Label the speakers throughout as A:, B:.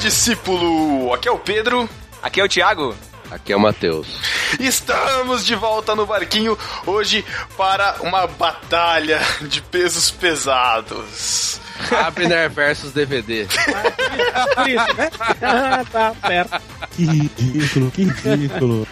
A: discípulo! Aqui é o Pedro.
B: Aqui é o Thiago.
C: Aqui é o Matheus.
A: Estamos de volta no barquinho hoje para uma batalha de pesos pesados.
C: Abner né, versus DVD.
D: Por isso, né? Ah, tá, pera.
E: Que ridículo, que ridículo.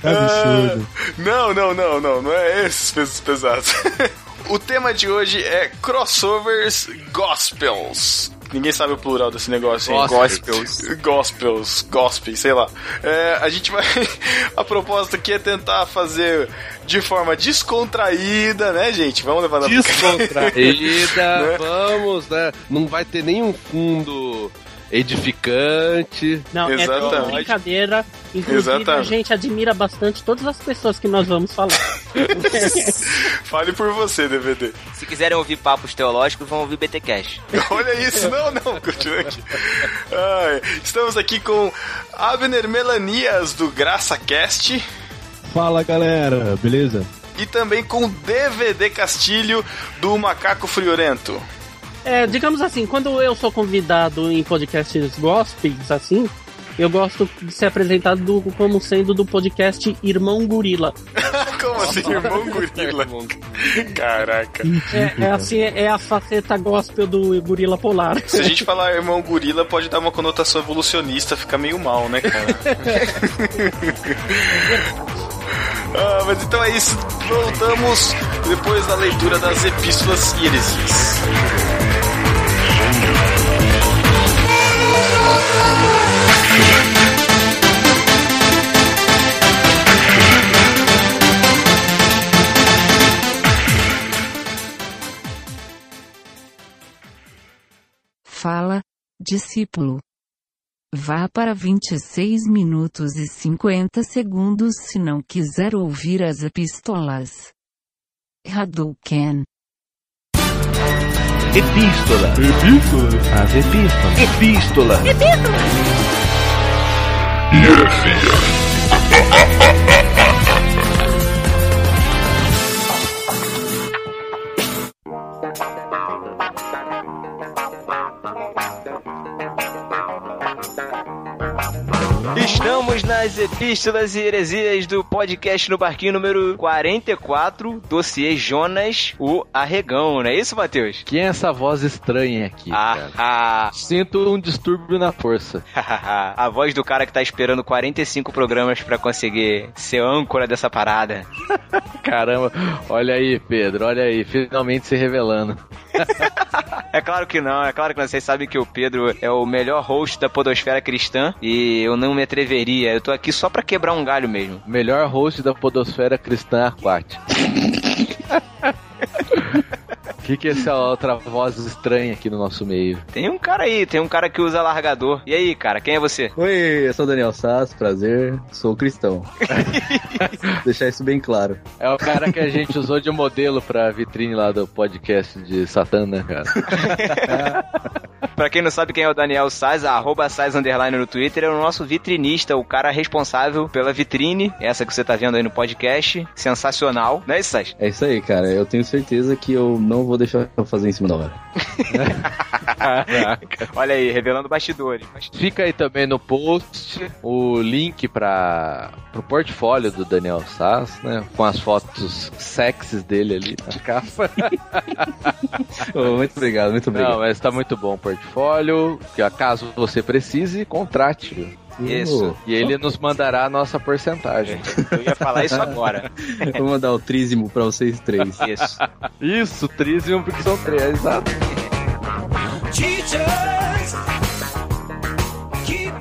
E: Que absurdo.
A: Ah, Não, não, não, não, não é esses pesos pesados. o tema de hoje é crossovers gospels. Ninguém sabe o plural desse negócio, hein?
B: Gospels.
A: Gospels, gospel, sei lá. É, a gente vai. A proposta aqui é tentar fazer de forma descontraída, né, gente? Vamos levar na
C: Ida,
A: Né?
C: vamos, né? Não vai ter nenhum fundo edificante.
D: Não, é tudo
A: Exatamente.
D: brincadeira. Inclusive, a
A: Exatamente.
D: gente admira bastante todas as pessoas que nós vamos falar.
A: Fale por você, DVD.
B: Se quiserem ouvir papos teológicos, vão ouvir BT Cash.
A: Olha isso, não, não, continua aqui. Ai, estamos aqui com Abner Melanias do GraçaCast
E: Fala galera, beleza?
A: e também com DVD Castilho do Macaco Friorento.
D: É, digamos assim, quando eu sou convidado em podcasts gospels, assim, eu gosto de ser apresentado do- como sendo do podcast Irmão Gorila.
A: Como assim, irmão gorila? Caraca.
D: É, é assim, é a faceta gospel do Gorila Polar.
A: Se a gente falar irmão gorila, pode dar uma conotação evolucionista, fica meio mal, né, cara? ah, mas então é isso. Voltamos depois da leitura das epístolas e heresias.
F: Fala, discípulo. Vá para 26 minutos e 50 segundos se não quiser ouvir as epístolas. Hadouken.
G: Epístola. As epístolas. Epístola.
B: Estamos nas epístolas e heresias do podcast no barquinho número 44, dossiê Jonas, o Arregão, não é isso, Matheus?
C: Quem é essa voz estranha aqui? cara?
B: Ah,
C: Sinto um distúrbio na força.
B: ah, a voz do cara que tá esperando 45 programas pra conseguir ser âncora dessa parada.
C: Caramba, olha aí, Pedro, olha aí, finalmente se revelando.
B: É claro que não, é claro que não. Vocês sabem que o Pedro é o melhor host da podosfera cristã e eu não me atreveria. Eu tô aqui só pra quebrar um galho mesmo.
C: Melhor host da podosfera cristã aquática. O que, que é essa outra voz estranha aqui no nosso meio?
B: Tem um cara aí, tem um cara que usa largador. E aí, cara, quem é você?
H: Oi, eu sou o Daniel Sass, prazer, sou cristão. Deixar isso bem claro.
C: É o cara que a gente usou de modelo pra vitrine lá do podcast de Satã, né, cara?
B: Pra quem não sabe quem é o Daniel Saz, arroba Saz underline no Twitter, é o nosso vitrinista, o cara responsável pela vitrine, essa que você tá vendo aí no podcast. Sensacional, não é isso, Saz?
H: É isso aí, cara. Eu tenho certeza que eu não vou deixar eu fazer em cima da hora.
C: Caraca.
B: Olha aí, revelando bastidores. Mas-
C: Fica aí também no post o link para pro portfólio do Daniel Sass, né? Com as fotos sexys dele ali né? na capa.
H: Ô, muito obrigado, muito
C: Não,
H: obrigado.
C: mas tá muito bom o portfólio. Que caso você precise, contrate.
B: Isso.
C: E ele nos mandará a nossa porcentagem.
B: Eu ia falar isso agora.
H: Vou mandar o trízimo pra vocês três.
B: Isso.
C: Isso, trisium, porque são três, Ah, exato.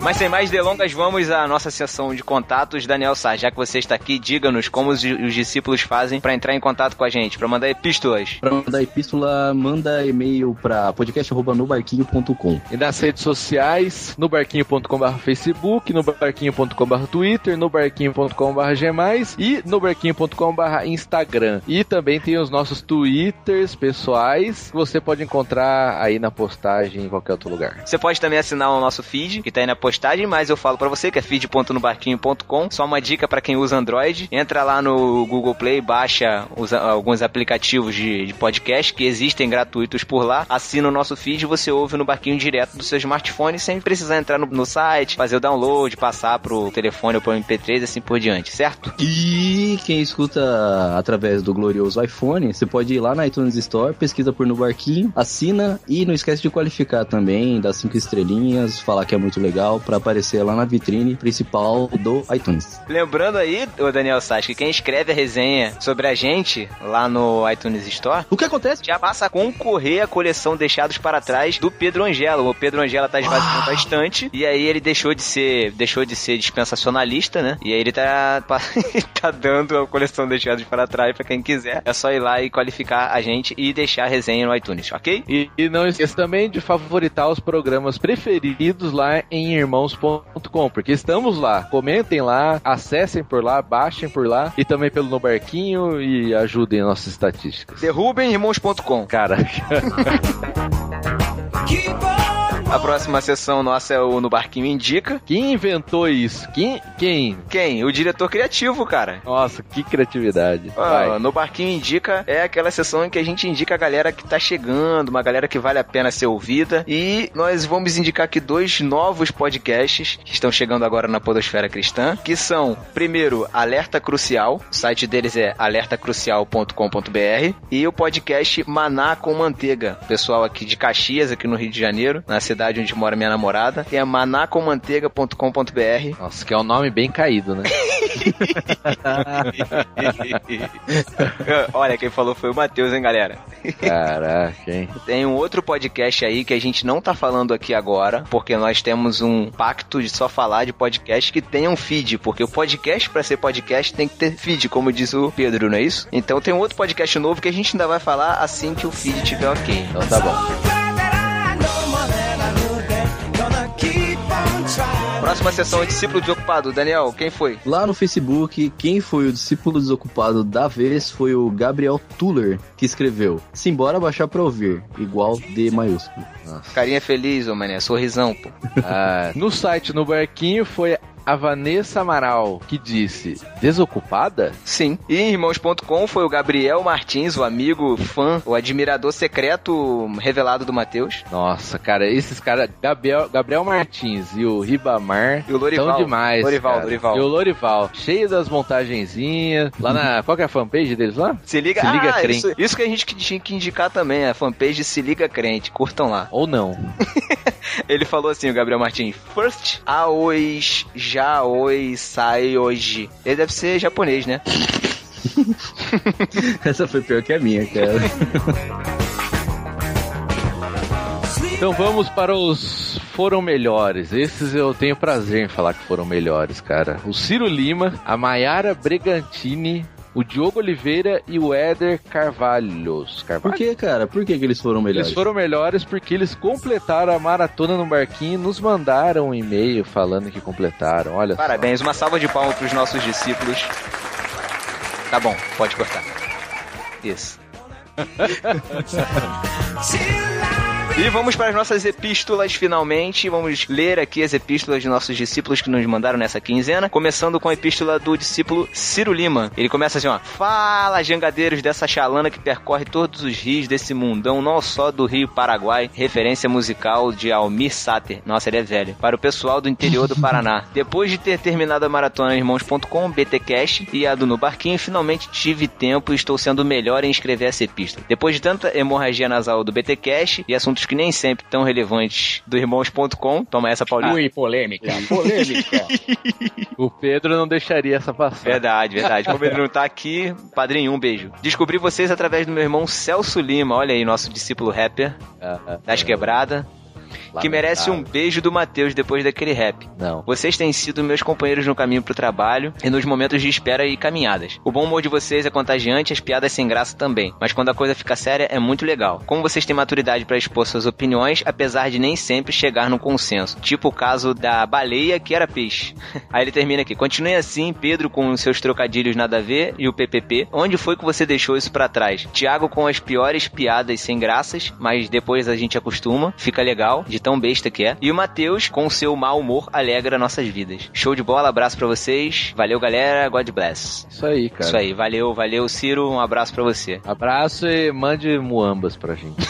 B: Mas sem mais delongas, vamos à nossa sessão de contatos. Daniel Sá, já que você está aqui, diga-nos como os, os discípulos fazem para entrar em contato com a gente, para mandar epístolas.
H: Pra mandar epístola, manda e-mail pra podcast.nobarquinho.com.
C: E nas redes sociais, no barquinho.com.br Facebook, no barquinho.com.br Twitter, no barquinho.com.br Gmais e no barquinho.com.br Instagram. E também tem os nossos Twitters pessoais que você pode encontrar aí na postagem em qualquer outro lugar.
B: Você pode também assinar o nosso feed, que tá aí na postagem, mas eu falo pra você que é feed.nobarquinho.com. Só uma dica pra quem usa Android: entra lá no Google Play, baixa os- alguns aplicativos de, de podcast que existem gratuitos por lá, assina o nosso feed e você ouve no barquinho direto do seu smartphone sem precisar entrar no, no site, fazer o download, passar pro telefone ou pro MP3 e assim por diante, certo?
H: E quem escuta através do glorioso iPhone, você pode ir lá na iTunes Store, pesquisa por No Barquinho, assina e não esquece de qualificar também, dar cinco estrelinhas, falar que é muito legal pra aparecer lá na vitrine principal do iTunes.
B: Lembrando aí, ô Daniel Sassi, que quem escreve a resenha sobre a gente lá no iTunes Store
H: O que acontece?
B: já passa a concorrer à coleção Deixados para Trás do Pedro Angelo. O Pedro Angelo tá esvaziando bastante e aí ele deixou de ser, deixou de ser dispensacionalista, né? E aí ele tá, tá dando a coleção Deixados para Trás pra quem quiser. É só ir lá e qualificar a gente e deixar a resenha no iTunes, ok?
C: E, e não esqueça também de favoritar os programas preferidos lá em irmãos.com, porque estamos lá. Comentem lá, acessem por lá, baixem por lá e também pelo No Barquinho e ajudem nossas estatísticas.
B: Derrubemirmãos.com
C: Cara,
B: A próxima sessão nossa é o No Barquinho Indica.
C: quem inventou isso? Quem? Quem?
B: Quem? O diretor criativo, cara.
C: Nossa, que criatividade.
B: Ah,
C: Vai.
B: no Barquinho Indica é aquela sessão em que a gente indica a galera que tá chegando, uma galera que vale a pena ser ouvida. E nós vamos indicar aqui dois novos podcasts que estão chegando agora na Podosfera Cristã, que são, primeiro, Alerta Crucial, o site deles é alertacrucial.com.br, e o podcast Maná com Manteiga. O Pessoal aqui de Caxias, aqui no Rio de Janeiro, na cidade onde mora minha namorada, é manacommanteiga.com.br.
C: Nossa, que é um nome bem caído, né?
B: Olha, quem falou foi o Matheus, hein, galera?
C: Caraca, hein?
B: Tem um outro podcast aí que a gente não tá falando aqui agora, porque nós temos um pacto de só falar de podcast que tenha um feed, porque o podcast pra ser podcast tem que ter feed, como diz o Pedro, não é isso? Então tem um outro podcast novo que a gente ainda vai falar assim que o feed tiver ok.
C: Então tá bom.
B: Próxima sessão, discípulo desocupado. Daniel, quem foi?
H: Lá no Facebook, quem foi o discípulo desocupado da vez foi o Gabriel Tuller, que escreveu: Simbora baixar pra ouvir, igual D maiúsculo.
B: Carinha feliz, ô mané, sorrisão, pô.
C: Ah, no site No Barquinho foi a Vanessa Amaral que disse: Desocupada?
B: Sim. E em irmãos.com foi o Gabriel Martins, o amigo, fã, o admirador secreto revelado do Matheus.
C: Nossa, cara, esses caras, Gabriel, Gabriel Martins e o Ribamar,
B: E o Lorival.
C: tão demais.
B: Lorival,
C: cara.
B: Lorival.
C: E o Lorival, cheio das montagenzinhas. Lá na. Qual que é a fanpage deles lá?
B: Se liga,
C: Se liga
B: ah,
C: crente.
B: isso, isso que a gente que tinha que indicar também, a fanpage Se Liga Crente, curtam lá.
C: Ou não?
B: Ele falou assim, o Gabriel Martins, first aois, já oi, sai hoje. Ele deve ser japonês, né?
H: Essa foi pior que a minha, cara.
C: Então vamos para os foram melhores. Esses eu tenho prazer em falar que foram melhores, cara. O Ciro Lima, a Maiara Bregantini, o Diogo Oliveira e o Éder Carvalhos.
H: Por
C: Carvalho?
H: que, cara? Por que, que eles foram melhores?
C: Eles foram melhores porque eles completaram a maratona no barquinho e nos mandaram um e-mail falando que completaram. Olha só.
B: Parabéns, uma salva de palmas pros nossos discípulos. Tá bom, pode cortar. Isso. E vamos para as nossas epístolas finalmente. Vamos ler aqui as epístolas de nossos discípulos que nos mandaram nessa quinzena. Começando com a epístola do discípulo Ciro Lima. Ele começa assim: ó. Fala, jangadeiros dessa chalana que percorre todos os rios desse mundão, não só do Rio Paraguai. Referência musical de Almir Sater. Nossa, ele é velho. Para o pessoal do interior do Paraná. Depois de ter terminado a maratona irmãos.com, BTcast e a do No Barquinho, finalmente tive tempo e estou sendo melhor em escrever essa epístola. Depois de tanta hemorragia nasal do BTcast e assuntos que nem sempre tão relevantes do irmãos.com, toma essa, Paulinho.
I: Ui, polêmica, polêmica.
C: O Pedro não deixaria essa passar.
B: Verdade, verdade. Como ele não tá aqui, padrinho, um beijo. Descobri vocês através do meu irmão Celso Lima, olha aí, nosso discípulo rapper
C: Ah,
B: das quebrada, que merece um beijo do Matheus depois daquele rap.
C: Não.
B: Vocês têm sido meus companheiros no caminho pro trabalho e nos momentos de espera e caminhadas. O bom humor de vocês é contagiante, as piadas sem graça também. Mas quando a coisa fica séria, é muito legal. Como vocês têm maturidade pra expor suas opiniões, apesar de nem sempre chegar num consenso. Tipo o caso da baleia que era peixe. Aí ele termina aqui. Continue assim, Pedro, com os seus trocadilhos nada a ver e o PPP. Onde foi que você deixou isso pra trás? Tiago com as piores piadas sem graças, mas depois a gente acostuma. Fica legal. De de tão besta que é. E o Matheus, com seu mau humor, alegra nossas vidas. Show de bola, abraço pra vocês. Valeu, galera. God bless.
C: Isso aí, cara.
B: Isso aí, valeu, valeu, Ciro. Um abraço pra você.
C: Abraço e mande muambas pra gente.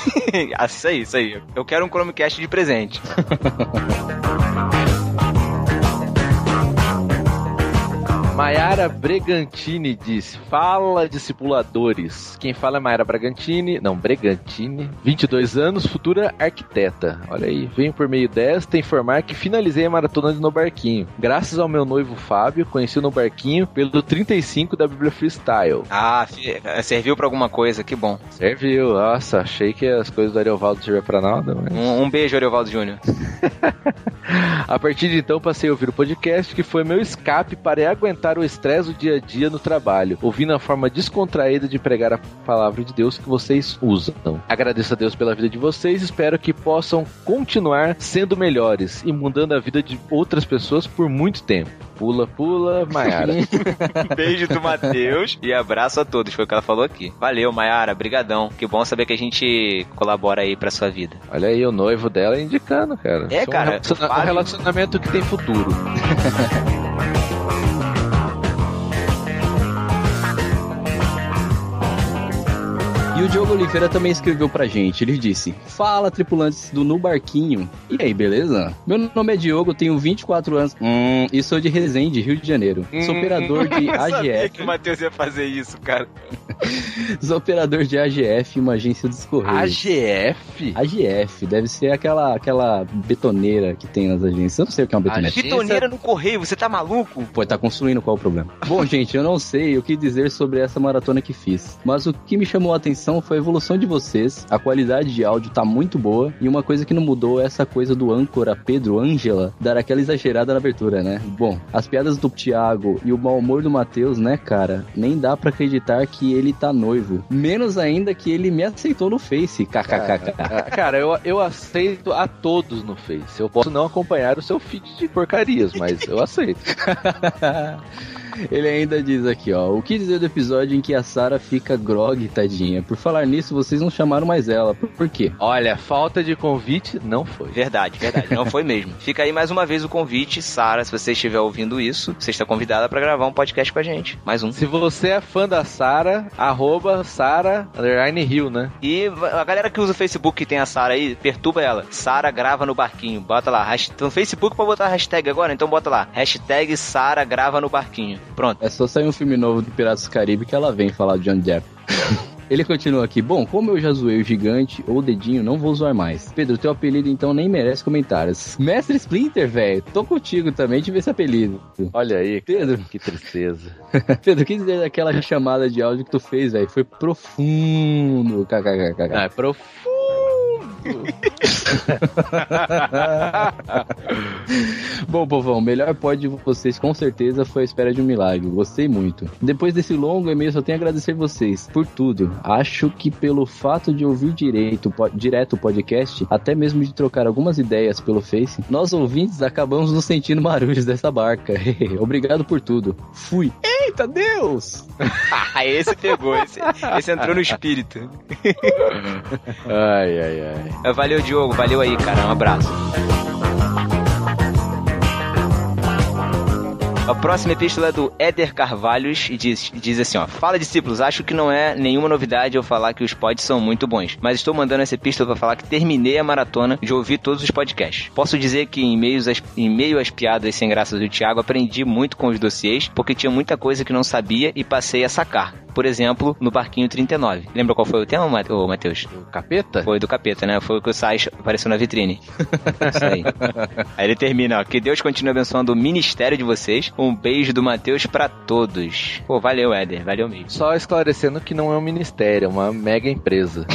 B: Ah, isso aí, isso aí. Eu quero um Chromecast de presente.
C: Maiara Bregantini disse: Fala, discipuladores. Quem fala é Maiara Bragantini, não, Bregantini, 22 anos, futura arquiteta. Olha aí, venho por meio desta informar que finalizei a maratona de No Barquinho. Graças ao meu noivo Fábio, conheci o No Barquinho pelo 35 da Bíblia Freestyle.
B: Ah, fi- serviu pra alguma coisa, que bom.
C: Serviu, nossa, achei que as coisas do Ariovaldo serviam pra nada, mas.
B: Um, um beijo, Ariovaldo Júnior.
C: A partir de então passei a ouvir o podcast, que foi meu escape para aguentar o estresse do dia a dia no trabalho, ouvindo a forma descontraída de pregar a palavra de Deus que vocês usam. Agradeço a Deus pela vida de vocês, espero que possam continuar sendo melhores e mudando a vida de outras pessoas por muito tempo. Pula, pula, Maiara.
B: Beijo do Matheus e abraço a todos, foi o que ela falou aqui. Valeu, Mayara, brigadão. Que bom saber que a gente colabora aí pra sua vida.
C: Olha aí, o noivo dela indicando, cara.
B: É,
C: Isso um
B: cara,
C: relaciona-
B: Fábio.
C: um relacionamento que tem futuro.
H: E o Diogo Oliveira também escreveu pra gente. Ele disse: Fala, tripulantes do No Barquinho. E aí, beleza? Meu nome é Diogo, tenho 24 anos hum, e sou de Resende, Rio de Janeiro. Sou
B: Hum.
H: operador de
B: Eu sabia
H: AGF.
B: que o Matheus ia fazer isso, cara.
H: Sou operador de AGF, uma agência dos Correios.
C: AGF?
H: AGF deve ser aquela, aquela betoneira que tem nas agências. Eu não sei o que é uma betoneira.
C: Agência-
B: Pitoneira no correio, você tá maluco?
H: Pô, tá construindo qual o problema? Bom, gente, eu não sei o que dizer sobre essa maratona que fiz, mas o que me chamou a atenção foi a evolução de vocês, a qualidade de áudio tá muito boa, e uma coisa que não mudou é essa coisa do âncora Pedro Ângela dar aquela exagerada na abertura, né? Bom, as piadas do Thiago e o mau humor do Matheus, né, cara? Nem dá pra acreditar que ele tá noivo. Menos ainda que ele me aceitou no Face, kkkk.
C: Ah, Cara, eu, eu aceito a todos no Face. Eu posso não acompanhar o seu feed de porcarias, mas eu aceito.
H: Ele ainda diz aqui, ó. O que dizer do episódio em que a Sarah fica grog, tadinha? Por falar nisso, vocês não chamaram mais ela. Por, por quê?
C: Olha, falta de convite não foi.
B: Verdade, verdade. Não foi mesmo. Fica aí mais uma vez o convite, Sara, se você estiver ouvindo isso, você está convidada pra gravar um podcast com a gente. Mais um.
C: Se você é fã da Sara, arroba Sara underline Hill, né?
B: E a galera que usa o Facebook que tem a Sara aí, perturba ela. Sara grava no barquinho. Bota lá. Hasht... No Facebook pra botar hashtag agora, então bota lá. Hashtag Sara grava no barquinho. Pronto.
H: É só sair um filme novo do Piratas do Caribe que ela vem falar de John Depp. Ele continua aqui. Bom, como eu já zoei o gigante ou o dedinho, não vou zoar mais. Pedro, teu apelido então nem merece comentários. Mestre Splinter, velho. Tô contigo também, tive esse apelido.
C: Olha aí,
H: Pedro,
C: que tristeza.
H: Pedro, o que dizer daquela chamada de áudio que tu fez, velho? Foi profundo. Kkkk.
C: Ah, é profundo.
H: Bom, povão, o melhor pod de vocês com certeza foi a espera de um milagre. Gostei muito. Depois desse longo e-mail, só tenho a agradecer vocês por tudo. Acho que pelo fato de ouvir direito, po- direto o podcast, até mesmo de trocar algumas ideias pelo Face, nós ouvintes acabamos nos sentindo marujos dessa barca. Obrigado por tudo. Fui. Eita Deus!
B: Ah, esse pegou. Esse, esse entrou no espírito.
C: Ai, ai, ai.
B: É, Valeu, Diogo. Valeu aí, cara. Um abraço. A próxima epístola é do Éder Carvalhos e diz, diz assim, ó. Fala, discípulos, acho que não é nenhuma novidade eu falar que os pods são muito bons, mas estou mandando essa epístola para falar que terminei a maratona de ouvir todos os podcasts. Posso dizer que em meio às, em meio às piadas sem graça do Thiago, aprendi muito com os dossiês, porque tinha muita coisa que não sabia e passei a sacar. Por exemplo, no Barquinho 39. Lembra qual foi o tema, Mate- ô, Matheus?
C: O capeta?
B: Foi do capeta, né? Foi o que o Sais apareceu na vitrine. Isso aí. Aí ele termina, ó. Que Deus continue abençoando o ministério de vocês. Um beijo do Matheus pra todos. Pô, valeu, Éder. Valeu mesmo.
C: Só esclarecendo que não é um ministério, é uma mega empresa.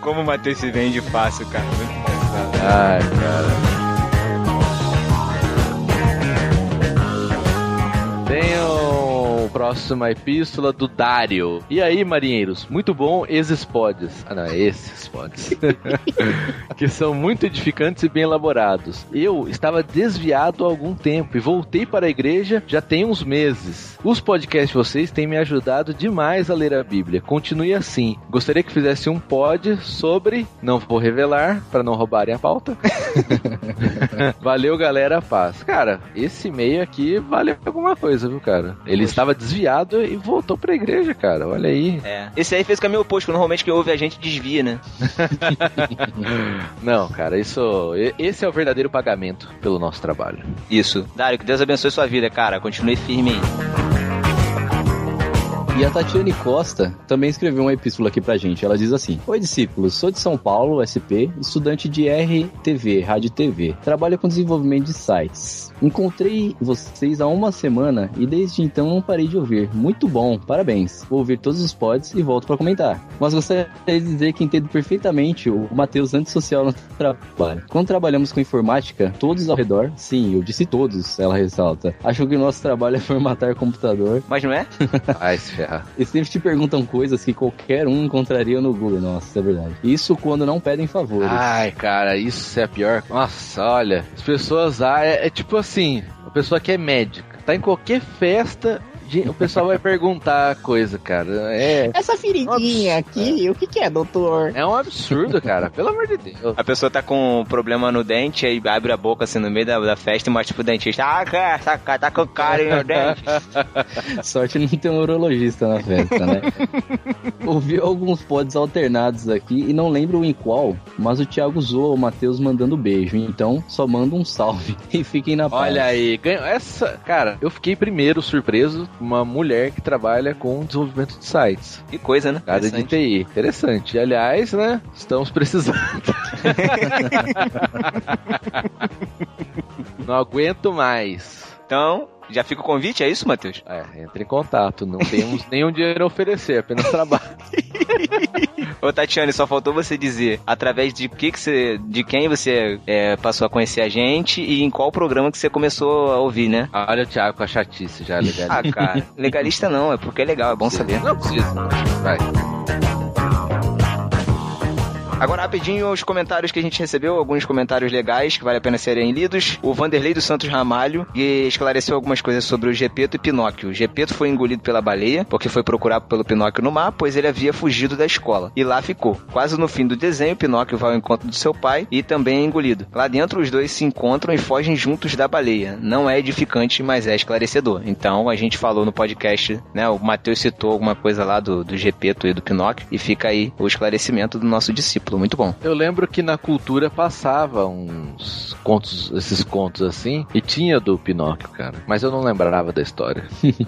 B: Como o Matheus se vende fácil, cara.
C: Ai, Tenho Próxima um epístola do Dário. E aí, marinheiros, muito bom esses pods. Ah, não, é esses pods. que são muito edificantes e bem elaborados. Eu estava desviado há algum tempo e voltei para a igreja já tem uns meses. Os podcasts de vocês têm me ajudado demais a ler a Bíblia. Continue assim. Gostaria que fizesse um pod sobre, não vou revelar para não roubarem a pauta. valeu, galera, paz. Cara, esse e-mail aqui valeu alguma coisa, viu, cara? Ele estava desviado e voltou para a igreja, cara. Olha aí.
B: É. Esse aí fez o caminho oposto, normalmente quem ouve a gente desvia, né?
C: Não, cara, isso e- esse é o verdadeiro pagamento pelo nosso trabalho.
B: Isso. Dário, que Deus abençoe sua vida, cara. Continue firme aí.
H: E a Tatiane Costa também escreveu uma epístola aqui pra gente. Ela diz assim: Oi, discípulos, sou de São Paulo, SP, estudante de RTV, Rádio e TV. Trabalho com desenvolvimento de sites. Encontrei vocês há uma semana e desde então não parei de ouvir. Muito bom, parabéns. Vou ouvir todos os pods e volto pra comentar. Mas gostaria de dizer que entendo perfeitamente o Matheus antissocial no trabalho. Quando trabalhamos com informática, todos ao redor, sim, eu disse todos, ela ressalta, acham que o nosso trabalho é formatar computador
B: Mas não é?
C: Ai, se ferrar.
H: e sempre te perguntam coisas que qualquer um encontraria no Google. Nossa, isso é verdade. Isso quando não pedem favores.
C: Ai, cara, isso é pior. Nossa, olha, as pessoas. Ah, é, é tipo assim: a pessoa que é médica tá em qualquer festa. gente, O pessoal vai perguntar coisa, cara. É,
J: Essa feridinha aqui, o que, que é, doutor?
C: é um absurdo, cara. Pelo amor de Deus.
B: A pessoa tá com um problema no dente, aí abre a boca assim no meio da, da festa e mostra pro dentista. Ah, cara, tá, tá com cara em meu dente.
H: Sorte não ter um urologista na festa, né? Ouvi alguns pods alternados aqui e não lembro em qual, mas o Thiago zoou o Matheus mandando beijo. Então só manda um salve e fiquem na paz.
C: Olha aí, ganhou essa. Cara, eu fiquei primeiro surpreso com uma mulher que trabalha com desenvolvimento de sites.
B: Que coisa, né?
C: Cara de TI. Interessante. E, aliás, né? Estamos precisando. Não aguento mais.
B: Então, já fica o convite, é isso, Matheus?
C: É, entre em contato. Não temos nenhum dinheiro a oferecer, apenas trabalho.
B: Ô, Tatiane, só faltou você dizer através de que, que você. de quem você é, passou a conhecer a gente e em qual programa que você começou a ouvir, né?
C: Olha o Thiago com a chatice já, legal.
B: Ah, cara, legalista não, é porque é legal, é bom saber.
C: Não precisa. Vai.
B: Agora, rapidinho, os comentários que a gente recebeu, alguns comentários legais que vale a pena serem lidos. O Vanderlei dos Santos Ramalho que esclareceu algumas coisas sobre o Gepeto e Pinóquio. O Gepeto foi engolido pela baleia, porque foi procurar pelo Pinóquio no mar, pois ele havia fugido da escola. E lá ficou. Quase no fim do desenho, Pinóquio vai ao encontro do seu pai e também é engolido. Lá dentro, os dois se encontram e fogem juntos da baleia. Não é edificante, mas é esclarecedor. Então, a gente falou no podcast, né? O Matheus citou alguma coisa lá do, do Gepeto e do Pinóquio, e fica aí o esclarecimento do nosso discípulo. Muito bom.
C: Eu lembro que na cultura passava uns contos, esses contos assim, e tinha do Pinóquio, cara. Mas eu não lembrava da história.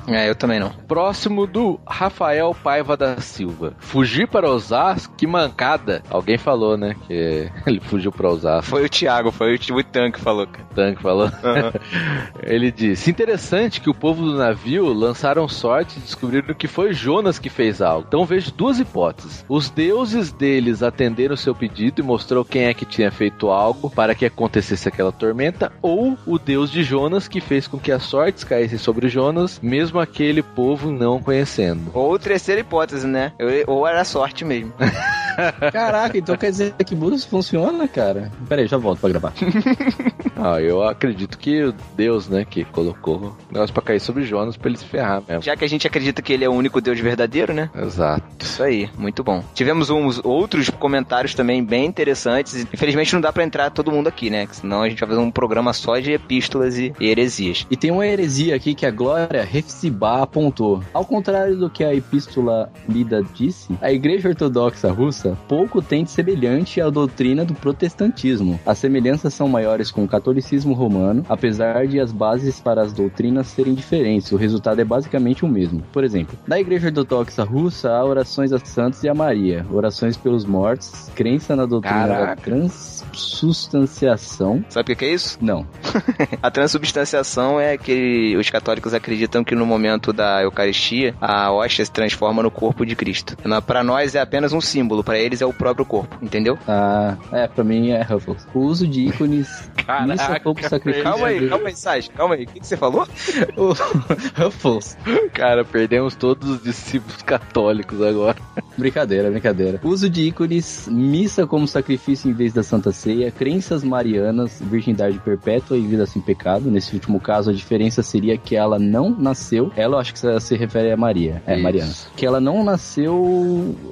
B: É, eu também não.
C: Próximo do Rafael Paiva da Silva. Fugir para Osasco? Que mancada! Alguém falou, né? Que ele fugiu para Osasco.
B: Foi o Thiago, foi o Tibu que falou, cara.
C: O tanque falou. ele disse: Interessante que o povo do navio lançaram sorte e descobriram que foi Jonas que fez algo. Então vejo duas hipóteses. Os deuses deles atenderam seu pedido e mostrou quem é que tinha feito algo para que acontecesse aquela tormenta, ou o deus de Jonas que fez com que as sortes caíssem sobre Jonas, mesmo aquele povo não conhecendo.
B: Ou terceira hipótese, né? Eu- ou era sorte mesmo.
H: Caraca, então quer dizer que Búzios funciona, cara? Peraí, já volto pra gravar.
C: Ah, eu acredito que o deus, né, que colocou o negócio pra cair sobre Jonas pra ele se ferrar mesmo.
B: Já que a gente acredita que ele é o único Deus verdadeiro, né?
C: Exato.
B: Isso aí, muito bom. Tivemos uns outros comentários também bem interessantes. Infelizmente não dá pra entrar todo mundo aqui, né? Que Senão a gente vai fazer um programa só de epístolas e heresias.
H: E tem uma heresia aqui que a Glória Refsibá apontou. Ao contrário do que a epístola lida disse, a Igreja Ortodoxa Russa pouco tem de semelhante à doutrina do protestantismo. As semelhanças são maiores com o catolicismo romano, apesar de as bases para as doutrinas serem diferentes, o resultado é basicamente o mesmo. Por exemplo, na Igreja Ortodoxa Russa há orações a santos e a Maria, orações pelos mortos, crença na doutrina da
C: Caraca.
H: transubstanciação.
B: Sabe o que que é isso?
H: Não,
B: A transubstanciação é que os católicos acreditam que no momento da Eucaristia a hóstia se transforma no corpo de Cristo. Na- Pra nós é apenas um símbolo, pra eles é o próprio corpo, entendeu?
H: Ah, é, pra mim é Ruffles. O uso de ícones missa como sacrifício.
B: Calma aí,
H: de-
B: calma aí, Sage. Calma aí. O que, que você falou?
H: O- Ruffles.
C: Cara, perdemos todos os discípulos católicos agora.
H: Brincadeira, brincadeira. Uso de ícones, missa como sacrifício em vez da Santa Ceia, crenças marianas, virgindade perpétua e vida sem pecado. Nesse último caso, a diferença seria que ela não nasceu. Ela, eu acho que ela se refere a Maria. É,
C: Isso.
H: Mariana. Que ela não nasceu.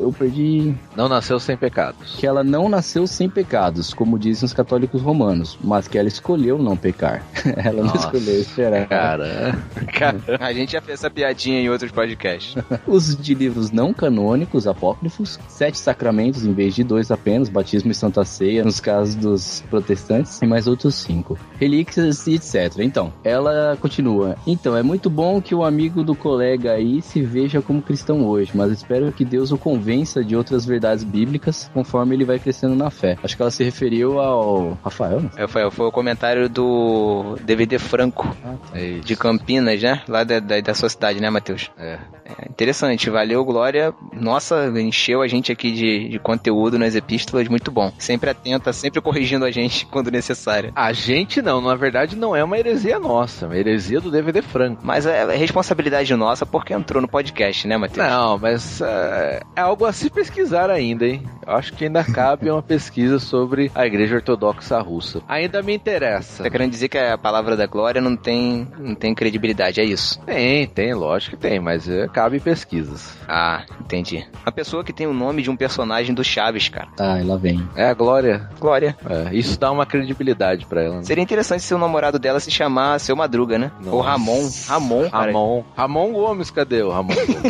H: Eu perdi.
C: Não nasceu sem pecados.
H: Que ela não nasceu sem pecados, como dizem os católicos romanos, mas que ela escolheu não pecar. ela não
C: Nossa,
H: escolheu esperar.
C: Cara, cara,
B: A gente já fez essa piadinha em outros podcasts.
H: Uso de livros não canônicos, apócrifos, sete sacramentos em vez de dois apenas, batismo e santa ceia, nos casos dos protestantes, e mais outros cinco. Relíquias e etc. Então, ela continua. Então, é muito bom que o amigo do colega aí se veja como cristão hoje, mas espero que Deus o convença de outras verdades bíblicas conforme ele vai crescendo na fé. Acho que ela se referiu ao Rafael, né?
B: É, Foi, foi o comentário do DVD Franco,
C: é isso.
B: de Campinas, né? Lá da, da, da sua cidade, né, Matheus?
C: É.
B: É, Interessante. Valeu, Glória. Nossa, encheu a gente aqui de, de conteúdo nas epístolas. Muito bom. Sempre atenta, sempre corrigindo a gente quando necessário.
C: A gente não, na verdade não é uma heresia nossa, é uma heresia do DVD Franco.
B: Mas é é responsabilidade nossa porque entrou no podcast, né, Matheus?
C: Não, mas é, é algo a se pesquisar ainda, hein? Eu acho que ainda cabe uma pesquisa sobre a Igreja Ortodoxa Russa. Ainda me interessa.
B: Tá querendo dizer que a palavra da Glória não tem, não tem credibilidade, é isso?
C: Tem, tem, lógico que tem, mas é, cabe pesquisas.
B: Ah, entendi. A pessoa que tem o nome de um personagem do Chaves, cara.
H: Ah, lá vem.
C: É a Glória.
B: Glória.
C: É, isso dá uma credibilidade pra ela. né?
B: Seria interessante se o namorado dela se chamar Seu Madruga, né?
C: Nossa.
B: Ou Ramon. Ramon, cara.
C: Ramon. Ramon Gomes, cadê o Ramon? Gomes?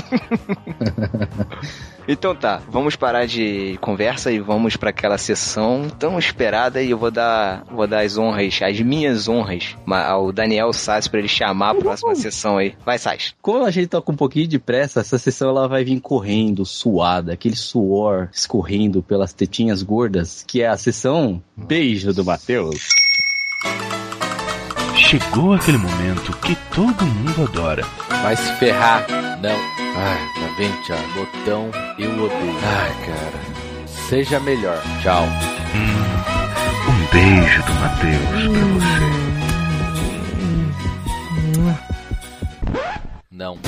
B: Então tá, vamos parar de conversa e vamos pra aquela sessão tão esperada e eu vou dar, vou dar as honras, as minhas honras ma- ao Daniel Sass pra ele chamar a próxima sessão aí. Vai, Sass.
H: Como a gente tá com um pouquinho de pressa, essa sessão ela vai vir correndo, suada, aquele suor escorrendo pelas tetinhas gordas, que é a sessão Beijo do Matheus.
K: Chegou aquele momento que todo mundo adora.
C: Vai se ferrar. Não. Ai, tá bem, tchau. Botão, eu odeio. Ai, cara. Seja melhor. Tchau.
K: Um beijo do Matheus pra você.
C: Não.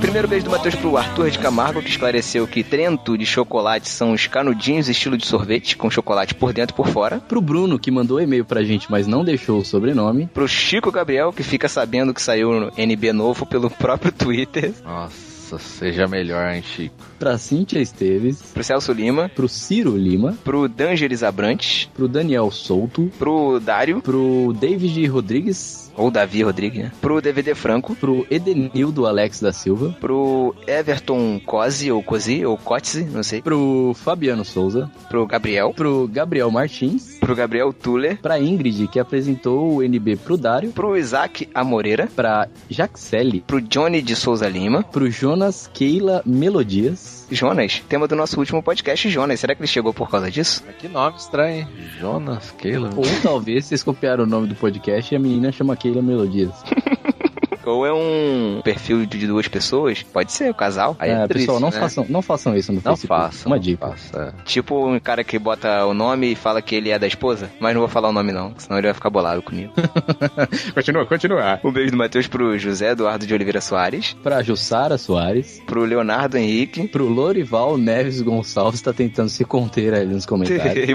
B: Primeiro beijo do Matheus pro Arthur de Camargo, que esclareceu que Trento de chocolate são os canudinhos estilo de sorvete, com chocolate por dentro e por fora.
H: Pro Bruno, que mandou e-mail pra gente, mas não deixou o sobrenome.
B: Pro Chico Gabriel, que fica sabendo que saiu no NB novo pelo próprio Twitter.
C: Nossa, seja melhor, hein, Chico.
H: Pra Cíntia Esteves.
B: Pro Celso Lima.
H: Pro Ciro Lima.
B: Pro Dangeres Abrantes.
H: Pro Daniel Souto.
B: Pro Dário.
H: Pro David Rodrigues.
B: Ou Davi Rodrigues, né? Pro DVD Franco.
H: Pro Edenildo Alex da Silva.
B: pro Everton Cosi ou Cosi ou Cotzi, não sei,
H: Pro Fabiano Souza.
B: pro Gabriel,
H: Pro Gabriel Martins.
B: pro Gabriel Tuller,
H: Pra Ingrid, que apresentou o NB pro Dário.
B: pro Isaac Amoreira,
H: Pra Jaxele.
B: pro Johnny de Souza Lima.
H: pro Jonas Keila Melodias.
B: Jonas, tema do nosso último podcast, Jonas. Será que ele chegou por causa disso?
C: Mas que nome estranho, hein? Jonas Keila.
B: Uhum.
H: Ou talvez vocês copiaram o nome do podcast e a menina chama Keila Melodias.
B: Ou é um perfil de duas pessoas? Pode ser, um casal. Aí é,
H: Ah,
B: triste,
H: pessoal, não,
B: né?
H: façam, não façam isso no
C: Não
H: Facebook.
C: faça.
H: Uma
C: não
H: dica.
C: faça, é.
B: Tipo um cara que bota o nome e fala que ele é da esposa, mas não vou falar o nome não, senão ele vai ficar bolado comigo.
H: Continua, continua.
B: Um beijo do Matheus pro José Eduardo de Oliveira Soares,
H: Pra Jussara Soares.
B: pro Leonardo Henrique.
H: Pro Lorival Neves Gonçalves, tá tentando se conter ali nos comentários.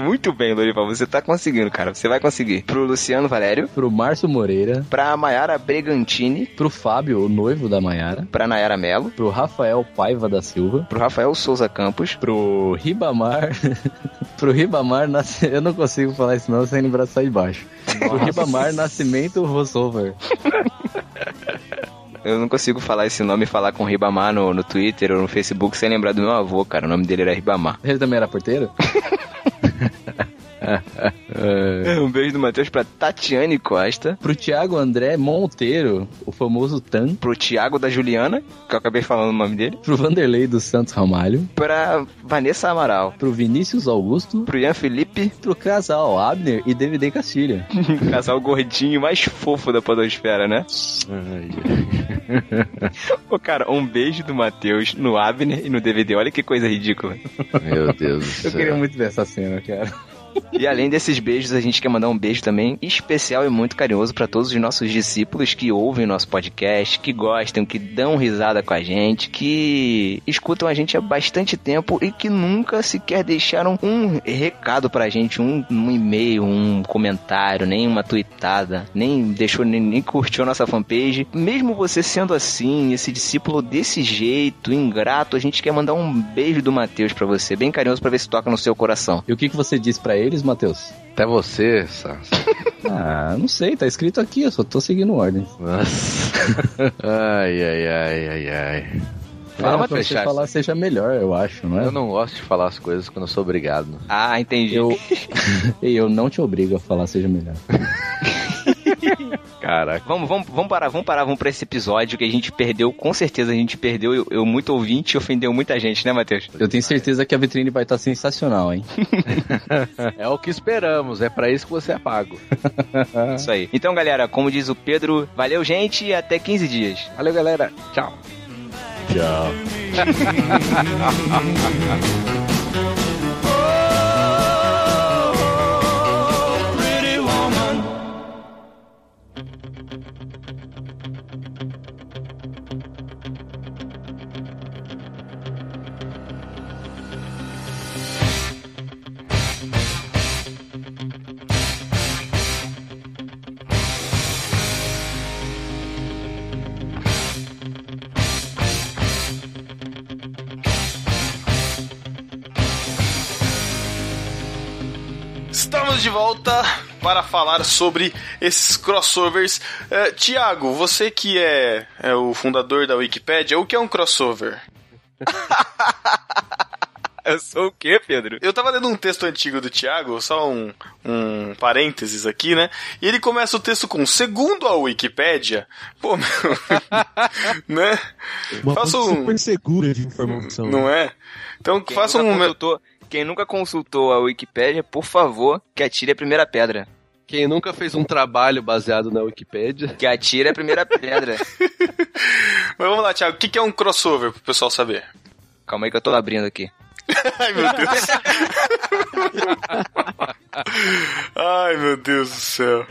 B: Muito bem, Lorival, você tá conseguindo, cara. Você vai conseguir. Pro Luciano Valério.
H: Pro Márcio Moreira.
B: pra Maiara Bregantini,
H: Pro Fábio, o noivo da Maiara.
B: pra Nayara Mello,
H: Pro Rafael Paiva da Silva.
B: pro Rafael Souza Campos,
H: Pro Ribamar. pro Ribamar Nasce- Eu não consigo falar isso não sem lembrar só de baixo. Pro Ribamar Nascimento Rossover.
B: eu não consigo falar esse nome e falar com Ribamar no, no Twitter ou no Facebook sem lembrar do meu avô, cara. O nome dele era Ribamar.
H: Ele também era porteiro?
B: Um beijo do Matheus pra Tatiane Costa,
H: Pro Thiago André Monteiro, o famoso Tan.
B: pro Thiago da Juliana, que eu acabei falando o nome dele,
H: Pro Vanderlei dos Santos Ramalho.
B: pra Vanessa Amaral,
H: Pro Vinícius Augusto.
B: pro Ian Felipe,
H: Pro casal Abner e DVD Castilha.
B: casal gordinho mais fofo da podosfera, né? Ô, cara, um beijo do Matheus no Abner e no DVD, olha que coisa ridícula.
L: Meu Deus do céu.
H: Eu
C: é.
H: queria muito ver essa cena, cara.
B: E além desses beijos, a gente quer mandar um beijo também especial e muito carinhoso pra todos os nossos discípulos que ouvem o nosso podcast, que gostam, que dão risada com a gente, que escutam a gente há bastante tempo e que nunca sequer deixaram um recado pra gente, um, um e-mail, um comentário, nem uma tweetada, nem deixou, nem, nem curtiu a nossa fanpage. Mesmo você sendo assim, esse discípulo desse jeito, ingrato, a gente quer mandar um beijo do Matheus pra você, bem carinhoso pra ver se toca no seu coração.
H: E o que, que você disse pra eles, Matheus?
C: um
L: Até você, Sansa.
H: Ah, não sei, tá escrito aqui, eu só tô seguindo ordem.
L: Nossa. ai, ai, ai, ai, ai. Fala,
H: Fala, É, pra
L: Matheus.
H: você
L: Chaves.
H: falar seja melhor, eu acho, não é?
C: né?
L: Eu não gosto de falar as coisas quando eu sou obrigado.
B: Ah, entendi.
H: Eu, Ei, eu não te obrigo a falar seja melhor.
L: Caraca.
B: Vamos, vamos, vamos parar, vamos parar, vamos pra esse episódio que a gente perdeu, com certeza a gente perdeu, eu, eu muito ouvinte e ofendeu muita gente, né, Matheus?
H: Eu tenho certeza que a vitrine vai estar sensacional, hein?
L: É o que esperamos, é pra isso que você é pago.
A: É.
B: Isso aí. Então, galera, como diz o Pedro, valeu, gente, e até 15 dias.
L: Valeu, galera. Tchau.
H: Tchau.
A: Estamos de volta para falar sobre esses crossovers. Eh, Tiago, você que é, é o fundador da Wikipédia, o que é um crossover?
B: Eu sou o quê, Pedro?
A: Eu tava lendo um texto antigo do Tiago, só um, um parênteses aqui, né? E ele começa o texto com: segundo a Wikipédia. Pô, meu. né?
K: Uma
A: Faça
K: fonte
A: um-
K: super segura de informação. né?
A: Não é? Então,
B: Quem é
A: faça
B: nunca
A: um.
B: consultou, Quem nunca consultou a Wikipédia, por favor, que atire a primeira pedra.
L: Quem nunca fez um trabalho baseado na Wikipédia?
B: Que atire a primeira pedra.
A: Mas vamos lá, Thiago, o que que é um crossover pro pessoal saber?
B: Calma aí que eu tô abrindo aqui.
A: Ai, meu Deus. Ai, meu Deus do céu.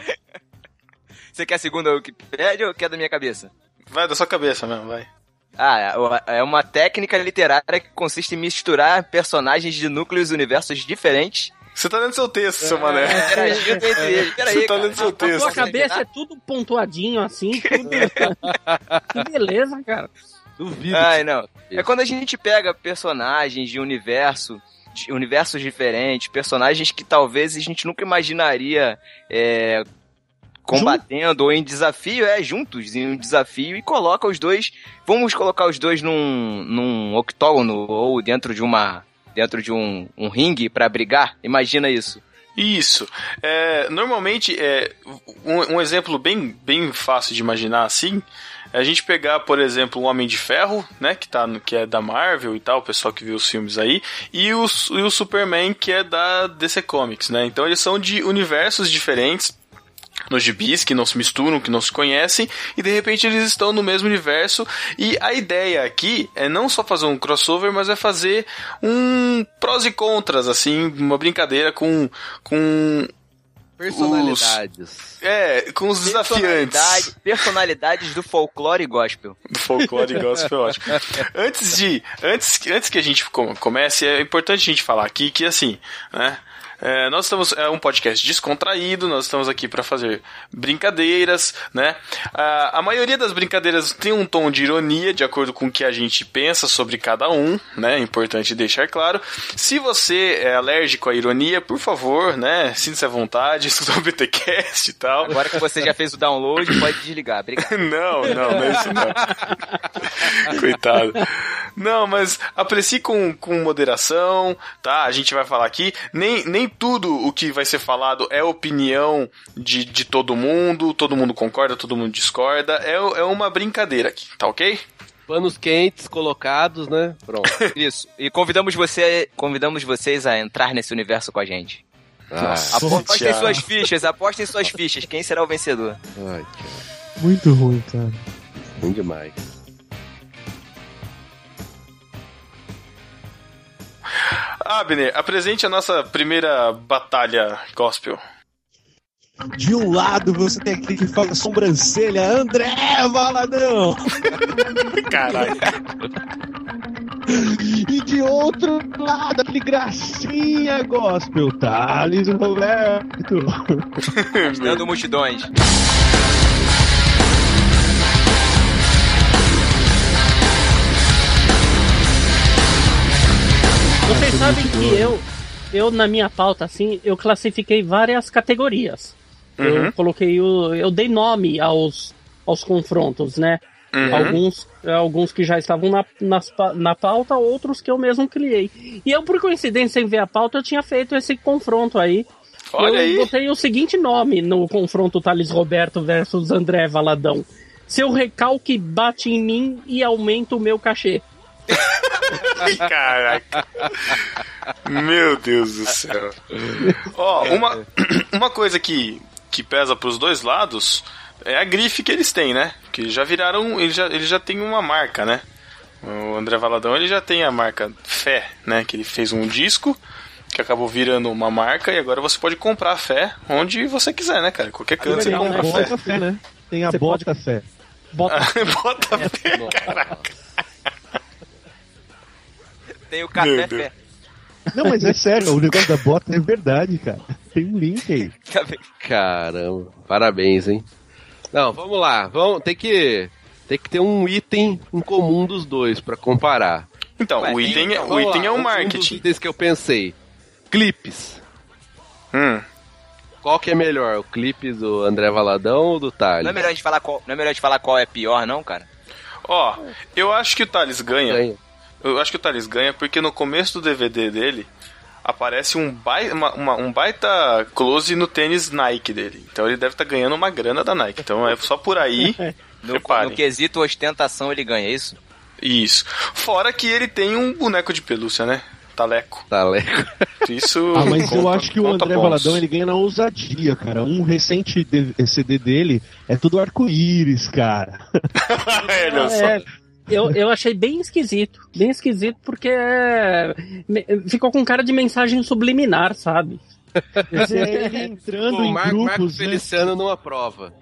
B: Você quer segundo a Wikipédia ou quer da minha cabeça?
A: Vai da sua cabeça mesmo, vai.
B: Ah, é uma técnica literária que consiste em misturar personagens de núcleos e universos diferentes.
A: Você tá lendo seu texto, seu mané.
B: É, Interagindo entre eles. Peraí,
A: Você tá
B: cara.
A: lendo seu
B: Tá
A: texto.
D: Sua cabeça é tudo pontuadinho assim, tudo. que beleza, cara.
L: Duvido.
B: Ai, não. É quando a gente pega personagens de universo, de universos diferentes, personagens que talvez a gente nunca imaginaria é, combatendo ou em desafio, é, juntos em um desafio e coloca os dois, vamos colocar os dois num, num octógono ou dentro de uma dentro de um, um ringue pra brigar. Imagina isso.
A: Isso. É, normalmente, é, um, um exemplo bem, bem fácil de imaginar assim. é A gente pegar, por exemplo, o Homem de Ferro, né? Que, tá no, que é da Marvel e tal, o pessoal que viu os filmes aí, e o, Su- e o Superman, que é da DC Comics, né? Então eles são de universos diferentes nos gibis, que não se misturam, que não se conhecem, e de repente eles estão no mesmo universo. E a ideia aqui é não só fazer um crossover, mas é fazer um prós e contras, assim, uma brincadeira com, com,
L: Personalidades.
A: é, com os desafiantes
B: Personalidade- personalidades do folclore gospel.
A: do folclore gospel, é ótimo. Antes de, antes, antes que a gente com- comece, é importante a gente falar aqui que assim, né? é, nós estamos é um podcast descontraído, nós estamos aqui para fazer brincadeiras, né? Ah, a maioria das brincadeiras tem um tom de ironia, de acordo com o que a gente pensa sobre cada um, né? É importante deixar claro. Se você é alérgico à ironia, por favor, né? Sinta-se à vontade, estuda o BTcast e tal.
B: Agora que você já fez o download, pode desligar. Obrigado.
A: Não, não, não é isso não. Coitado. Não, mas aprecie com, com moderação, tá? A gente vai falar aqui. Nem, nem tudo o que vai ser falado é opinião de, de todo mundo, todo mundo concorda, todo mundo discorda. É, é uma brincadeira aqui, tá ok?
C: Panos quentes colocados, né? Pronto.
B: Isso. E convidamos você, convidamos vocês a entrar nesse universo com a gente.
A: Nossa,
B: Apostem
A: Thiago.
B: suas fichas, apostem suas fichas. Quem será o vencedor?
C: Ai, cara.
K: Muito ruim, cara.
C: Ruim demais.
A: Abner, Ah, apresente a nossa primeira batalha gospel.
K: De um lado você tem aquele que fala sobrancelha, André Valadão!
A: Caralho.
K: E de outro lado, aquele gracinha gospel, Thales Roberto!
B: Dando multidões.
D: Vocês sabem que eu, eu, na minha pauta, assim, eu classifiquei várias categorias.
A: Uhum.
D: Eu coloquei o. Eu dei nome aos, aos confrontos, né?
A: Uhum.
D: Alguns, alguns que já estavam na, nas pa- na pauta, outros que eu mesmo criei. E eu, por coincidência, em ver a pauta, eu tinha feito esse confronto aí.
A: Olha
D: eu
A: aí.
D: botei o seguinte nome no confronto Thales Roberto versus André Valadão. Seu recalque bate em mim e aumenta o meu cachê.
A: Caraca. Meu Deus do céu. Ó,
C: É,
A: uma, uma coisa que, que pesa pros dois lados é a grife que eles têm, né? Que já viraram. Ele já, ele já tem uma marca, né? O André Valadão ele já tem a marca Fé, né? Que ele fez um disco que acabou virando uma marca e agora você pode comprar a Fé onde você quiser, né, cara? Qualquer canto você
D: legal,
A: compra
C: um
A: Fé.
D: né?
K: bota fé, né? Tem a
D: Você pode-
K: bota fé.
D: Bota
A: Bota
C: É,
A: Fé, caraca.
B: Tem o
A: Meu
B: café
A: Deus.
B: fé.
K: Não, mas é sério, o negócio da bota é verdade, cara. Tem um link aí.
B: Café-
C: Caramba, parabéns, hein? Não, vamos lá. Vamos, tem que tem que ter um item em comum dos dois pra comparar.
A: Então,
B: Ué,
A: o
B: tem-
A: item, é- o
C: Vamos
A: item
C: lá,
A: é o
C: Um dos
A: marketing.
C: itens que eu pensei. Clipes.
A: Hum.
C: Qual que é melhor, o clipe do André Valadão ou do Thales?
B: Não é melhor a gente falar qual, não é melhor a gente falar qual é pior, não, cara?
A: Ó, eu acho que o Thales ganha.
C: Ganha.
A: Eu acho que o Thales ganha porque no começo do DVD dele aparece um, bai- uma- uma- um baita close no tênis Nike dele. Então ele deve estar ganhando uma grana da Nike. Então é só por aí.
B: No
A: Reparem.
B: quesito ostentação ele ganha, é isso?
A: Isso. Fora que ele tem um boneco de pelúcia, né? Taleco.
C: Taleco.
A: Isso.
K: Ah, mas eu
A: conta-
K: acho que o
A: conta
K: André
A: pontos.
K: Valadão ele ganha na ousadia, cara. Um recente D- CD dele é tudo arco-íris, cara.
A: É, olha só.
D: É, eu, eu achei bem esquisito. Bem esquisito porque é, me- ficou com cara de mensagem subliminar, sabe?
K: É ele entrando
C: O
K: em
C: Mar Marcos
K: grupos, né?
C: Feliciano não aprova.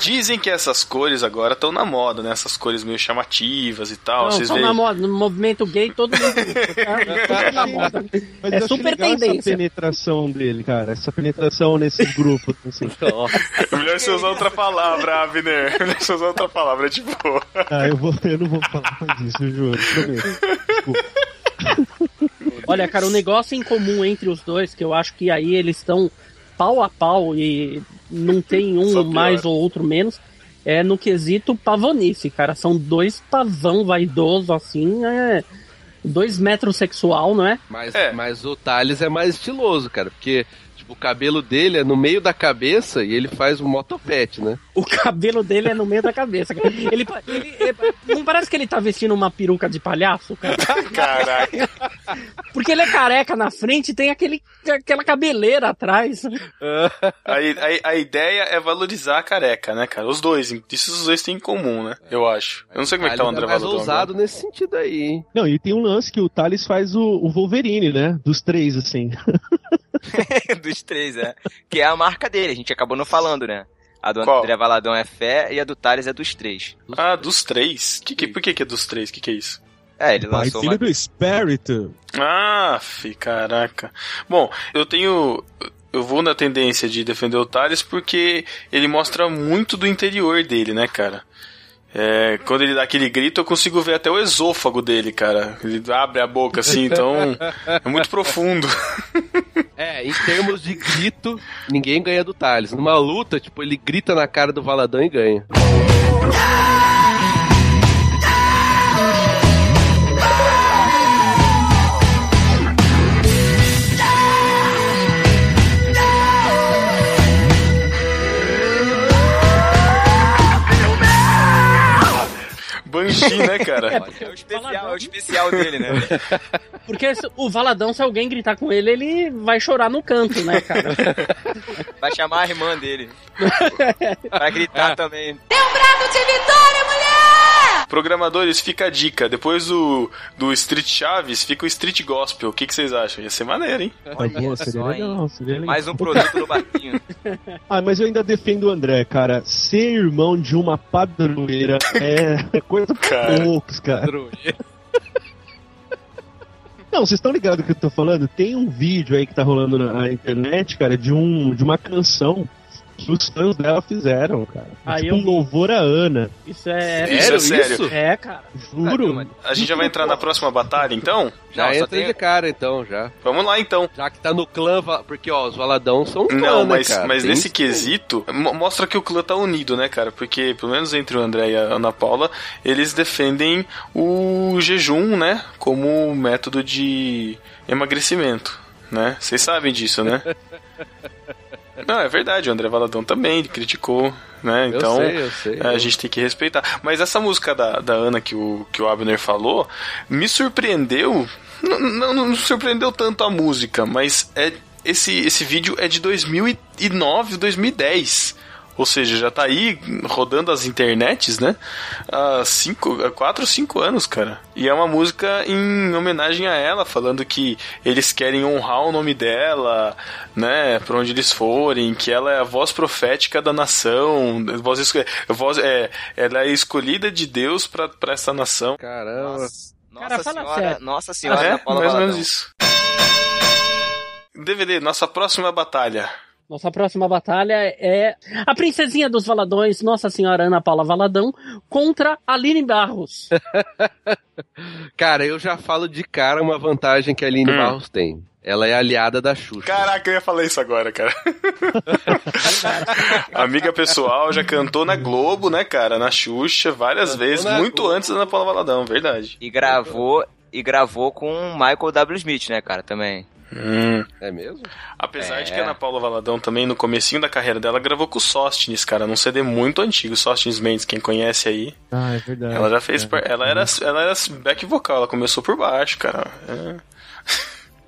A: Dizem que essas cores agora estão na moda, né? Essas cores meio chamativas e tal.
D: Não,
A: Vocês
D: só
A: veem.
D: na moda, no movimento gay, todo mundo. tá? Todo na moda.
K: Mas
D: É
K: eu achei
D: super
K: legal
D: tendência.
K: Essa penetração dele, cara. Essa penetração nesses grupos. Assim.
A: Melhor você usar é outra palavra, Abner. Melhor você usar outra palavra, tipo.
K: Ah, eu, vou, eu não vou falar mais isso, eu juro. prometo.
D: Olha, cara, um negócio em comum entre os dois, que eu acho que aí eles estão pau a pau e não tem
A: Só
D: um
A: pior.
D: mais ou outro menos, é no quesito pavonice, cara. São dois pavão vaidoso, assim, é, dois metros sexual, não é?
C: Mas,
A: É.
C: mas o Thales é mais estiloso, cara, porque tipo, o cabelo dele é no meio da cabeça e ele faz um motopete, né?
D: O cabelo dele é no meio da cabeça, cara. Ele, pa- ele- ele- não parece que ele tá vestindo uma peruca de palhaço, cara?
A: Caraca.
D: Porque ele é careca na frente e tem aquele, aquela cabeleira atrás.
A: A, a, a ideia é valorizar a careca, né, cara? Os dois. Isso os dois têm em comum, né? Eu acho. Eu não sei como é que tá o
C: Thales
A: André
C: é mais
A: Valadão.
C: ousado nesse sentido aí, hein?
K: Não, e tem um lance que o Thales faz o, o Wolverine, né? Dos três, assim.
B: Dos três, é. Que é a marca dele, a gente acabou não falando, né? A do
A: Qual?
B: André Valadão é fé e a do Thales é dos três.
A: agora. Ah, dos três? Que que- por que, que é dos três? O que, que é isso?
B: É, ele lançou uma...
K: do Espírito.
A: Ah, fi, caraca. Bom, eu tenho. Eu vou na tendência de defender o Thales porque ele mostra muito do interior dele, né, cara? É, quando ele dá aquele grito, eu consigo ver até o esôfago dele, cara. Ele abre a boca assim, então é muito profundo.
C: É, em termos de grito, ninguém ganha do Thales. Numa luta, tipo, ele grita na cara do Valadão e ganha.
A: Valentim, né, cara?
D: É, porque
B: É o especial, é o especial dele, né?
D: Porque se- o Valadão, se alguém gritar com ele, ele vai chorar no canto, né, cara?
B: Vai chamar a irmã dele. Vai gritar também.
A: Programadores, fica a dica. Depois do, do Street Chaves, fica o Street Gospel. O que, que vocês acham? Ia ser maneiro, hein?
K: Boa, seria legal, seria legal.
B: Mais um produto do barquinho.
K: Ah, mas eu ainda defendo o André, cara. Ser irmão de uma padroeira é coisa pra
A: Cara.
K: poucos, cara. Não, vocês estão ligados do que eu tô falando? Tem um vídeo aí que tá rolando na, na internet, cara, de, um, de uma canção que os fãs dela fizeram, cara.
D: Aí
K: tipo
D: eu
K: um
D: vi.
K: louvor a Ana.
D: Isso é.
A: Sério, Isso é sério? isso?
D: É, cara.
K: Juro.
A: A gente já vai entrar na próxima batalha, então?
C: Já
B: Não, só
C: entra
B: tem-
C: de cara, então, já.
A: Vamos lá, então.
C: Já que tá no clã, va- porque, ó, os Valadão são um clã,
A: Não,
C: né,
A: mas,
C: cara?
A: mas
C: Tem
A: nesse
C: isso.
A: quesito, mo- mostra que o clã tá unido, né, cara? Porque, pelo menos entre o André e a Ana Paula, eles defendem o jejum, né? Como método de emagrecimento, né? Vocês sabem disso, né? Não, é verdade, o André Valadão também criticou, né?
C: Eu
A: Então,
C: sei, eu sei.
A: a gente tem que respeitar. Mas essa música da, da Ana que o, que o Abner falou me surpreendeu. Não, não, não surpreendeu tanto a música, mas é, esse, esse vídeo é de 2009, 2010. Ou seja, já tá aí rodando as internets, né? Há cinco, há quatro, cinco anos, cara. E é uma música em homenagem a ela, falando que eles querem honrar o nome dela, né? Pra onde eles forem, que ela é a voz profética da nação, voz, esco- voz é, ela é escolhida de Deus pra pra essa nação.
C: Caramba.
B: Nossa,
D: Cara,
B: nossa
D: fala
B: senhora,
D: sério.
B: nossa senhora
A: é,
B: da Paula
A: mais ou menos
B: Valadão.
A: isso. DVD, nossa próxima batalha.
D: Nossa próxima batalha é a princesinha dos Valadões, Nossa Senhora Ana Paula Valadão, contra Aline Barros.
C: Cara, eu já falo de cara uma vantagem que a Aline
A: Hum.
C: Barros tem. Ela é aliada da Xuxa.
A: Caraca, eu ia falar isso agora, cara. Amiga pessoal, já cantou na Globo, né, cara? Na Xuxa, várias
C: Cantou
A: vezes,
C: na
A: muito
C: Globo.
A: antes da Ana Paula Valadão, verdade.
B: E gravou, e gravou com o Michael W. Smith, né, cara, também.
A: Hum.
C: É mesmo?
A: Apesar de
B: É.
A: que a Ana Paula Valadão também, no comecinho da carreira dela, gravou com o Sostines, cara, num CD muito antigo, Sostines Mendes, quem conhece aí.
K: Ah, é verdade.
A: Ela já fez.
K: É.
A: par- Ela era, ela era back vocal, ela começou por baixo, cara. É.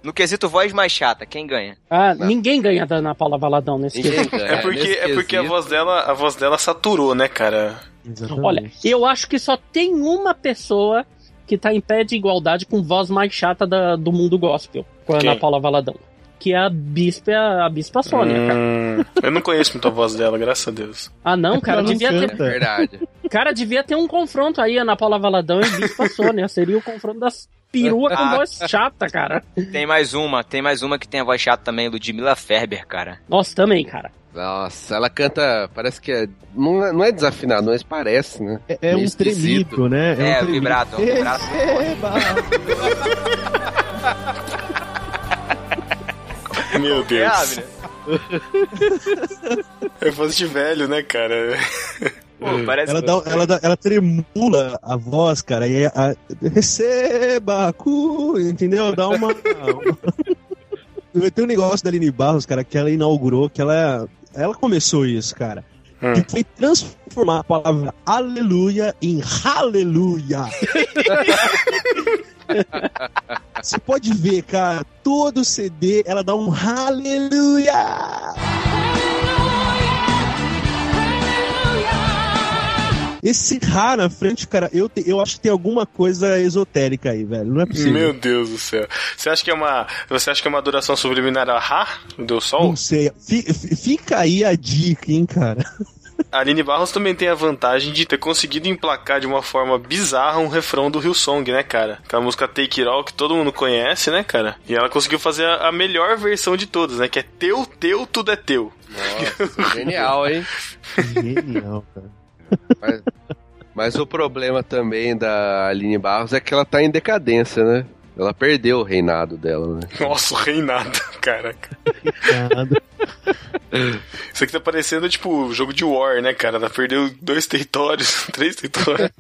B: No quesito voz mais chata, quem ganha?
D: Ah, ninguém ganha da Ana Paula Valadão nesse
C: Ninguém
D: quesito.
C: ganha.
A: É, porque,
C: Nesse
A: é porque a
C: quesito,
A: voz dela, a voz dela saturou, né, cara?
K: Exatamente.
D: Olha, eu acho que só tem uma pessoa que tá em pé de igualdade com voz mais chata da- do mundo gospel, com a
A: Quem?
D: Ana Paula Valadão. Que é a bispa, a bispa Sônia, cara.
A: Hum, eu não conheço muito a voz dela, graças a Deus.
D: Ah, não, cara,
K: Ela não
D: devia
C: É
D: ter,
K: canta.
C: verdade.
D: cara, devia ter um confronto aí, Ana Paula Valadão e bispa Sônia. Seria o confronto das perua com voz chata, cara.
B: Tem mais uma, tem mais uma que tem a voz chata também, Ludmilla Ferber, cara.
D: Nossa, também, cara.
C: Nossa, ela canta, parece que é. Não é, não é desafinado, mas parece, né?
K: É, é
C: Meio
K: um
C: esquisito.
K: tremido, né?
B: É,
K: um
B: o vibrato, é um vibrato.
K: Receba!
A: Meu
B: É,
A: Deus.
B: Abner?
A: É voz de velho, né, cara?
B: Pô, parece
K: Ela, dá, um- ela, dá- ela tremula a voz, cara, e a, receba, cu, entendeu? Dá uma. uma- Tem um negócio da Aline Barros, cara, que ela inaugurou, que ela, ela começou isso, cara.
A: Hum.
K: Que foi transformar a palavra aleluia em aleluia. Você pode ver, cara, todo CD ela dá um aleluia. Esse Ra na frente, cara, eu, te- eu acho que tem alguma coisa esotérica aí, velho. Não é possível.
A: Meu Deus do céu. Você acha que é uma, você acha que é uma adoração subliminar a Ra, do Sol?
K: Não sei. Fi- fi- Fica aí a dica, hein, cara.
A: A Aline Barros também tem a vantagem de ter conseguido emplacar de uma forma bizarra um refrão do Hillsong, né, cara? Aquela música Take It All que todo mundo conhece, né, cara? E ela conseguiu fazer a, a melhor versão de todas, né? Que é teu, teu, tudo é teu.
C: Nossa, genial, hein?
K: Genial, cara.
C: Mas, mas o problema também da Aline Barros é que ela tá em decadência, né? Ela perdeu o reinado dela, né?
A: Nossa, o reinado, caraca. Isso aqui tá parecendo, tipo, jogo de war, né, cara? Ela perdeu dois territórios, três territórios.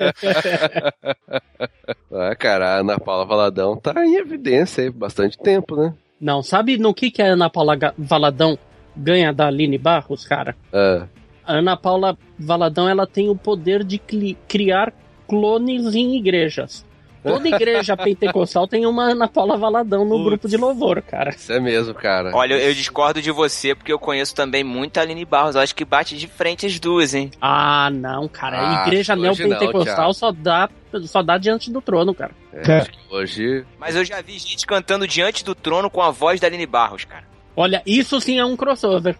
C: Ah, cara, a Ana Paula Valadão tá em evidência aí por bastante tempo, né?
D: Não, sabe no que, que a Ana Paula Ga- Valadão ganha da Aline Barros, cara?
C: Ah,
D: A Ana Paula Valadão ela tem o poder de cli- criar clones em igrejas. Toda igreja pentecostal tem uma Ana Paula Valadão no grupo de louvor, cara.
C: Isso é mesmo, cara.
B: Olha, eu, eu discordo de você, porque eu conheço também muito a Aline Barros. Eu acho que bate de frente as duas, hein?
D: Ah, não, cara.
C: Ah,
D: igreja
C: hoje não,
D: neopentecostal
C: Thiago.
D: só dá só dá diante do trono, cara.
C: É, acho que hoje.
B: Mas eu já vi gente cantando diante do trono com a voz da Aline Barros, cara.
D: Olha, isso sim é um crossover.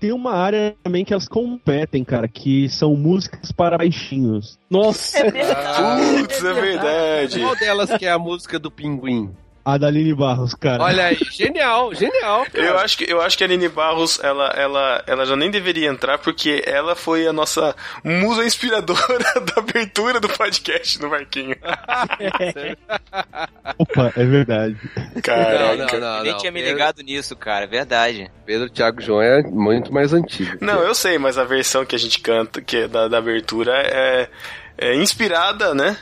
K: Tem uma área também que elas competem, cara, que são músicas para baixinhos.
D: Nossa,
A: Putz, é verdade.
C: Qual delas que é a música do pinguim?
K: A da Aline Barros, cara.
C: Olha aí, genial, genial. cara.
A: Eu acho que, eu acho que a Aline Barros, ela, ela, ela já nem deveria entrar, porque ela foi a nossa musa inspiradora da abertura do podcast no Marquinho.
K: Opa, é verdade.
A: Caraca.
C: Não, não, não,
B: Nem
C: não.
B: tinha me
C: Pedro-
B: ligado nisso, cara. Verdade.
C: Pedro Thiago João é muito mais antigo.
A: Não, eu sei, mas a versão que a gente canta, que é da, da abertura, é, é inspirada, né?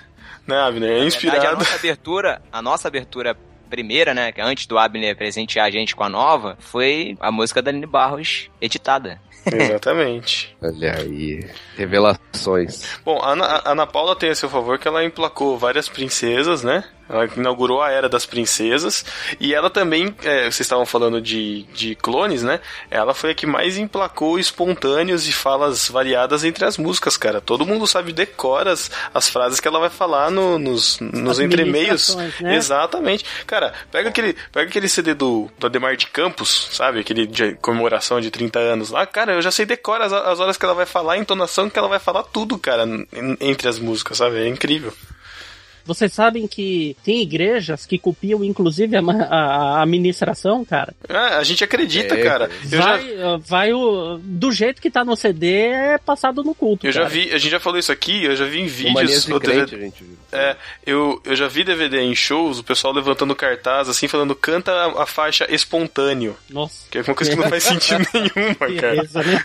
A: Né, Abner? É
B: Verdade, a
A: inspirada.
B: nossa abertura, a nossa abertura primeira, né, que antes do Abner presentear a gente com a nova, foi a música da Aline Barros editada.
A: Exatamente.
C: Olha aí, revelações.
A: Bom, a Ana, a Ana Paula tem a seu favor que ela emplacou várias princesas, né? Ela inaugurou a era das princesas. E ela também, é, vocês estavam falando de, de clones, né? Ela foi a que mais emplacou espontâneos e falas variadas entre as músicas, cara. Todo mundo sabe decora as, as frases que ela vai falar no- nos, nos
D: As
A: entremeios.
D: ministrações, né?
A: Exatamente. Cara, pega aquele, pega aquele CD do, do Ademar de Campos, sabe? Aquele de comemoração de 30 anos lá. Cara, eu já sei decora as, as horas que ela vai falar, a entonação que ela vai falar, tudo, cara, n- entre as músicas, sabe? É incrível.
D: Vocês sabem que tem igrejas que copiam, inclusive, a, ma- a, a administração, cara.
A: Ah, a gente acredita,
C: É,
A: cara. Eu já,
D: Vai, eh, vai o, do jeito que tá no CD, é passado no culto.
A: eu já
D: cara.
A: vi, a gente já falou isso aqui, eu já vi em
C: O Manias
A: vídeos.
C: de
A: ou
C: crente,
A: DVD
C: a gente viu.
A: É, eu, eu já vi DVD em shows, o pessoal levantando cartaz, assim, falando, canta a, a faixa espontâneo.
D: Nossa.
A: Que é uma coisa que não faz sentido nenhuma, cara.
D: Beleza, né?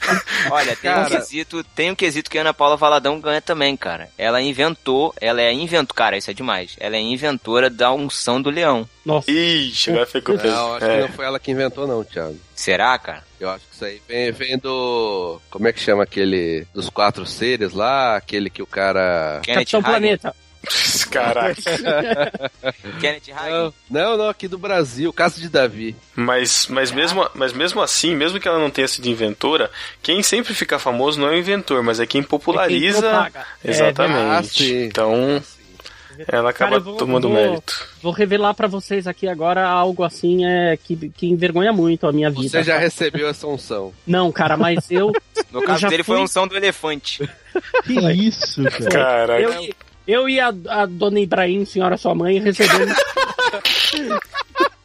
B: Olha, tem um
C: Cara.
B: quesito, tem um quesito que a Ana Paula Valadão ganha também, cara. Ela inventou, ela é invento, cara, isso é demais. Ela é inventora da unção do leão.
D: Nossa.
A: Ixi, agora ficou
C: Não, acho
A: É.
C: que não foi ela que inventou, não, Thiago.
B: Será, cara?
C: Eu acho que isso aí vem, vem do. Como é que chama aquele. Dos quatro seres lá? Aquele que o cara.
B: Kenneth
D: Capitão
B: Hagen.
D: Planeta. Então
A: Caraca.
B: Kenneth Hagen.
C: Não, não, não, aqui do Brasil, Casa de Davi.
A: Mas, mas, mesmo, mas mesmo assim, mesmo que ela não tenha sido inventora, quem sempre fica famoso não é o inventor, mas é quem
D: É quem
A: populariza.
D: propaga. É,
A: Exatamente.
C: Ah, sim.
A: então, ela acaba
D: Cara, eu vou-
A: tomando
D: vou-
A: mérito.
D: Vou revelar pra vocês aqui agora algo assim é, que, que envergonha muito a minha vida.
C: Você já recebeu essa unção.
D: Não, cara, mas eu,
B: No caso
D: já
B: dele foi a
D: fui-
B: unção do elefante.
K: Que isso, cara.
A: Caraca.
D: eu, e- eu e a, a dona Ibrahim, senhora sua mãe, recebemos.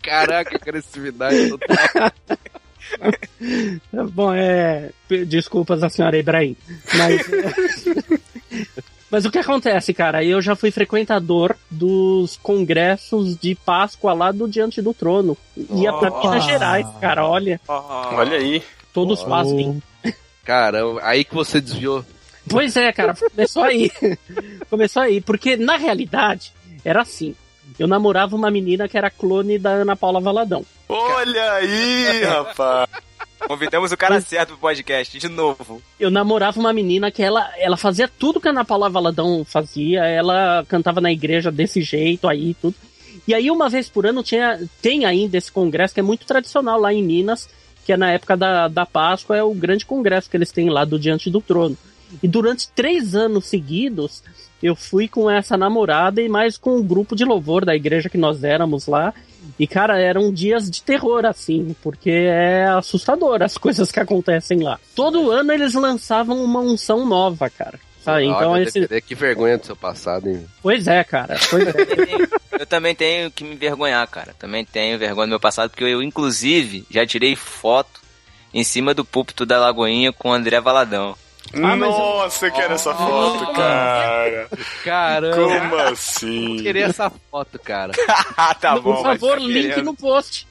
C: Caraca, agressividade total.
D: Bom, é. pe- Desculpas a senhora Ibrahim. Mas. é. Mas o que acontece, cara? Eu já fui frequentador dos congressos de Páscoa lá do Diante do Trono. Ia pra Minas Gerais, cara. Olha,
A: Olha aí.
D: todos pasmem.
C: Caramba, aí que você desviou.
D: Pois é, cara, começou aí. começou aí, porque na realidade era assim. Eu namorava uma menina que era clone da Ana Paula Valadão.
A: Olha aí, rapaz.
B: Convidamos o cara certo pro podcast, de novo.
D: Eu namorava uma menina que ela, ela fazia tudo que a Ana Paula Valadão fazia, ela cantava na igreja desse jeito aí, tudo. E aí, uma vez por ano, tinha, tem ainda esse congresso que é muito tradicional lá em Minas, que é na época da, da Páscoa, é o grande congresso que eles têm lá do Diante do Trono. E durante três anos seguidos, eu fui com essa namorada e mais com o grupo de louvor da igreja que nós éramos lá. E, cara, eram dias de terror, assim, porque é assustador as coisas que acontecem lá. Todo ano eles lançavam uma unção nova, cara. Sabe? Então,
C: Olha,
D: esse...
C: DVD, Que vergonha do seu passado, hein?
D: Pois é, cara. Pois é.
B: Eu também tenho que me envergonhar, cara. Também tenho vergonha do meu passado, porque eu, inclusive, já tirei foto em cima do púlpito da Lagoinha com o André Valadão.
D: Ah, mas eu- Ah.
A: Nossa, eu quero essa foto, cara.
C: Caramba,
A: Como
D: É.
A: assim?
C: eu queria essa foto, cara.
B: Ah, tá
D: Por favor, link no post.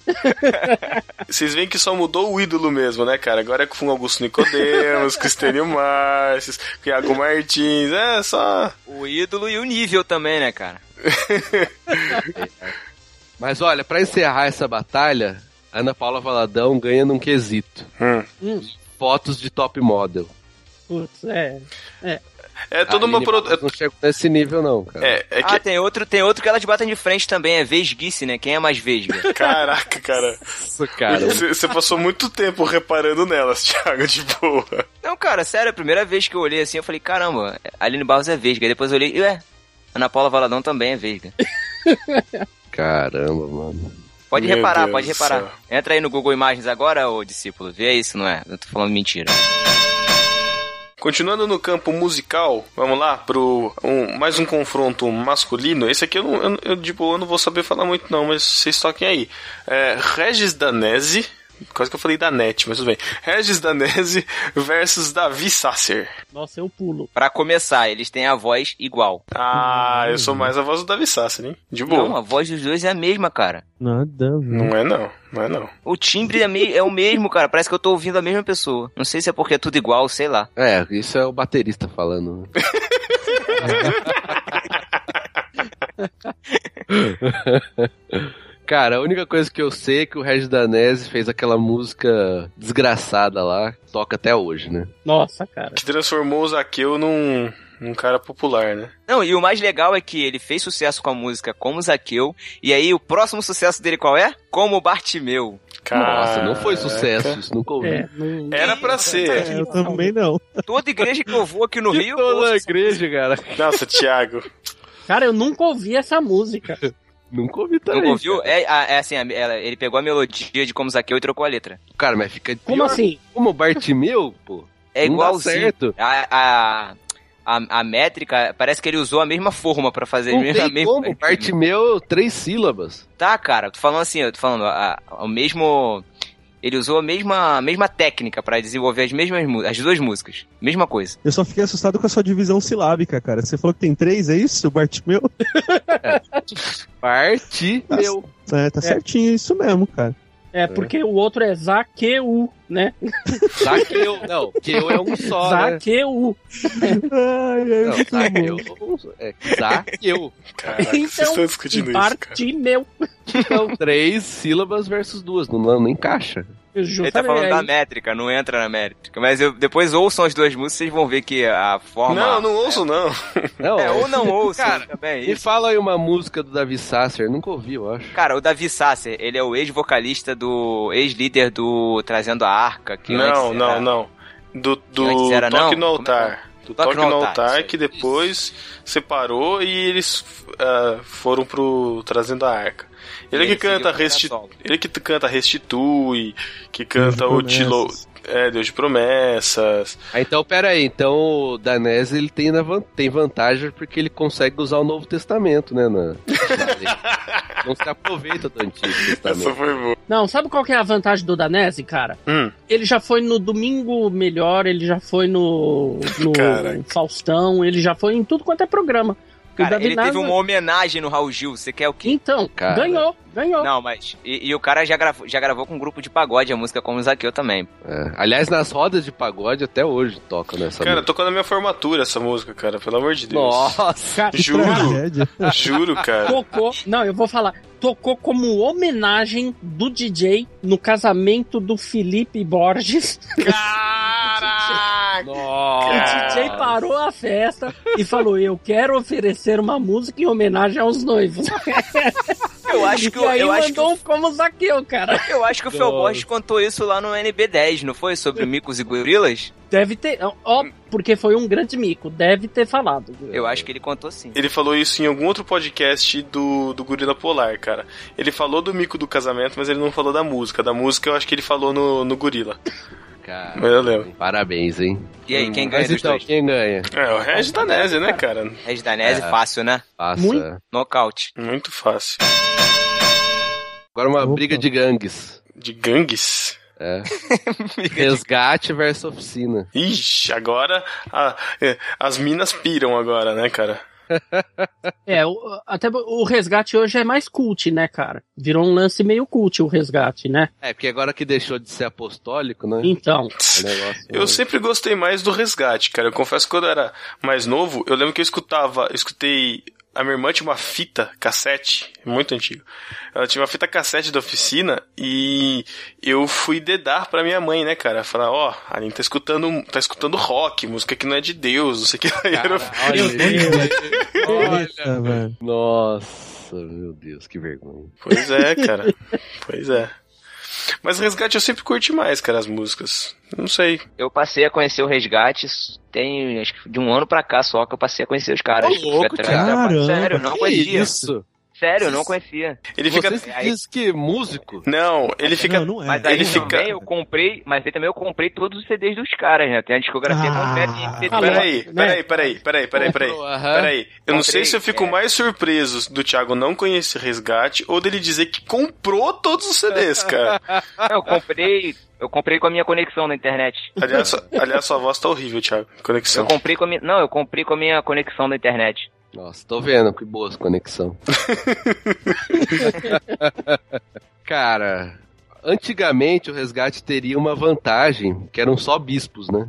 A: Vocês veem que só mudou o ídolo mesmo, né, cara? Agora é com Augusto Nicodemos, Cristênio Marques, Iago Martins, é só.
B: O ídolo e o nível também, né, cara?
C: Mas olha, pra encerrar essa batalha, Ana Paula Valadão ganha num quesito.
A: Hum.
D: Hum.
C: Fotos de top model.
D: Putz, é.
A: É toda
C: Ah,
A: uma
C: Lili
A: produ-
C: Barros Não chego nesse nível, não, cara.
A: É, é que.
B: Ah, tem outro, tem outro que elas batem de frente também, é vesguice, né? Quem é mais vesga?
A: Caraca, cara. Você você passou muito tempo reparando nelas, Thiago, de boa.
B: Não, cara, sério, a primeira vez que eu olhei assim, eu falei, caramba, a Aline Barros é vesga. Aí depois eu olhei, ué, Ana Paula Valadão também é vesga.
C: Caramba, mano.
B: Pode
C: Meu
B: reparar,
C: Deus
B: pode
C: do
B: reparar.
C: céu.
B: Entra aí no Google Imagens agora, ô discípulo, vê isso, não é? Eu tô falando mentira.
A: Continuando no campo musical, vamos lá pro um- mais um confronto masculino. Esse aqui eu, não, eu, eu, de boa, eu não vou saber falar muito não, mas vocês toquem aí. É, Regis Danese, quase que eu falei Danete, mas tudo bem. Regis Danese versus Davi Sasser.
D: Nossa, eu pulo.
B: Pra começar, eles têm a voz igual.
A: Ah, eu sou mais a voz do Davi Sasser, hein? De boa.
B: Não, a voz dos dois é a mesma, cara.
K: Nada,
A: Não é não, não é não.
B: O timbre é, meio, é o mesmo, cara. Parece que eu tô ouvindo a mesma pessoa. Não sei se é porque é tudo igual, sei lá.
C: É, isso é o baterista falando. Cara, a única coisa que eu sei é que o Regis Danese fez aquela música desgraçada lá, que toca até hoje, né?
D: Nossa, cara.
A: Que transformou o Zaqueu num, num cara popular, né?
B: Não, e o mais legal é que ele fez sucesso com a música Como Zaqueu. E aí o próximo sucesso dele qual é? Como Bartimeu.
C: Nossa, não foi sucesso, isso nunca ouvi.
D: É, não-
A: Era pra ser.
K: Eu também não.
B: Toda igreja que eu vou aqui no Rio.
C: Toda
B: ouço-
C: igreja, cara.
A: Nossa, Thiago.
D: Cara, eu nunca ouvi essa música.
C: Nunca ouvi também.
B: Não ouviu? É, a- é assim, a- ela- ele pegou a melodia de Como Zaqueu e trocou a letra.
C: Cara, mas fica
D: Como
C: pior.
D: assim?
C: Como o Bartimeu, pô.
B: É
C: Não dá
B: igualzinho.
C: certo.
B: A, a, a, a métrica, parece que ele usou a mesma forma pra fazer.
C: Não
B: mesmo- a
C: tem
B: mesma-
C: como, Bartimeu, três sílabas.
B: Tá, cara, tô falando assim, eu tô falando, a- a- o mesmo. Ele usou a mesma, a mesma técnica pra desenvolver as mesmas mu- as duas músicas. Mesma coisa.
K: Eu só fiquei assustado com a sua divisão silábica, cara. Você falou que tem três, é isso, Bartimeu?
C: Bartimeu.
K: É, tá certinho, isso mesmo, cara.
D: É, porque o outro é Zaqueu, né?
C: Zaqueu. Não, Queu é um só, né?
D: Zaqueu.
K: Ai,
C: Não, Zaqueu. É, Zaqueu.
A: Caraca, vocês
D: Então,
A: estão discutindo isso, cara.
D: Bartimeu.
C: São três sílabas versus duas. Não, não encaixa.
B: Ele tá
D: é,
B: falando da métrica, não entra na métrica. Mas eu, depois ouçam as duas músicas, vocês vão ver que a forma.
A: Não, não ouço não.
C: Não,
B: É, ou não ouçam.
C: Cara,
B: também. é
C: Me
B: Isso.
C: fala aí uma música do Davi Sasser. Nunca ouvi, eu acho.
B: Cara, o Davi Sasser, ele é o ex-vocalista do. ex-líder do Trazendo a Arca. é Que
A: Não,
B: antes
A: não,
B: era-
A: não. Do, do
B: antes era
A: Toque
B: não?
A: no
B: Como é que
A: Altar. Do Toque no Altar,
B: isso
A: que
B: aí.
A: depois separou e eles ah, foram pro Trazendo a Arca. Ele, é
B: Ele
A: que canta
B: seguiu
A: resti...
B: pra solo.
A: Ele que canta Restitui, que canta o Tilo... É, Deus de Promessas.
C: Ah, então, pera aí. Então, o Danese, ele tem, na van- tem vantagem porque ele consegue usar o Novo Testamento, né? Na... não se aproveita do Antigo
A: Essa
C: Testamento.
A: foi boa.
D: Não, sabe qual que é a vantagem do Danese, cara?
A: Hum.
D: Ele já foi no Domingo Melhor, ele já foi no, no
A: Caraca.
D: Faustão, ele já foi em tudo quanto é programa. O
B: Cara,
D: Davi
B: ele teve um
D: Nasa-
B: uma homenagem no Raul Gil. Você quer o quê?
D: Então,
C: Cara.
D: ganhou, ganhou.
B: Não, mas. E, e o cara já gravou, já gravou com um grupo de pagode a música como o Zaqueu também.
C: É. Aliás, nas rodas de pagode até hoje toca nessa
A: Cara,
C: música.
A: tocou na minha formatura essa música, cara, pelo amor de Deus.
C: Nossa!
D: Cara,
A: Juro,
K: Tragédia.
A: juro, cara.
D: tocou. Não, eu vou falar. Tocou como homenagem do DJ no casamento do Felipe Borges.
A: Caraca!
D: O DJ parou a festa e falou: Eu quero oferecer uma música em homenagem aos noivos.
B: Eu acho que
D: e
B: o-
D: aí
B: eu acho que
D: mandou
B: o-
D: um como Zaqueu, cara.
B: Eu acho que o Felborges contou isso lá no NB10, não foi? Sobre micos e gorilas?
D: Deve ter. Ó, porque foi um grande mico. Deve ter falado.
B: Eu acho que ele contou sim.
A: Ele falou isso em algum outro podcast do, do Gorila Polar, cara. Ele falou do mico do casamento, mas ele não falou da música. Da música eu acho que ele falou no, no Gorila.
C: Cara,
A: Mas eu lembro.
C: Parabéns, hein?
B: E aí, quem ganha
C: Mas
B: dos
C: então,
B: dois?
C: quem ganha?
A: É, o Regis Danese, né, cara?
B: Regis Danese,
C: É.
B: fácil, né?
C: Passa.
D: Muito.
B: Nocaute.
A: Muito fácil.
C: Agora uma
K: Opa.
C: briga de gangues.
A: De gangues?
C: É. Resgate versus oficina.
A: Ixi, agora a- é, as minas piram agora, né, cara?
D: É, o- até o resgate hoje é mais cult, né, cara? Virou um lance meio cult o resgate, né?
C: É, porque agora que deixou de ser apostólico, né?
D: Então.
C: O negócio- né?
A: Eu sempre gostei mais do resgate, cara. Eu confesso que quando eu era mais novo, eu lembro que eu escutava, eu escutei A minha irmã tinha uma fita cassete, muito antiga. Ela tinha uma fita cassete da oficina e eu fui dedar pra minha mãe, né, cara? Falar, ó, a Aline tá escutando, tá escutando rock, música que não é de Deus, não sei o que. Aí era-
C: Ah,
K: Eita, velho.
C: Nossa, meu Deus, que vergonha.
A: Pois é, cara. Pois é. Mas Resgate eu sempre curti mais, cara, as músicas. Não sei.
B: Eu passei a conhecer o Resgate tem acho que de um ano pra cá só que eu passei a conhecer os caras.
C: Ô, louco,
B: Fica atrás da-
K: Caramba.
B: Sério, não conhecia.
C: isso?
B: Sério, não conhecia.
A: Ele fica.
C: Você diz que músico?
A: Não, ele fica.
K: Não, não é.
B: Mas aí
A: Ele
B: também
A: fica-
B: eu comprei, mas aí também eu comprei todos os CDs dos caras, né? Tem a discografia
K: Ah.
B: completa em CD.
D: Alô.
A: Peraí, peraí, peraí, peraí, peraí, peraí.
C: Aham.
A: Peraí, eu não sei
B: Comprei,
A: se eu fico
B: é.
A: mais surpreso do Thiago não conhecer Resgate ou dele dizer que comprou todos os CDs, cara.
B: Não, eu comprei, eu comprei com a minha conexão na internet.
A: Aliás, sua- aliás sua voz tá horrível, Thiago.
B: Eu
A: Conexão.
B: comprei com a minha, não, eu comprei com a minha conexão na internet.
C: Nossa, tô vendo que boa essa conexão. Cara, antigamente o resgate teria uma vantagem, que eram só bispos, né?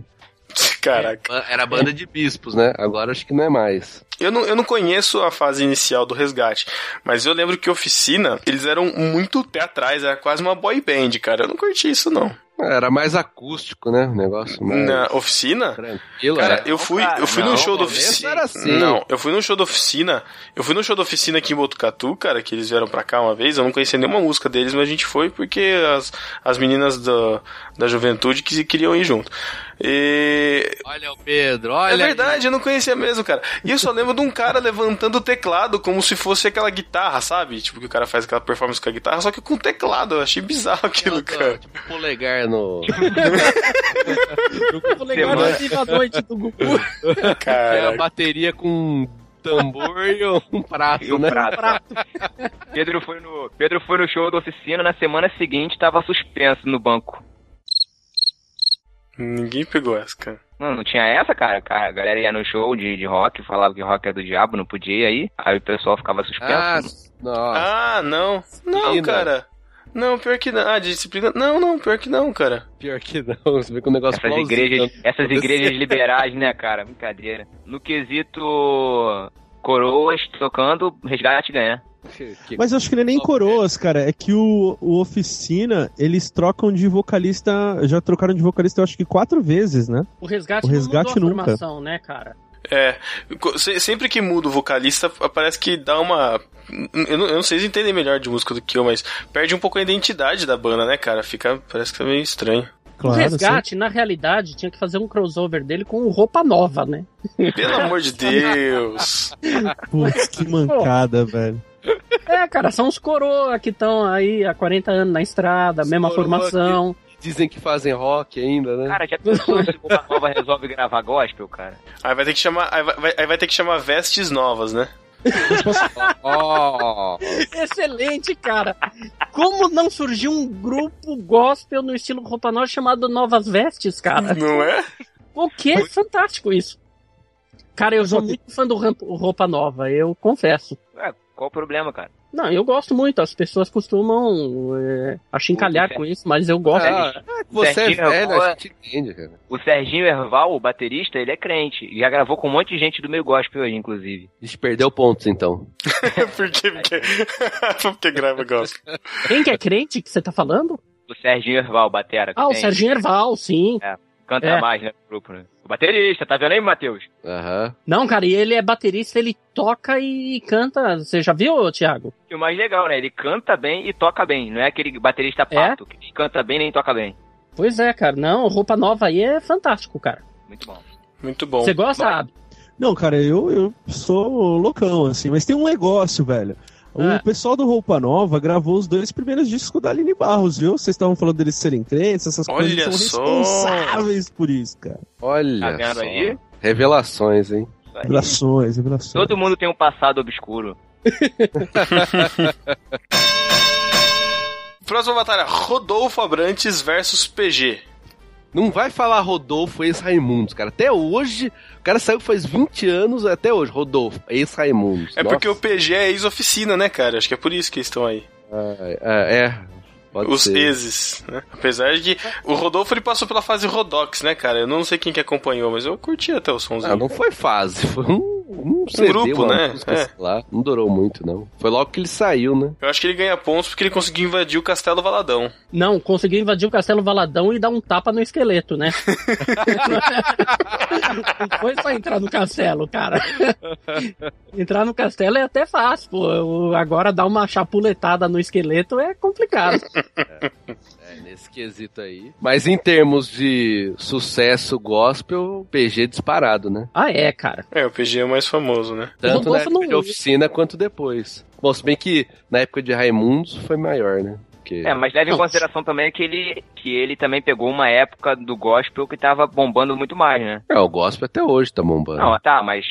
A: Caraca.
C: Era banda de bispos, né? Agora acho que não é mais.
A: Eu não, eu não conheço a fase inicial do resgate, mas eu lembro que Oficina, eles eram muito pé atrás, era quase uma boy band, cara. Eu não curti isso, não.
C: Era mais acústico, né? O negócio
B: Hum.
C: mais
A: Na Oficina,
C: tranquilo.
A: Cara,
C: é.
A: eu fui, eu fui
C: não,
A: num show
C: no
A: da
C: começo
A: oficina.
C: era assim.
A: Não, eu fui num show da oficina. Eu fui num show da oficina aqui em Botucatu, cara, que eles vieram pra cá uma vez. Eu não conhecia nenhuma música deles, mas a gente foi porque as, as meninas da, da juventude que queriam ir junto. E
C: Olha o Pedro,
A: é
C: olha.
A: verdade, eu não conhecia mesmo, cara. E eu só lembro de um cara levantando o teclado como se fosse aquela guitarra, sabe? Tipo, que o cara faz aquela performance com a guitarra, só que com o teclado. Eu achei bizarro aquilo, cara.
C: Tipo, polegar no.
D: Eu vou ligar
B: Semana.
D: no Viva a Noite do Gugu.
C: É a
A: Cara,
C: bateria com um tambor e um prato,
B: E o
C: né?
B: prato. Pedro foi no, Pedro foi no show da oficina, na semana seguinte tava suspenso no banco.
A: ninguém pegou essa, cara.
B: Não, não tinha essa, cara. cara a galera ia no show de, de rock, falava que rock era do diabo, não podia ir aí. Aí o pessoal ficava suspenso.
C: Ah, nossa.
A: Ah, não. Não,
C: Disciplina.
A: cara. Não, pior que não. Ah, de disciplina. Não, não, pior que não, cara.
C: Pior que não. Você vê que o negócio assim,
B: Essas
C: plausível.
A: é
B: igrejas, essas
C: É né? Aconteceu.
B: igrejas liberais, né, cara? Brincadeira. No quesito coroas tocando, resgate ganha.
C: Que-
K: Mas eu acho que não é nem coroas, cara. É que o, o Oficina, eles trocam de vocalista. Já trocaram de vocalista, eu acho que quatro vezes, né?
D: O resgate,
K: O resgate
D: não mudou
K: nunca.
D: a formação, né, cara?
A: É. co- se- Sempre que muda o vocalista, parece que dá uma. Eu não, eu não sei se entendem melhor de música do que eu, mas perde um pouco a identidade da banda, né, cara? Fica. Parece que tá meio estranho.
K: Claro.
D: o resgate, na realidade, tinha que fazer um crossover dele com o roupa nova, né?
A: Pelo amor de Deus.
K: sim. Putz, que mancada, velho.
D: É, cara, são os coroa que estão aí há 40 anos na estrada,
C: Os
D: mesma
C: coroa
D: formação.
C: Dizem que fazem rock ainda, né?
B: Cara, já pensou se o Nova resolve gravar gospel, cara?
A: Aí vai ter que chamar. Aí vai, vai- aí vai ter que chamar vestes novas, né?
K: Mas posso-
C: Ó,
D: Excelente, cara. Como não surgiu um grupo gospel no estilo roupa nova chamado Novas Vestes, cara?
C: Uhum.
A: Não é?
D: O que é fantástico isso. Cara, eu sou muito fã do ramp- roupa nova, eu confesso.
B: Ué, qual o problema, cara?
D: Não, eu gosto muito. As pessoas costumam é, achincalhar com isso, mas eu gosto.
C: Ah, você é
B: Serginho,
C: velho,
B: boa.
C: a gente entende, cara.
B: O Serginho Erval, o baterista, ele é crente. Já gravou com um monte de gente do meio gospel hoje, inclusive.
C: A gente perdeu pontos, então.
A: Por quê? Porque, porque grava gospel.
D: Quem que é crente que você tá falando?
B: O Serginho Erval, batera.
D: Ah, o
B: crente.
D: Serginho Erval, sim.
B: Canta
D: É.
B: mais, né, no grupo, né? O baterista, tá vendo aí, Matheus?
C: Aham.
D: Não, cara, e ele é baterista, ele toca e canta. Você já viu, Thiago?
B: E o mais legal, né? Ele canta bem e toca bem. Não é aquele baterista pato que nem canta bem nem toca bem.
D: Pois é, cara. Não, roupa nova aí é fantástico, cara.
B: Muito bom.
A: Muito bom.
D: Você gosta? Ab?
K: Não, cara, eu, eu sou loucão, assim, mas tem um negócio, velho. O
A: É.
D: Ah.
K: pessoal do Roupa Nova gravou os dois primeiros discos da Aline Barros, viu? Vocês estavam falando deles serem crentes, essas
A: Olha
K: coisas eles são
A: só!
K: responsáveis por isso, cara.
C: Olha.
B: Tá vendo
C: só.
B: aí?
C: Revelações, hein?
B: Isso aí.
K: Revelações, revelações.
B: Todo mundo tem um passado obscuro.
A: Próxima batalha: Rodolfo Abrantes versus PG.
C: Não vai falar Rodolfo ex-Raimundos, cara. Até hoje, o cara saiu faz 20 anos, até hoje, Rodolfo, ex-Raimundos.
A: É porque o
C: Nossa.
A: PG é ex-oficina, né, cara? Acho que é por isso que eles estão aí.
C: É, é, pode
A: Os
C: ser.
A: exes, né? Apesar de que o Rodolfo ele passou pela fase Rodox, né, cara? Eu não sei quem que acompanhou, mas eu curti até o
C: Ah,
A: somzinho.
C: não foi fase, foi um, um cedeu
A: grupo,
C: a
A: né?
C: música,
A: É.
C: sei lá. Não durou muito, não. Foi logo que ele saiu, né?
A: Eu acho que ele ganha pontos porque ele conseguiu invadir o Castelo Valadão.
D: Não, conseguiu invadir o Castelo Valadão e dar um tapa no esqueleto, né? Não foi só entrar no castelo, cara. Entrar no castelo é até fácil, pô. O- Agora dar uma chapuletada no esqueleto é complicado.
C: É, nesse quesito aí. Mas em termos de sucesso gospel, PG disparado, né?
D: Ah, é, cara.
A: É, o PG é o mais famoso, né?
C: Tanto na
D: Rodolfo
C: época
D: não
C: de
D: usa.
C: oficina quanto depois. Bom, se bem que na época de Raimundos foi maior, né? Porque...
B: É, mas leve em
D: Não.
B: consideração também que ele, que ele também pegou uma época do gospel que tava bombando muito mais, né?
C: É, o gospel até hoje tá bombando.
B: Não, tá, mas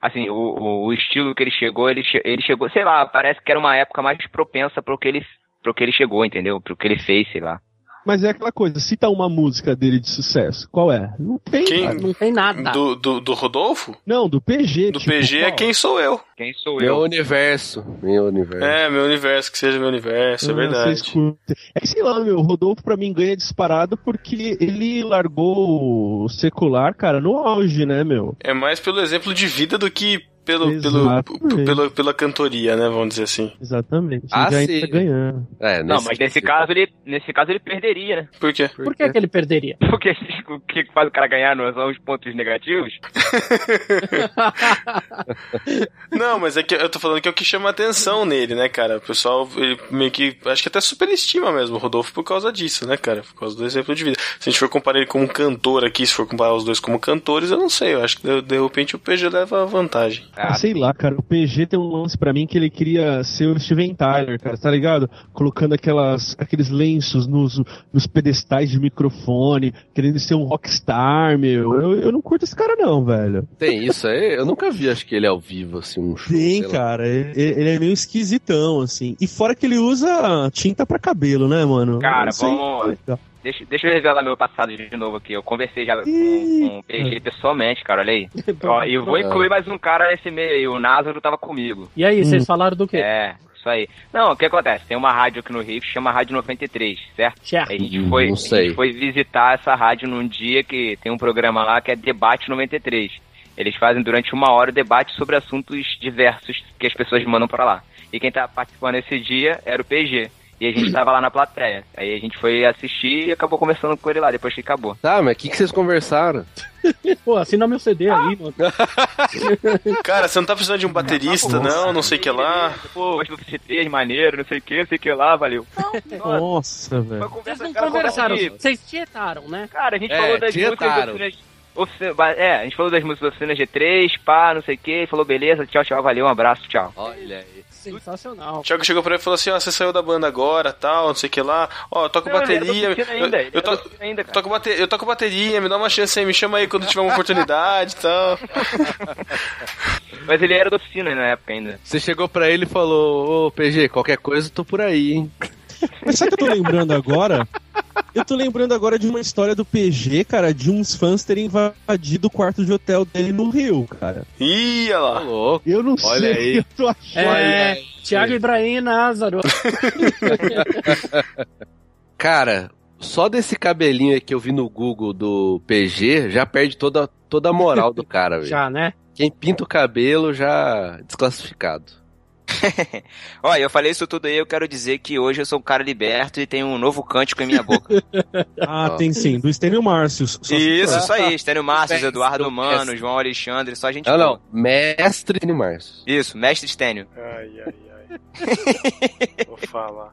B: assim, o, o- o estilo que ele chegou, ele, che- ele chegou, sei lá, parece que era uma época mais propensa pro que ele pro que ele chegou, entendeu? Pro que ele fez, sei lá.
K: Mas é aquela coisa, cita uma música dele de sucesso. Qual é? Não tem.
A: Quem?
K: cara.
D: Não tem nada.
A: Do, do, do Rodolfo?
K: Não, do PG.
A: Do
K: tipo,
A: PG é
K: qual?
A: quem sou eu.
B: Quem sou
C: Meu
B: eu?
C: universo. Meu universo.
A: É, meu universo, que seja meu universo, é
K: Ah, vocês
A: verdade.
K: curtem. É que sei lá, meu, o Rodolfo pra mim ganha disparado porque ele largou o secular, cara, no auge, né, meu?
A: É mais pelo exemplo de vida do que pelo, pelo,
K: Exatamente.
A: pelo- pela cantoria, né? Vamos dizer assim.
K: Exatamente.
C: Ah,
K: já
C: sim.
K: entra tá ganhando.
C: É,
B: Não, mas nesse caso ele nesse caso ele perderia, né?
A: Por quê?
D: Por que, que ele perderia?
B: Porque o que faz o cara ganhar não são os pontos negativos?
A: Não, mas é que eu tô falando que é o que chama atenção nele, né, cara? O pessoal ele meio que. Acho que até superestima mesmo o Rodolfo por causa disso, né, cara? Por causa do exemplo de vida. Se a gente for comparar ele como cantor aqui, se for comparar os dois como cantores, eu não sei. Eu acho que de, de repente o PG leva a vantagem.
K: Ah, sei lá, cara, o PG tem um lance pra mim que ele queria ser o Steven Tyler, cara, tá ligado? Colocando aquelas, aqueles lenços nos, nos pedestais de microfone, querendo ser um rockstar, meu. Eu, eu não curto esse cara, não, velho.
C: Tem isso aí? Eu nunca vi, acho que ele ao vivo, assim, um show.
K: Tem,
C: sei lá.
K: cara, ele, ele é meio esquisitão, assim. E fora que ele usa tinta pra cabelo, né, mano?
B: Cara,
K: Eu sei.
B: vamos- Deixa, deixa eu revelar meu passado de novo aqui. Eu conversei já com,
K: Ih.
B: com o PG pessoalmente, cara, olha aí.
D: Então,
B: Ó, e eu vou incluir mais um cara nesse meio aí. O Názaro tava comigo.
D: E aí, vocês falaram do quê?
B: É, isso aí. Não, o que acontece? Tem uma rádio aqui no Rio que chama Rádio 93, certo?
D: Certo.
B: Aí a gente
C: Hum,
B: foi,
C: não
B: a
C: sei.
B: gente foi visitar essa rádio num dia que tem um programa lá que é Debate 93. Eles fazem durante uma hora o debate sobre assuntos diversos que as pessoas mandam pra lá. E quem tá participando esse dia era o PG. E a gente tava lá na plateia. Aí a gente foi assistir e acabou conversando com ele lá, depois que acabou.
C: Tá, mas o que, que vocês conversaram?
D: Pô, assina meu CD aí, mano.
A: Cara, você não tá precisando de um baterista, não, não sei o que lá.
B: Pô, hoje você fez, maneiro, não sei o que, não sei o que lá, valeu.
K: Nossa, velho.
B: Foi
D: Vocês
B: conversa,
D: não
B: cara, conversa
D: conversaram,
B: de-
D: vocês tietaram, né?
B: Cara, a gente
C: É,
B: falou das
C: tentaram.
B: músicas oficinas. ofici- ba- É, a gente falou das músicas oficinas G3, pá, não sei o que, falou beleza, tchau, tchau, valeu, um abraço, tchau.
C: Olha aí.
D: Sensacional.
A: O Thiago chegou pra ele e falou assim: ó, você saiu da banda agora, tal, não sei o que lá. Ó, eu toco
B: Não, ele era
A: bateria.
B: do Oficina ainda, ele
A: eu, eu
B: era do
A: to-
B: Oficina ainda, cara.
A: eu toco bate- eu toco bateria, me dá uma chance aí, me chama aí quando tiver uma oportunidade e tal.
B: Mas ele era da oficina na época ainda.
C: Você chegou pra ele e falou, ô PG, qualquer coisa eu tô por aí, hein?
K: Mas sabe o que eu tô lembrando agora? Eu tô lembrando agora de uma história do PG, cara, de uns fãs terem invadido o quarto de hotel dele no Rio, cara.
A: Ih, olha
C: Ô,
A: lá.
C: louco.
K: Eu não sei
C: Olha
K: o
C: aí.
K: que eu tô achando.
D: É, Tiago Ibrahim Názaro.
C: Cara, só desse cabelinho aí que eu vi no Google do PG, já perde toda, toda a moral do cara, velho.
D: Já, né?
C: Quem pinta o cabelo já desclassificado.
B: Olha, eu falei isso tudo aí, eu quero dizer que hoje eu sou um cara liberto e tenho um novo cântico em minha boca.
K: Ah, tem sim, do Estênio Márcio. só se
B: isso,
K: for.
B: isso aí, Estênio Márcio,
C: Mestre,
B: Eduardo Mano,
C: mestre.
B: João Alexandre, só gente
C: Não,
B: boa.
C: não. Mestre de Março.
B: Isso, mestre Estênio.
A: Ai, ai, ai. Vou falar.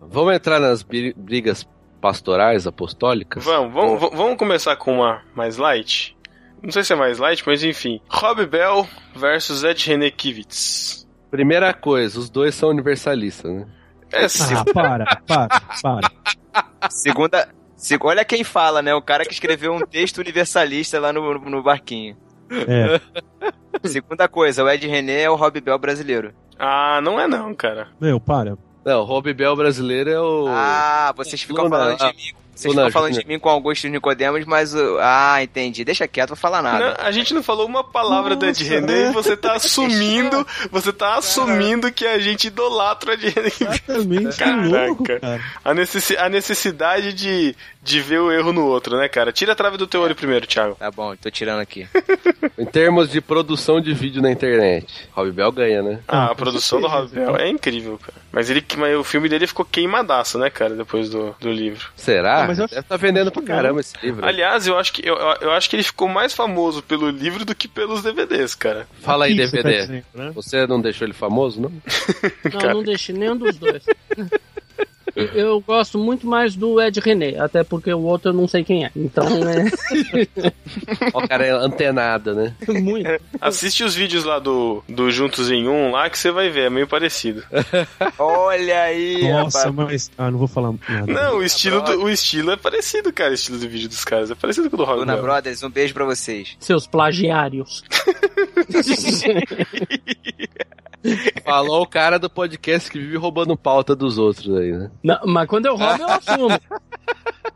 C: Vamos entrar nas bri- brigas pastorais, apostólicas?
A: Vamos, vamos, vamos- vamos começar com uma mais light. Não sei se é mais light, mas enfim. Rob Bell versus Ed Renekiewicz.
C: Primeira coisa, os dois são universalistas, né?
A: É, sim.
K: Ah, para, para, para.
B: Segunda. se- Olha quem fala, né? O cara que escreveu um texto universalista lá no, no barquinho.
K: É.
B: Segunda coisa, o Ed René é o Rob Bell brasileiro.
A: Ah, não é não, cara.
K: Meu, para.
C: Não, o Rob Bell brasileiro é o.
B: Ah, vocês ficam
C: Luna,
B: falando
C: ah,
B: de mim. Vocês
C: Não,
B: estão falando
C: não.
B: de mim com Augusto Nicodemus, mas. uh, Ah, entendi. Deixa quieto, vou falar
K: Ah,
B: nada.
A: Não, a gente não falou uma palavra da Ed
K: né?
A: René e você tá assumindo, você tá assumindo que a gente idolatra a Ed René.
K: Exatamente, que
A: Caraca.
K: louco, cara.
A: A, necessi- a necessidade de, de ver o erro no outro, né, cara? Tira a trave do
K: É.
A: teu olho primeiro, Thiago.
B: Tá bom, tô tirando aqui.
C: Em termos de produção de vídeo na internet, Rob Bell ganha, né?
A: Ah, a produção do Ravel é incrível, cara. Mas ele, mas o filme dele ficou queimadaço, né, cara, depois do, do livro.
C: Será?
K: Ah, mas eu acho
C: Deve estar vendendo pra caramba esse livro.
A: Aliás, eu acho, que, eu, eu- eu acho que ele ficou mais famoso pelo livro do que pelos DVDs, cara.
C: Fala aí,
K: O que você tá
C: DVD.
K: dizendo, né?
C: Você não deixou ele famoso, não?
D: Não, não deixei nenhum dos dois. Eu gosto muito mais do Ed René, até porque o outro eu não sei quem é. Então é
C: Ó, o cara é antenada, né?
D: muito.
A: Assiste os vídeos lá do, do Juntos em Um lá que você vai ver, é meio parecido.
B: Olha aí,
K: Nossa,
B: rapaz.
K: mas. Ah, não vou falar nada.
A: Não, o estilo,
B: Brothers.
A: do, o estilo é parecido, cara, o estilo do vídeo dos caras. É parecido com o do Rob
B: Dona
A: Bell.
B: Brothers, um beijo pra vocês.
D: Seus plagiários.
C: Falou o cara do podcast que vive roubando pauta dos outros aí, né?
D: Não, mas quando eu roubo, eu assumo.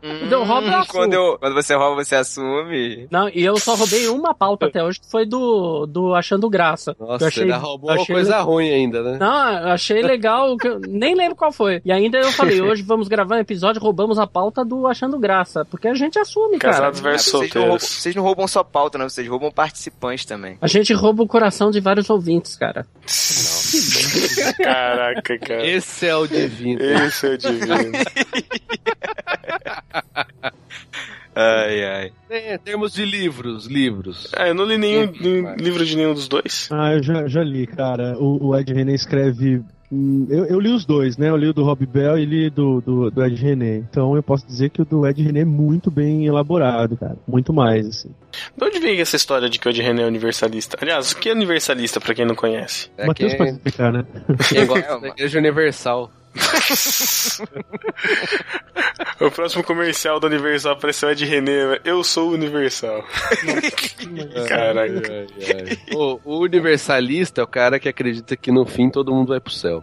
D: Quando eu roubo, eu assumo.
B: Hum, quando, eu- quando você rouba, você assume.
D: Não, e eu só roubei uma pauta até hoje, que foi do, do Achando Graça.
C: Nossa,
D: eu achei,
C: ele roubou
D: eu
C: uma
D: achei
C: coisa ruim ainda, né?
D: Não, eu achei legal, que eu nem lembro qual foi. E ainda eu falei, hoje vamos gravar um episódio, roubamos a pauta do Achando Graça, porque a gente assume, cara.
A: Casados versus
B: Ah, vocês, não roubam,
A: solteiros.
B: vocês não roubam só pauta, não. Vocês roubam participantes também.
D: A gente rouba o coração de vários ouvintes, cara.
A: Caraca, cara.
C: Esse é o divino.
A: Esse é o divino.
B: Ai, ai.
C: É, Em termos de livros, livros.
A: Ah, eu não li nenhum nenhum livro de nenhum dos dois.
K: Ah, eu já, já li, cara. O, o Ed René escreve. hum, Eu, eu li os dois, né? Eu li o do Rob Bell e li do, do, do Ed René. Então eu posso dizer que o do Ed René é muito bem elaborado, cara. Muito mais, assim.
A: De onde vem essa história de que o Ed René é universalista? Aliás, o que é universalista, pra quem não conhece?
C: É
K: Matheus
C: quem,
K: pode explicar, né?
C: quem gosta
B: É, mano.
C: da Igreja Universal.
A: o próximo comercial do Universal apareceu Ed René. Eu sou universal. Caraca.
C: Ai, ai. O, o universalista é o cara que acredita que no fim todo mundo vai pro céu.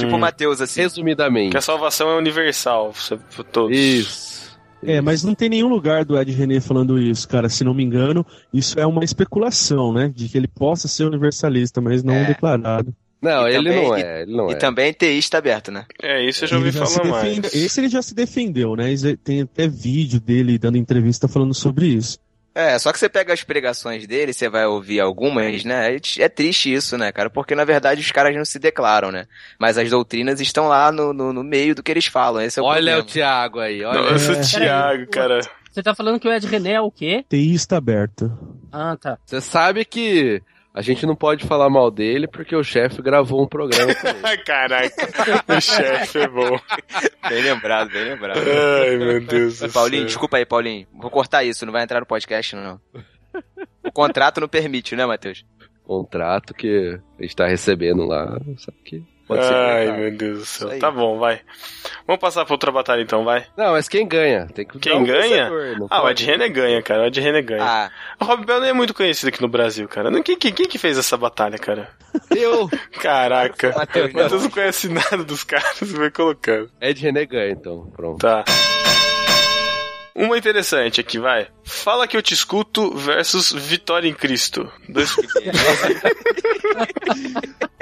B: Tipo o Matheus, assim.
A: Hum. Que
C: Resumidamente.
A: a salvação é universal você- pra todos.
C: Isso.
K: É, mas não tem nenhum lugar do Ed René falando isso, cara. Se não me engano, isso é uma especulação, né? De que ele possa ser universalista, mas não
B: É.
K: declarado.
C: Não,
B: E
C: ele
B: também-
C: não é. Ele não
B: E
C: é.
B: também teísta aberto, né?
A: É, isso eu já ouvi
K: Ele já se
A: falar mais.
K: defende- Esse ele já se defendeu, né? Esse- Tem até vídeo dele dando entrevista falando sobre isso.
B: É, só que você pega as pregações dele, você vai ouvir algumas, né? É t- É triste isso, né, cara? Porque na verdade os caras não se declaram, né? Mas as doutrinas estão lá no, no, no meio do que eles falam. Esse é o
C: Olha o
B: problema.
C: Thiago aí, olha.
A: Nossa,
K: É.
A: Thiago, cara.
D: Você tá falando que o Ed René é o quê?
K: Teísta aberta.
D: Ah, tá.
C: Você sabe que a gente não pode falar mal dele porque o chefe gravou um programa com ele.
A: Ai, Ah, Caraca, o chefe é bom.
B: Bem lembrado, bem lembrado.
A: Ai, meu Deus
K: É
A: do
B: Paulinho,
A: céu.
B: desculpa aí, Paulinho. Vou cortar isso, não vai entrar no podcast, não. O contrato não permite, né, Matheus?
C: Contrato que a gente tá recebendo lá. Sabe que pode ser.
A: Ai,
C: cortado.
A: meu Deus do céu.
B: aí.
A: Tá bom, vai. Vamos passar pra outra batalha então, vai.
C: Não, mas quem ganha? Tem que
A: Quem
C: dar um
A: ganha?
C: vencedor, não
A: Ah, o
C: pode.
A: Ed Renner ganha, cara. O Ed Renner ganha.
B: Ah,
A: O Rob Bell não é muito conhecido aqui no Brasil, cara. Não- Quem, quem, quem que fez essa batalha, cara?
C: Eu.
A: Caraca.
B: Matheus, né?
A: O Matheus não conhece nada dos caras, vai colocando.
C: Ed René ganha, então. Pronto.
A: Tá. Uma interessante aqui, vai. Fala que eu te escuto versus Vitória em Cristo. Dois...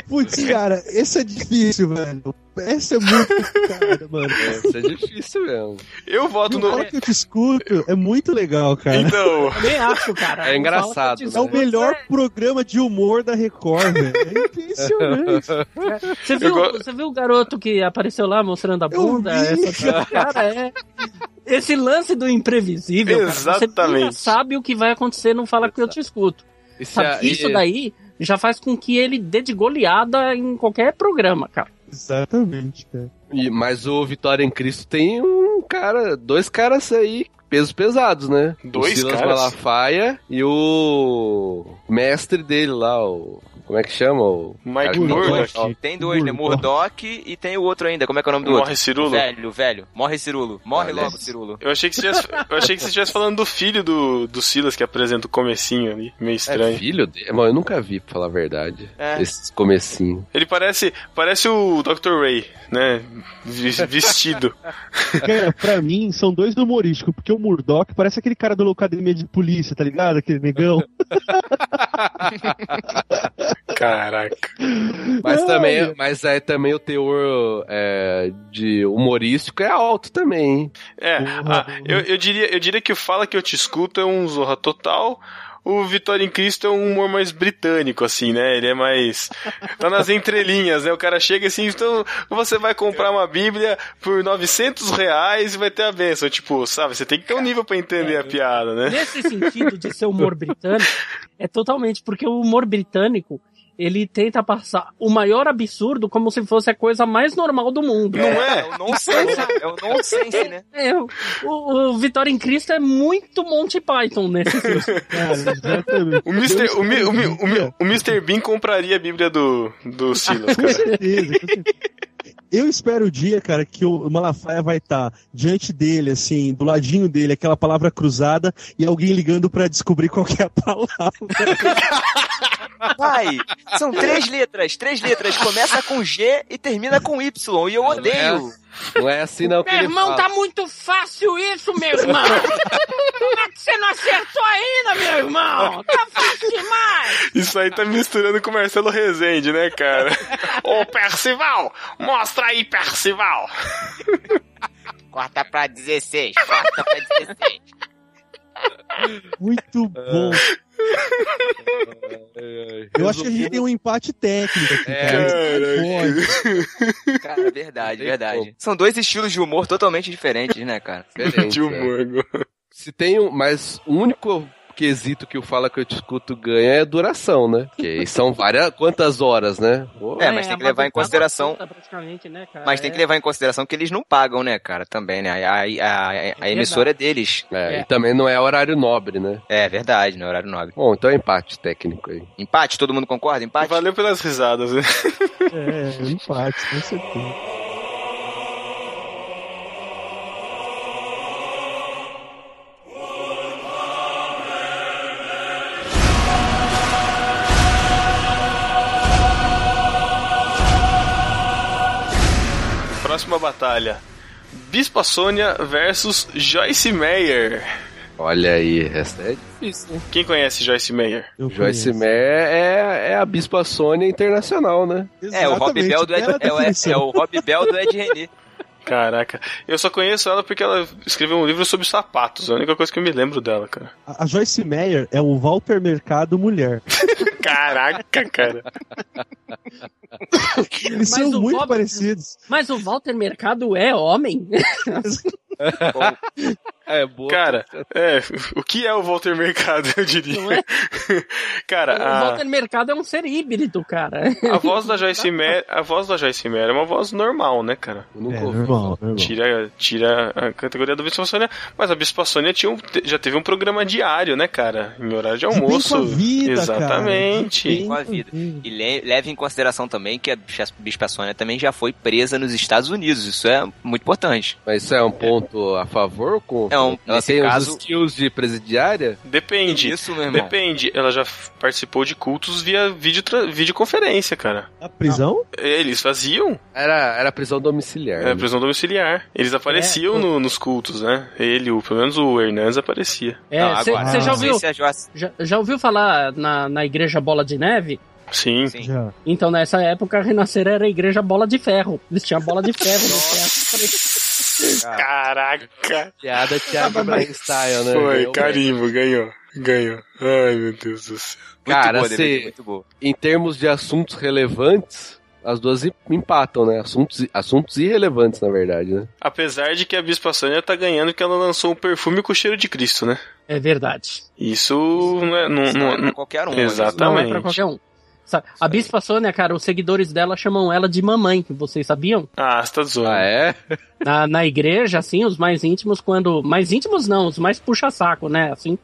K: Putz, cara, esse é difícil, velho. Essa é muito complicada, mano.
C: Isso é difícil mesmo.
A: Eu voto
K: Na
A: no.
K: hora que eu te escuto, é muito legal, cara.
A: Então,
D: Eu nem acho,
C: É
D: cara. Não fala
C: engraçado,
D: que eu te
C: né?
K: É o
D: escuto.
K: melhor programa de humor da Record, velho. É impressionante.
D: Você viu,
A: go-
D: você viu o garoto que apareceu lá mostrando a
K: Eu
D: bunda?
K: vi.
D: Essa... Cara, é. Esse lance do imprevisível. cara, você nunca
A: Exatamente.
D: sabe o que vai acontecer, não fala que eu te escuto.
C: Isso,
D: Sabe,
C: é-
D: Isso daí já faz com que ele dê de goleada em qualquer programa, cara.
K: Exatamente, cara.
C: e- mas o Vitória em Cristo tem um cara, dois caras aí, pesos pesados, né?
A: Dois
C: o Silas
A: caras?
C: Malafaia e o mestre dele lá, o. Como é que chama o.
B: Mike
C: Murdoch.
B: Tem dois, né? Murdoch e tem o outro ainda. Como é que é o nome do
A: Morre
B: outro?
A: Cirulo?
B: Velho, velho. Morre Cirulo. Morre
A: Olha.
B: logo, Cirulo.
A: Eu achei que você estivesse- eu achei que você estivesse falando do filho do, do Silas que apresenta o comecinho ali, meio estranho.
C: É filho dele? Mano, eu nunca vi, pra falar a verdade.
A: É.
C: Esses comecinho.
A: Ele parece, parece o Dr. Ray, né? Vi- Vestido.
K: Cara, pra mim, são dois humorísticos, porque o Murdoch parece aquele cara da Locademia de Polícia, tá ligado? Aquele negão.
A: Caraca.
C: Mas
K: Ai.
C: também, mas aí também o teor é, de humorístico é alto também, hein?
A: É, ah, eu, eu diria, eu diria que o Fala Que Eu Te Escuto é um zorra total. O Vitória em Cristo é um humor mais britânico, assim, né? Ele é mais. Tá nas entrelinhas, né? O cara chega assim, então você vai comprar uma Bíblia por 900 reais e vai ter a benção. Tipo, sabe? Você tem que ter um nível pra entender a piada, né?
D: Nesse sentido de ser humor britânico, é totalmente porque o humor britânico ele tenta passar o maior absurdo como se fosse a coisa mais normal do mundo.
B: Não é? É o nonsense. É o nonsense, né?
D: É, o, o Vitória em Cristo é muito Monty Python nesse sentido.
A: O Mr. O, Mi- o, Mi- o, Mi- o Mr. Bean compraria a Bíblia do, do Silas,
K: Com
A: cara.
K: certeza, com certeza. Eu espero o dia, cara, que o Malafaia vai estar diante dele, assim, do ladinho dele, aquela palavra cruzada, e alguém ligando pra descobrir qual que é a palavra.
B: Vai! São três letras, três letras. Começa com G e termina com Y. E eu odeio.
C: Não é assim não que
B: Meu
C: ele
B: irmão
C: fala.
B: tá
D: muito fácil isso, meu irmão! Como é que você não acertou ainda, meu irmão? Tá fácil demais!
A: Isso aí tá misturando com o Marcelo Rezende, né, cara? Ô, Percival! Mostra aí, Percival!
M: Corta pra 16, corta pra 16.
K: Muito bom. Eu acho que a gente tem um empate técnico aqui,
C: É,
K: cara.
B: Cara, É verdade, verdade. São dois estilos de humor totalmente diferentes, né, cara?
C: De humor, Se tem um. Mas o único quesito que o Fala Que Eu Te Escuto ganha é duração, né? Porque aí são várias. Quantas horas, né?
B: É, mas tem que levar em consideração.
D: Praticamente, né, cara?
B: Mas tem que levar em consideração que eles não pagam, né, cara? Também, né? A, a- a- a emissora é deles.
C: É, E também não é horário nobre, né?
B: É verdade, não é horário nobre.
C: Bom, então é empate técnico aí.
B: Empate, todo mundo concorda? Empate?
A: Valeu pelas risadas, né?
K: É, empate, com certeza.
A: Próxima batalha. Bispa Sônia versus Joyce Meyer.
C: Olha aí, essa é
A: Quem conhece Joyce Meyer?
C: Joyce Meyer é, é a Bispa Sônia Internacional, né?
B: É, o Rob Bell do Ed, é, o- é o Rob Bell do Ed René.
A: Caraca, eu só conheço ela porque ela escreveu um livro sobre sapatos. É a única coisa que eu me lembro dela, cara.
K: A a Joyce Meyer é
H: um
K: o Walter Mercado mulher.
A: Caraca, cara.
K: Eles são muito parecidos.
D: Mas o Walter Mercado é homem?
C: É, boa.
A: Cara,
B: tá
A: é, o que é o Walter Mercado, eu
D: Não
A: diria?
D: é?
A: Cara,
D: O
A: a...
D: Walter Mercado é um ser híbrido, cara.
A: A voz da Joyce Meyer, a voz da Joyce Meyer é uma voz normal, né, cara?
C: Nunca
K: normal,
A: Tira, tira a categoria da Bispa Sônia, mas a Bispa Sônia tinha um- te- já teve um programa diário, né, cara? Em horário de
B: é bem
A: almoço.
B: com a vida,
A: Exatamente.
B: Com a vida. E le- leve em consideração também que a Bispa- Bispa Sônia também já foi presa nos Estados Unidos. Isso é muito importante.
C: Mas isso é um ponto a favor ou contra?
B: É um-
C: Ela
B: nesse
C: tem
B: caso-
C: os skills de presidiária?
A: Depende.
B: Isso, meu
C: irmão.
A: Depende. Ela já f- participou de cultos via vídeo videoconferência, cara.
K: A prisão?
A: Eles faziam.
C: Era, era prisão domiciliar.
A: É, prisão domiciliar. Eles
C: É,
A: apareciam no- nos cultos, né? Ele, o, pelo menos o Hernandes aparecia.
D: É, você já ouviu?
B: se a Joyce-
D: Já, já ouviu falar na, na igreja Bola de Neve?
A: Sim.
D: Então, nessa época, a Renascer era a igreja Bola de Ferro. Eles tinham a bola de ferro.
A: Caraca.
C: Piada Thiago Brainstyle, né?
A: Foi,
C: Ganhou,
A: carimbo, ganhou. Ganhou. Ai, meu Deus do céu. Muito
C: Cara,
A: boa,
C: se,
A: David, muito
C: em termos de assuntos relevantes, as duas em- empatam, né? Assuntos, assuntos irrelevantes, na verdade, né?
A: Apesar de que a Bispa Sônia tá ganhando porque ela lançou um perfume com o cheiro de Cristo, né?
D: É verdade.
A: Isso não é, não,
D: Isso não é pra
B: qualquer um,
D: Não é
A: Exatamente.
D: pra qualquer um. Sa- A Bispa Sônia, cara, os seguidores dela chamam ela de mamãe, vocês sabiam?
A: Ah, você tá zoando. Ah,
C: é?
D: Na, na igreja, assim, os mais íntimos, quando. Mais íntimos não, os mais puxa-saco, né? Assim,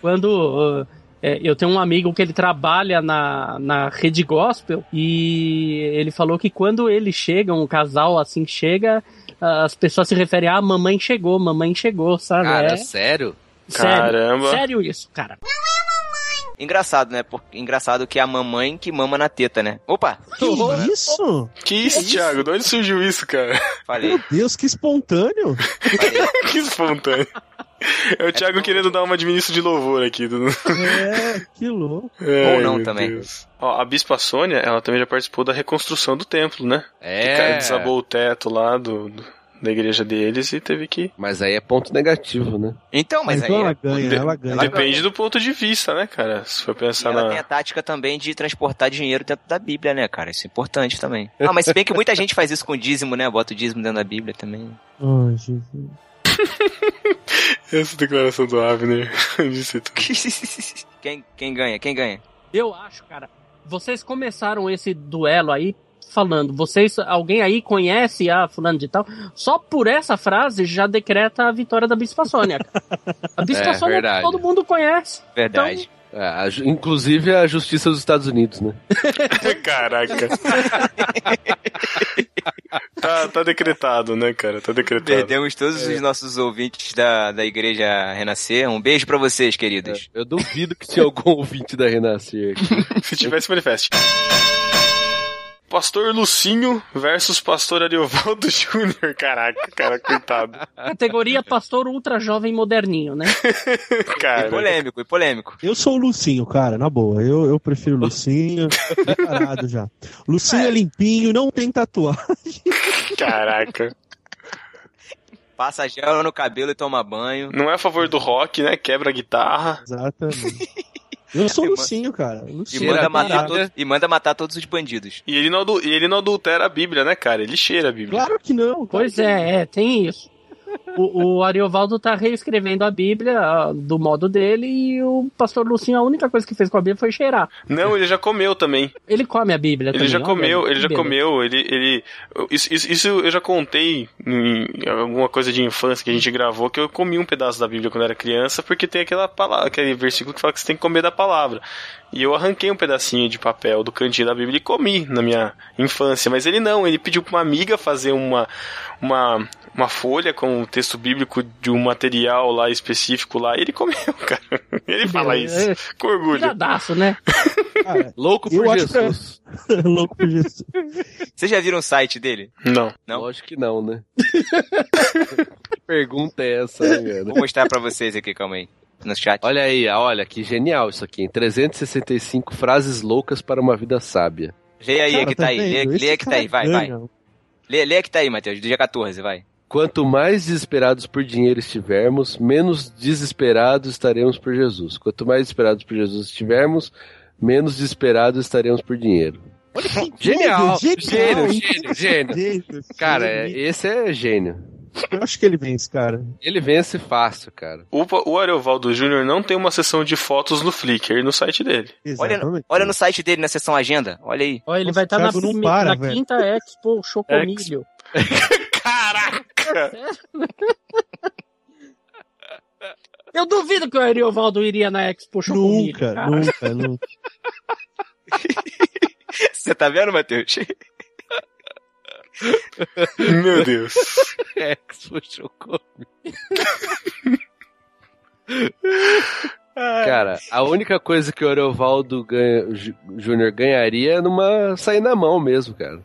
D: quando. uh, É, eu tenho um amigo que ele trabalha na, na rede gospel e ele falou que quando ele chega, um casal assim chega, as pessoas se referem a ah, mamãe chegou, mamãe chegou, sabe?
C: Cara,
D: É
C: sério?
D: sério, Sério isso, cara.
B: Engraçado, né? Porque, engraçado que é a mamãe que mama na teta, né? Opa!
K: Que isso?
A: Que É isso, Thiago? De onde surgiu isso, cara?
B: Falei.
K: Deus, que espontâneo.
A: que espontâneo. É o Thiago querendo dar uma de ministro de louvor aqui.
K: É, que louco.
A: Ai,
B: Ou não
A: meu
B: também.
A: Deus. Ó, a Bispa Sônia, ela também já participou da reconstrução do templo, né?
C: É.
A: Que ca- desabou o teto lá do, do- da igreja deles e teve que.
C: Mas aí é ponto negativo, né?
B: Então, mas aí.
K: ela ganha, ela ganha.
A: Depende do ponto de vista, né, cara? Se for
B: E
A: pensar
B: ela
A: na.
B: tem a tática também de transportar dinheiro dentro da Bíblia, né, cara? Isso é importante também. Ah, mas se bem que muita gente faz isso com dízimo, né? Bota o dízimo dentro da Bíblia também.
K: Ai, Jesus.
A: Essa declaração do Avner disse tudo.
B: Quem, quem ganha? Quem ganha?
D: Eu acho, cara. Vocês começaram esse duelo aí falando, vocês, alguém aí conhece a fulano de tal? Só por essa frase já decreta a vitória da Bispa Sônia. cara. A Bispa
C: É,
D: Sônia
C: verdade.
D: todo mundo conhece.
B: Verdade.
C: É, a ju- inclusive a justiça dos Estados Unidos, né?
A: Caraca. tá, tá decretado, né, cara? Tá decretado.
B: Então, Perdemos todos os nossos ouvintes da, da Igreja Renascer. Um beijo pra vocês, queridos.
C: Eu duvido que tinha algum ouvinte da Renascer aqui.
A: Se tivesse, manifeste. Pastor Lucinho versus Pastor Ariovaldo Júnior. Caraca, cara, coitado.
D: Categoria pastor ultra jovem moderninho, né?
B: E
A: Cara,
B: polêmico, e polêmico.
K: Eu sou o Lucinho, cara, na boa. Eu, eu prefiro o Lucinho. Preparado já. Lucinho é limpinho, não tem tatuagem.
A: caraca.
B: Passa gel no cabelo e toma banho.
A: Não é a favor do rock, né? Quebra a guitarra.
K: Exatamente. Eu sou o Lucinho, cara.
B: E
K: Lucinho.
C: Cheira
B: manda,
C: a
B: matar
C: Bíblia.
B: todo- e manda matar todos os bandidos.
A: E ele, não adu- e ele não adultera a Bíblia, né, cara? Ele cheira a Bíblia.
K: Claro que não.
D: Pois é, é, tem isso. O, o Ariovaldo tá reescrevendo a Bíblia ah, do modo dele e o pastor Lucinho, a única coisa que fez com a Bíblia foi cheirar.
A: Não, ele já comeu também.
D: Ele come a Bíblia
A: Ele
D: também.
A: já
D: ó,
A: comeu,
D: velho,
A: ele já
D: bêbado.
A: comeu, ele. ele isso, isso, isso eu já contei em alguma coisa de infância que a gente gravou, que eu comi um pedaço da Bíblia quando era criança, porque tem aquela palavra, aquele versículo que fala que você tem que comer da palavra. E eu arranquei um pedacinho de papel do cantinho da Bíblia e comi na minha infância. Mas ele não, ele pediu pra uma amiga fazer uma. uma uma folha com um texto bíblico de um material lá específico lá, e ele comeu, cara. Ele fala isso
D: É,
A: com orgulho.
D: Piradaço, né?
K: Cara,
C: Louco
K: Eu
C: por
K: acho
C: Jesus.
K: é louco por Jesus.
B: Vocês já viram o site dele?
A: Não.
B: Não.
C: Lógico que não, né? que pergunta é essa, né, cara?
B: Vou mostrar pra vocês aqui, calma aí. No chat.
C: Olha aí, olha que genial isso aqui. hein? 365 frases loucas para uma vida sábia.
B: Leia aí a
K: Cara,
B: que tá aí. Leia,
K: vendo? Esse
B: leia a que tá aí, vai,
K: cara
B: vai.
K: ganha.
B: Leia, leia a que tá aí, Matheus, do dia 14, vai.
C: Quanto mais desesperados por dinheiro estivermos, menos desesperados estaremos por Jesus. Quanto mais desesperados por Jesus estivermos, menos desesperados estaremos por dinheiro. Olha que
K: genial,
C: genial! Gênio, gênio, gênio.
K: Gente,
C: Cara, é-
K: eu-
C: esse é gênio.
K: eu acho que ele vence, cara.
C: Ele vence fácil, cara.
A: O, o Ariovaldo Júnior não tem uma sessão de fotos no Flickr no site dele.
B: Olha, no-
K: Exatamente.
B: olha no site dele, na seção agenda. Olha aí.
D: Ó, ele
K: Nossa,
D: vai estar
K: o
D: na,
K: Thiago não
D: prime-
K: para,
D: na
K: velho.
D: quinta Expo Chocomilho.
A: Caraca!
D: Eu duvido que o Ariovaldo iria na Expo Chocomilho.
K: Nunca,
D: cara.
K: nunca, nunca.
B: Você tá vendo, Matheus?
A: Meu Deus.
C: Expo chocou. Cara, a única coisa que o Orovaldo ganha- Jú- Júnior ganharia é numa sair na mão mesmo, cara.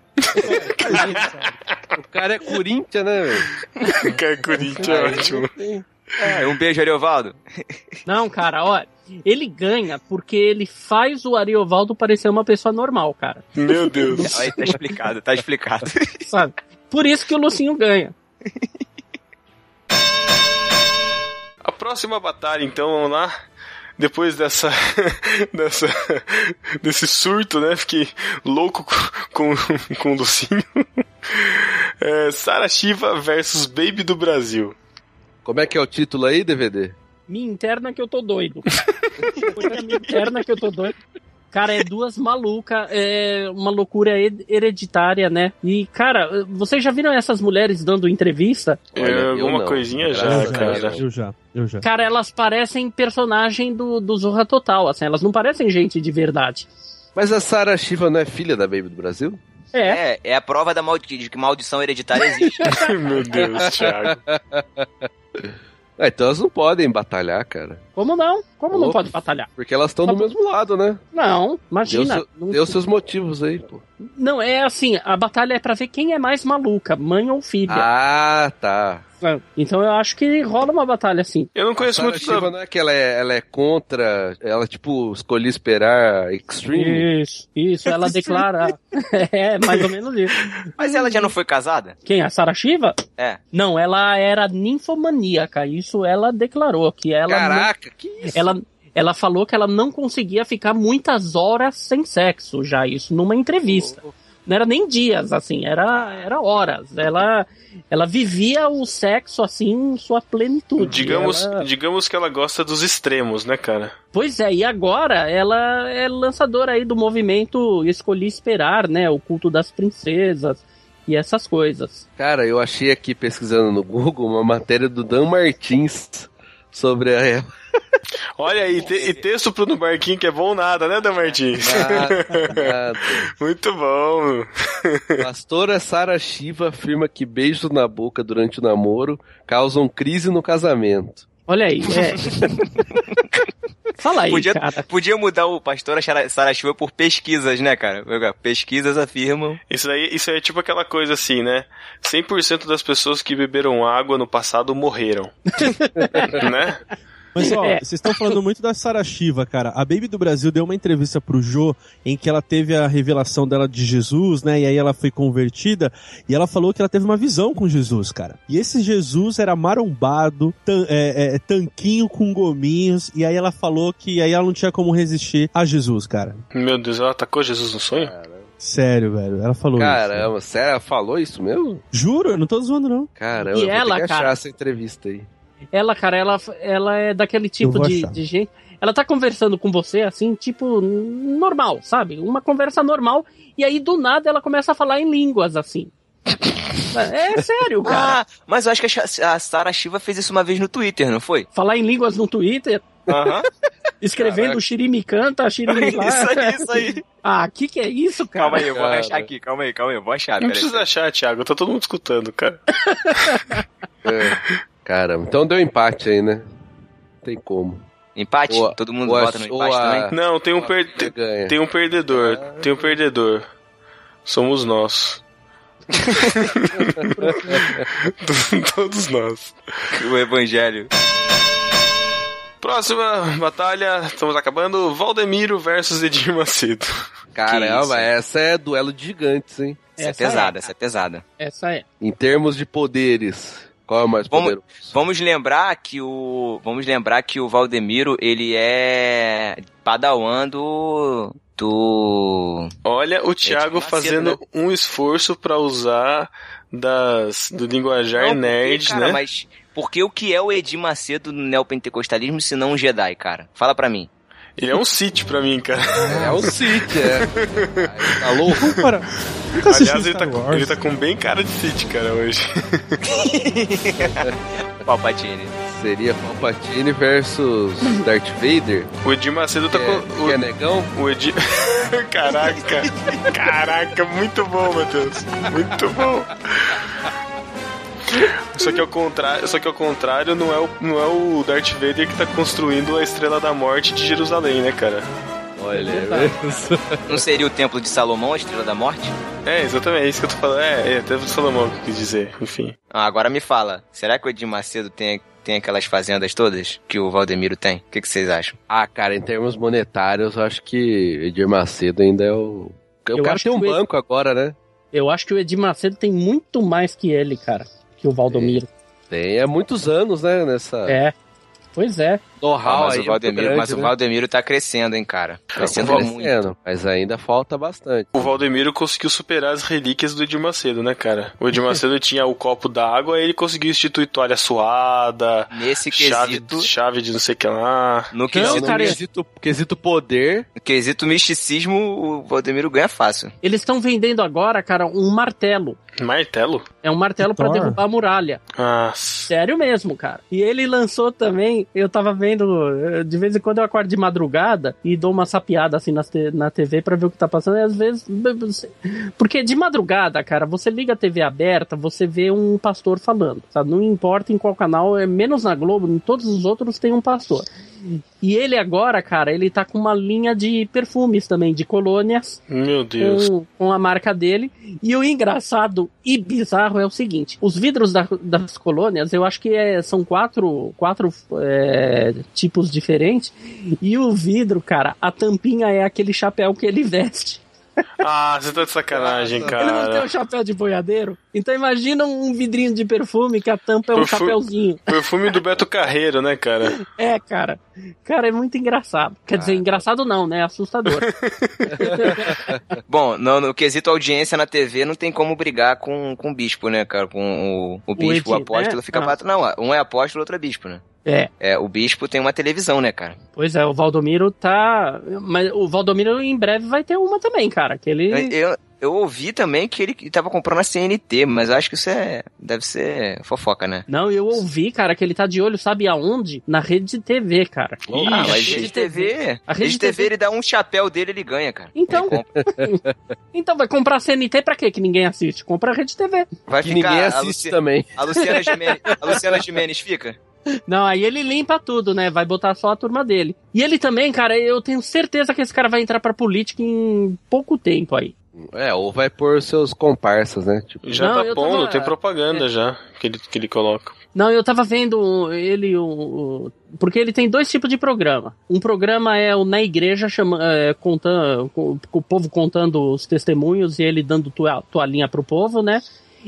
C: o cara é Corinthians, né, velho?
A: Cara, Corinthians é ótimo.
B: É, um beijo, Ariovaldo.
D: Não, cara, olha. Ele ganha porque ele faz o Ariovaldo parecer uma pessoa normal, cara.
A: Meu Deus.
B: Aí tá explicado, tá explicado.
D: Sabe? Por isso que o Lucinho ganha.
A: A próxima batalha, então, vamos lá. Depois dessa, dessa. desse surto, né? Fiquei louco com, com, com o Lucinho. É, Sara Shiva versus Baby do Brasil.
C: Como é que é o título aí, DVD?
D: Minha interna que eu tô doido. Põe a minha interna que eu tô doido. Cara, é duas malucas, é uma loucura he- hereditária, né? E, cara, vocês já viram essas mulheres dando entrevista?
A: É, alguma coisinha já,
H: eu
A: cara.
H: Eu já, eu já.
D: Cara, elas parecem personagem do, do Zorra Total, assim, elas não parecem gente de verdade.
C: Mas a Sarah Shiva não é filha da Baby do Brasil?
D: É.
B: É, a prova da maldi de que maldição hereditária existe.
A: Meu Deus, Thiago.
C: Ah, então elas não podem batalhar, cara.
D: Como não? Como não
C: Opa.
D: pode batalhar?
C: Porque elas estão do mesmo lado, né?
D: Não,
C: Deu,
D: imagina.
C: seu- deu seus motivos aí, pô.
D: Não, é assim, a batalha é pra ver quem é mais maluca, mãe ou filha.
C: Ah, tá.
D: Então eu acho que rola uma batalha assim.
A: Eu não
C: conheço muito Shiva não é que ela é, ela é contra, ela tipo escolhi esperar Extreme.
D: Isso, isso, ela declara. é, mais ou menos isso.
B: Mas ela já não foi casada?
D: Quem? A Sara Shiva?
B: É.
D: Não, ela era ninfomaníaca, isso ela declarou que ela não-
C: Caraca, que isso?
D: ela ela falou que ela não conseguia ficar muitas horas sem sexo, já isso numa entrevista. Não era nem dias, assim, era, era horas. Ela ela vivia o sexo assim em sua plenitude.
A: Digamos,
D: Ela-
A: digamos que ela gosta dos extremos, né, cara?
D: Pois é, e agora ela é lançadora aí do movimento Escolhi Esperar, né? O culto das princesas e essas coisas.
C: Cara, eu achei aqui pesquisando no Google uma matéria do Dan Martins sobre a
A: Olha aí, te- e texto pro no barquinho que é bom nada, né, Dan Martins? Ah, Muito bom.
C: Pastora Sara Shiva afirma que beijos na boca durante o namoro causam crise no casamento.
D: Olha aí, é. Fala aí,
B: podia,
D: cara.
B: podia mudar o pastor Sarachua por pesquisas, né, cara? Pesquisas afirmam.
A: Isso aí, isso aí é tipo aquela coisa assim, né? 100% das pessoas que beberam água no passado morreram. né?
H: Mas ó,
D: É.
H: vocês estão falando muito da Sara Shiva, cara. A Baby do Brasil deu uma entrevista pro Jô em que ela teve a revelação dela de Jesus, né? E aí ela foi convertida e ela falou que ela teve uma visão com Jesus, cara. E esse Jesus era marombado, tan- é, é, tanquinho com gominhos, e aí ela falou que aí ela não tinha como resistir a Jesus, cara.
A: Meu Deus, ela atacou Jesus no sonho?
H: Sério, velho. Ela falou isso. né?
C: Caramba, sério, ela falou isso mesmo?
H: Juro, eu não tô zoando, não.
C: Caramba,
D: E
C: eu vou
D: ela,
C: ter que achar
D: cara?
C: essa entrevista aí.
D: Ela, cara, ela, ela é daquele tipo
H: vou
D: de,
H: achar.
D: de gente. Ela tá conversando com você, assim, tipo, n- normal, sabe? Uma conversa normal. E aí, do nada, ela começa a falar em línguas, assim. É, é sério, cara.
B: Ah, mas eu acho que a, a Sara Shiva fez isso uma vez no Twitter, não foi?
D: Falar em línguas no Twitter,
B: Aham.
D: escrevendo
C: Caraca.
D: Shirimi canta, Shirimi lá.
B: isso aí, isso aí.
D: Ah, que que é isso, cara?
B: Calma aí, eu vou
C: Cara.
B: achar aqui, calma aí, calma aí, eu vou achar.
A: Não
B: peraí.
A: precisa achar, Thiago. Tá todo mundo escutando, cara.
C: É. Caramba, então deu empate aí, né? Não tem como.
B: Empate?
C: Ou a-
B: Todo mundo
C: ou a-
B: bota no
C: ou
B: empate
C: a-
B: também?
A: Não, tem um, per-
C: Você
A: tem-
C: ganha.
A: tem um perdedor. Tem um perdedor. Somos nós. Todos nós.
B: O Evangelho.
A: Próxima batalha, estamos acabando. Valdemiro versus Edir Macedo.
B: Que isso,
C: Caramba,
B: hein?
C: essa é duelo de gigantes, hein?
B: Essa,
D: Essa
B: é pesada,
D: é.
B: essa é pesada.
D: Essa é.
C: Em termos de poderes, qual é o mais
B: Vamos-
C: poderoso?
B: Vamos lembrar que o. Vamos lembrar que o Valdemiro, ele é. Padawan do. Do.
A: Olha
B: É
A: o Thiago
B: Macedo,
A: fazendo
B: tipo né?
A: um esforço pra usar das do linguajar
B: Não, porque,
A: nerd,
B: cara,
A: né?
B: Mas porque o que é o Edir Macedo no neopentecostalismo se não um Jedi, cara? Fala pra mim.
A: Ele é um Sith pra mim, cara.
C: É o Sith, é. Aí, tá louco?
H: Cara, nunca assisti
A: Aliás, ele tá,
H: Star
A: com,
H: Wars.
A: ele tá com bem cara de Sith, cara, hoje.
B: Palpatine.
C: Seria Palpatine versus Darth Vader?
A: O Edir Macedo tá
C: que é-
A: com.
C: que
B: né?
C: é negão?
A: O, o Edir. Caraca! Caraca, muito bom, Matheus. Muito bom. Só que ao contrário, só que ao contrário não, é o, não é o Darth Vader que tá construindo a Estrela da Morte de Jerusalém, né, cara?
C: Olha,
A: Tá
D: é.
B: Não seria o Templo de Salomão, a Estrela da Morte?
A: É, exatamente, é isso que eu tô falando. É, é até o Salomão que eu quis dizer, enfim.
B: Ah, agora me fala, será que o Edir Macedo tem, tem aquelas fazendas todas que o Valdemiro tem? O que, que vocês acham?
C: Ah, cara, em termos monetários, eu acho que Edir Macedo ainda é o. O
D: Eu
C: cara
D: acho
C: tem um
D: que o Ed-
C: banco agora, né?
D: Eu acho que o Edir Macedo tem muito mais que ele, cara. Que o Valdomiro.
C: Tem há muitos anos, né? Nessa.
D: É. Pois é.
B: Ah, mas,
C: aí
B: o
C: é
B: Valdemiro,
C: muito grande,
B: mas o
C: né?
B: Valdemiro tá crescendo, hein, cara. Crescendo
C: Tá
B: muito.
C: crescendo, Mas ainda falta bastante.
A: O Valdemiro conseguiu superar as relíquias do Edir Macedo, né, cara? O Edir Macedo tinha o copo d'água e ele conseguiu instituir toalha suada,
B: Nesse
A: chave,
B: quesito-
A: chave de não sei o que lá.
B: No quesito,
N: quesito, poder.
C: né?
B: No quesito misticismo, o Valdemiro ganha fácil.
D: Eles estão vendendo agora, cara, um martelo.
A: Martelo?
D: É um martelo pra
B: Thor.
D: derrubar a muralha.
A: Ah,
D: Sério mesmo, cara. E ele lançou também, eu tava vendo, eh, de vez em quando eu acordo de madrugada e dou uma sapiada assim nas te- na TV pra ver o que tá passando, e às vezes. b- b- você- Porque de madrugada, cara, você liga a TV aberta, você vê um pastor falando, sabe? Não importa em qual canal, é menos na Globo, em todos os outros tem um pastor. E ele agora, cara, ele tá com uma linha de perfumes também, de colônias
A: Meu Deus.
D: com, com a marca dele. E o engraçado e bizarro é o seguinte: os vidros da- das colônias, eu acho que é- são quatro, quatro é, tipos diferentes. E o vidro, cara, a tampinha é aquele chapéu que ele veste.
A: Ah, você tá de sacanagem,
D: Ele não tem o
A: cara.
D: chapéu de boiadeiro? Então imagina um vidrinho de perfume que a tampa é um
A: Perfu-
D: chapéuzinho.
A: Perfume do Beto Carreiro, né, cara?
D: É, cara. Cara, é muito engraçado. Quer
A: Ah.
D: dizer, engraçado não, né? Assustador.
B: Bom, no, no quesito audiência na TV, não tem como brigar com, com o bispo, né, cara? Com o, o bispo, o,
D: Edir,
B: apóstolo,
D: né?
B: fica
D: Ah.
B: pato. Não, um é apóstolo, outro é bispo, né?
D: É.
B: É, o bispo tem uma televisão, né, cara?
D: Pois é, o Valdomiro tá. Mas o Valdomiro em breve vai ter uma também, cara. Que ele.
A: É,
B: Eu, eu- eu ouvi também que ele tava comprando a CNT, mas acho que isso é. Deve ser fofoca, né?
D: Não, eu ouvi, cara, que ele tá de olho, sabe aonde? Na rede de TV, cara.
B: ah, mas Rede TV.
D: A
B: A
D: Rede
B: Rede TV, ele dá um chapéu dele ele ganha, cara.
D: Então. então vai comprar a CNT pra quê que ninguém assiste? Compra a rede TV.
B: Vai
C: Que ninguém assiste também.
B: A Luciana, Gimenez, a Luciana Gimenez fica?
D: Não, aí ele limpa tudo, né? Vai botar só a turma dele. E ele também, cara, eu tenho certeza que esse cara vai entrar pra política em pouco tempo aí.
C: É, ou vai pôr seus comparsas, né? Tipo,
A: Já
D: Não,
A: tá
D: eu é.
A: pondo,
D: tava-
A: tem propaganda já que ele, que ele coloca.
D: Não, eu tava vendo ele. O, o- porque ele tem dois tipos de programa. Um programa é o na igreja, chama, é, contando, com, com o povo contando os testemunhos e ele dando toa- toalhinha pro povo, né?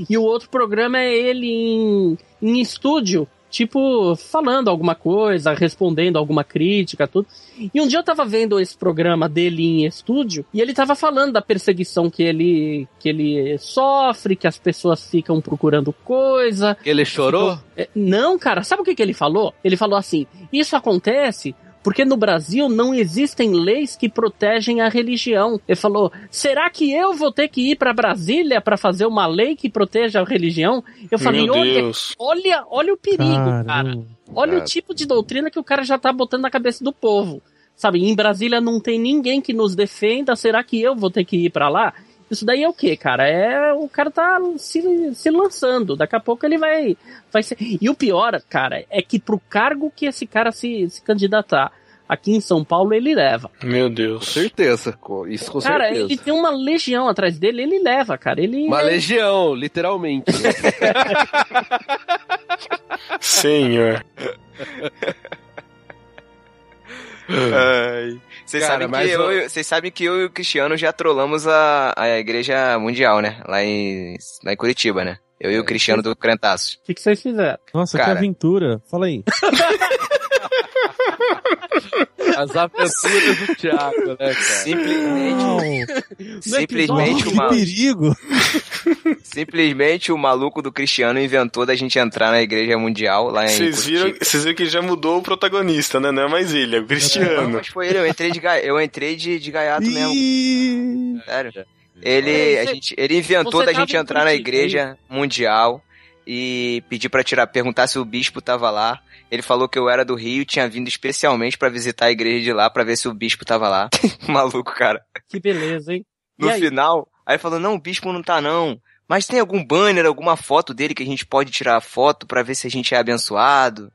D: E o outro programa é ele em, em estúdio, tipo, falando alguma coisa, respondendo alguma crítica, tudo. E um dia eu tava vendo esse programa dele em estúdio e ele tava falando da perseguição que ele, que ele sofre, que as pessoas ficam procurando coisa.
C: Ele chorou?
D: É, Não, cara, sabe o que, que ele falou? Ele falou assim: isso acontece porque no Brasil não existem leis que protegem a religião. Ele falou: será que eu vou ter que ir pra Brasília pra fazer uma lei que proteja a religião? Eu falei:
A: Meu
D: olha,
A: Deus.
D: olha, olha o perigo, cara. Olha o
C: É.
A: Cara.
D: tipo de doutrina que o cara já tá botando na cabeça do povo. Sabe, em Brasília não tem ninguém que nos defenda, será que eu vou ter que ir pra lá? Isso daí é o quê, cara? É o cara tá se, se lançando. Daqui a pouco ele vai vai ser. E o pior, cara, é que pro cargo que esse cara se, se candidatar aqui em São Paulo ele leva.
A: Meu Deus.
C: Com certeza. co- Isso com
D: cara,
C: certeza.
D: ele tem uma legião atrás dele, ele leva, cara. Ele é-
C: Uma legião, literalmente. né?
A: Senhor.
B: Ai. Vocês
C: Cara,
B: sabem,
C: mas
B: que eu
C: o-
B: e o- vocês sabem que eu e o Cristiano já trollamos a, a Igreja Mundial, né? Lá em, lá em Curitiba, né? Eu
C: É,
B: e o Cristiano do Crentaço.
D: O que, que vocês fizeram?
O: Nossa,
B: Cara.
O: que aventura. Fala aí.
C: As aventuras do Thiago, né, cara? é
B: Simplesmente.
O: Nossa,
B: Simplesmente
O: que
B: o, maluco,
O: perigo.
B: simplesmente o maluco do Cristiano inventou da gente entrar na Igreja Mundial lá em
A: Vocês
B: Curitiba.
A: viram, vocês viram que já mudou o protagonista, né? Não é mais ele, é o
B: Não,
A: Cristiano.
B: mas foi ele, eu entrei de, ga- eu entrei de, de gaiato mesmo. Sério. Ele, a
D: É, Você-
B: gente, ele inventou
D: você
B: da
D: tava
B: gente
D: em
B: entrar na
D: Curitiba,
B: igreja mundial e pedir pra tirar, perguntar se o bispo tava lá. Ele falou que eu era do Rio, tinha vindo especialmente pra visitar a igreja de lá pra ver se o bispo tava lá. Maluco, cara.
D: Que beleza, hein?
B: No
D: E aí?
B: final, aí falou: "Não, o bispo não tá não, mas tem algum banner, alguma foto dele que a gente pode tirar a foto pra ver se a gente é abençoado?"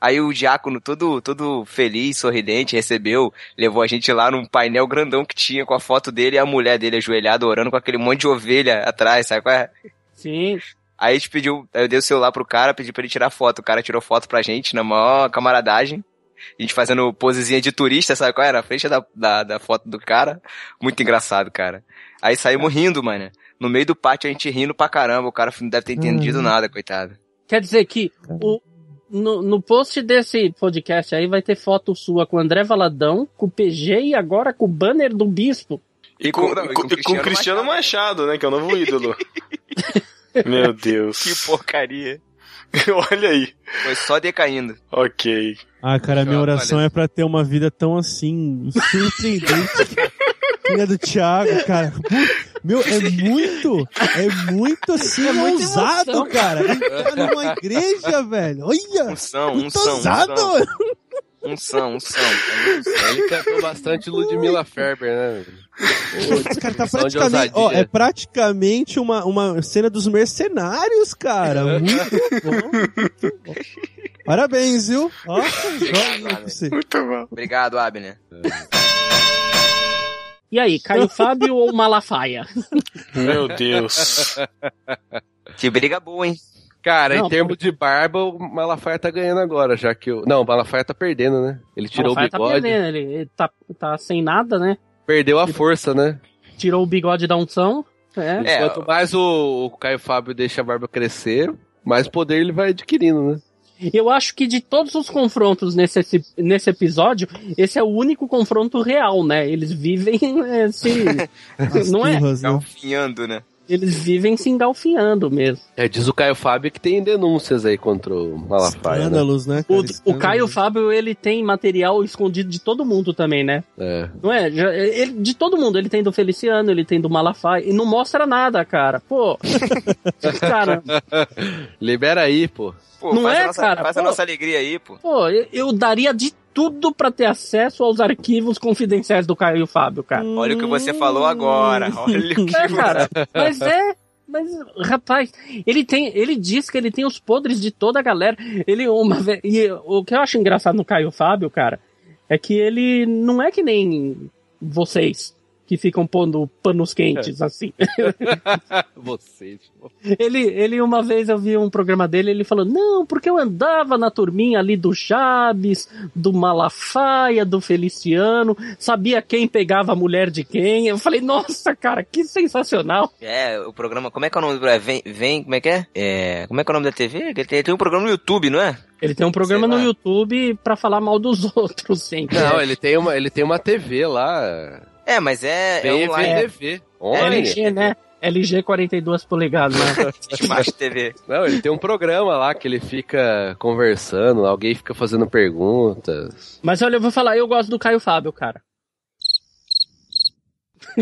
B: Aí o diácono, todo, todo feliz, sorridente, recebeu, levou a gente lá num painel grandão que tinha com a foto dele e a mulher dele ajoelhada, orando com aquele monte de ovelha atrás, sabe qual é?
D: Sim.
B: Aí a gente pediu, aí eu dei o celular pro cara, pedi pra ele tirar foto. O cara tirou foto pra gente na maior camaradagem. A gente fazendo posezinha de turista, sabe qual era? Na frente da, da, da foto do cara. Muito engraçado, cara. Aí saímos rindo, mano. No meio do
D: Hum.
B: pátio a gente rindo pra caramba. O cara não deve ter entendido nada, coitado.
D: Quer dizer que o, no, no post desse podcast aí vai ter foto sua com o André Valadão, com o PG e agora com o banner do Bispo.
A: E com, não, e com, e com o Cristiano Machado, né? Que é o novo ídolo. Meu Deus.
B: Que porcaria.
A: Olha aí.
B: Foi só decaindo.
A: Ok.
H: Ah, cara, minha oração é pra ter uma vida tão assim, surpreendente. Filha do Thiago, cara. Meu, é muito, é muito assim, é muito ousado, emoção. cara. Entrar numa igreja, velho. Olha!
B: Unção,
H: muito
B: unção,
H: ousado!
B: Unção, unção.
C: Ele cantou bastante Ludmilla Ferber, né? velho?
H: Esse cara tá praticamente. Ó, é praticamente uma, uma cena dos mercenários, cara. Muito bom. Muito bom. Parabéns, viu? Ó,
B: Obrigado, Abner.
A: Muito bom.
B: Obrigado, Abner.
D: E aí, Caio Fábio ou Malafaia?
A: Meu Deus.
B: Que briga boa, hein?
C: Cara, não, em termos de barba, o Malafaia tá ganhando agora, já que o. Não, o Malafaia tá perdendo, né? Ele tirou Malafaia o bigode.
D: Tá perdendo, ele tá, tá sem nada, né?
C: Perdeu a força, né?
D: Tirou o bigode da unção. É.
C: é Quanto mais o, o Caio Fábio deixa a barba crescer, mais poder ele vai adquirindo, né?
D: Eu acho que de todos os confrontos nesse, nesse episódio, esse é o único confronto real, né? Eles vivem é, se. não é?
B: Galfinhando, Tá né?
D: Eles vivem se engalfinhando mesmo.
C: É, diz o Caio Fábio que tem denúncias aí contra o Malafaia.
H: Escândalos, né? né
D: o, o, Caio Fábio, ele tem material escondido de todo mundo também, né?
C: É.
D: Não é? Ele, de todo mundo. Ele tem do Feliciano, ele tem do Malafaia. E não mostra nada, cara. Pô. cara.
C: Libera aí, pô.
B: Pô,
D: não
B: faz
D: é,
B: a nossa,
D: cara?
B: Faz
D: pô,
B: a nossa alegria aí, pô.
D: Pô, eu, eu daria de tudo para ter acesso aos arquivos confidenciais do Caio e Fábio, cara.
B: Olha o que você falou agora. Olha o que
D: é, cara. Mas é. Mas, rapaz, ele tem. Ele diz que ele tem os podres de toda a galera. Ele, uma vez. E o que eu acho engraçado no Caio Fábio, cara, é que ele não é que nem vocês que ficam pondo panos quentes, assim.
C: Vocês.
D: Ele, ele, uma vez eu vi um programa dele, ele falou, não, porque eu andava na turminha ali do Chaves, do Malafaia, do Feliciano, sabia quem pegava a mulher de quem. Eu falei, nossa, cara, que sensacional.
B: É, o programa, como é que é o nome do é? Vem, vem, como é que é? é? Como é que é o nome da TV? Ele tem, tem um programa no YouTube, não é?
D: Ele tem um programa no YouTube para falar mal dos outros, sempre.
C: Não, ele tem uma, ele tem uma TV lá.
B: É, mas é,
C: TV,
B: é online. É,
C: TV. Olha.
D: LG, né? LG 42 polegadas, né?
B: Smart TV.
C: Não, ele tem um programa lá que ele fica conversando, alguém fica fazendo perguntas.
D: Mas olha, eu vou falar, eu gosto do Caio Fábio, cara.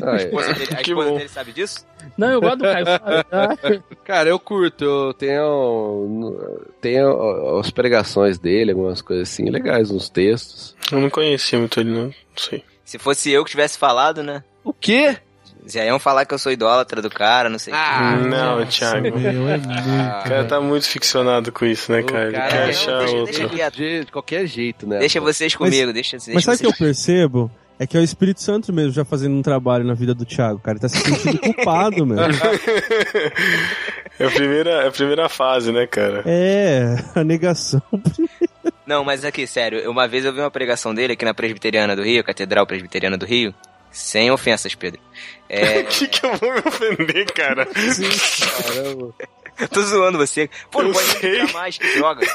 B: a
H: É.
B: esposa, dele, a esposa dele sabe disso?
D: Não, eu gosto do Caio Fábio. tá?
C: Cara, eu curto, eu tenho, tenho as pregações dele, algumas coisas assim, legais, uns textos.
A: Eu não conheci muito ele, não, não sei.
B: Se fosse eu que tivesse falado, né?
C: O quê?
B: Já iam falar que eu sou idólatra do cara, não sei o
A: ah, que. Não, Nossa, Thiago. Meu, é ah, o cara tá muito ficcionado com isso, né, cara? Ele quer achar
B: deixa,
A: outro.
B: Deixa
C: de qualquer é jeito, né?
B: Deixa vocês comigo, mas, deixa, deixa
H: Mas sabe
B: vocês...
H: o que eu percebo? É que é o Espírito Santo mesmo já fazendo um trabalho na vida do Thiago, cara. Ele tá se sentindo culpado, mesmo.
A: é a, primeira, é a primeira fase, né, cara?
H: É, a negação.
B: Não, mas aqui, sério, uma vez eu vi uma pregação dele aqui na Presbiteriana do Rio, Catedral Presbiteriana do Rio. Sem ofensas, Pedro. É...
A: que que eu vou me ofender, cara? Caramba.
B: Tô zoando você. Pô, não
A: Eu
B: pode
A: sei.
B: brincar mais, que droga.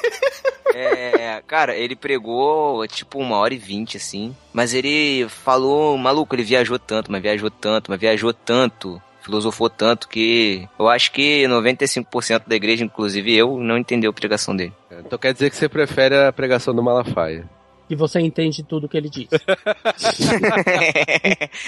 B: É, cara, ele pregou tipo uma hora e vinte, assim. Mas ele falou, maluco, ele viajou tanto, mas viajou tanto, mas viajou tanto. Filosofou tanto que eu acho que 95% da igreja, inclusive eu, não entendeu a pregação dele.
C: Então quer dizer que você prefere a pregação do Malafaia?
D: E você entende tudo que ele diz.
C: É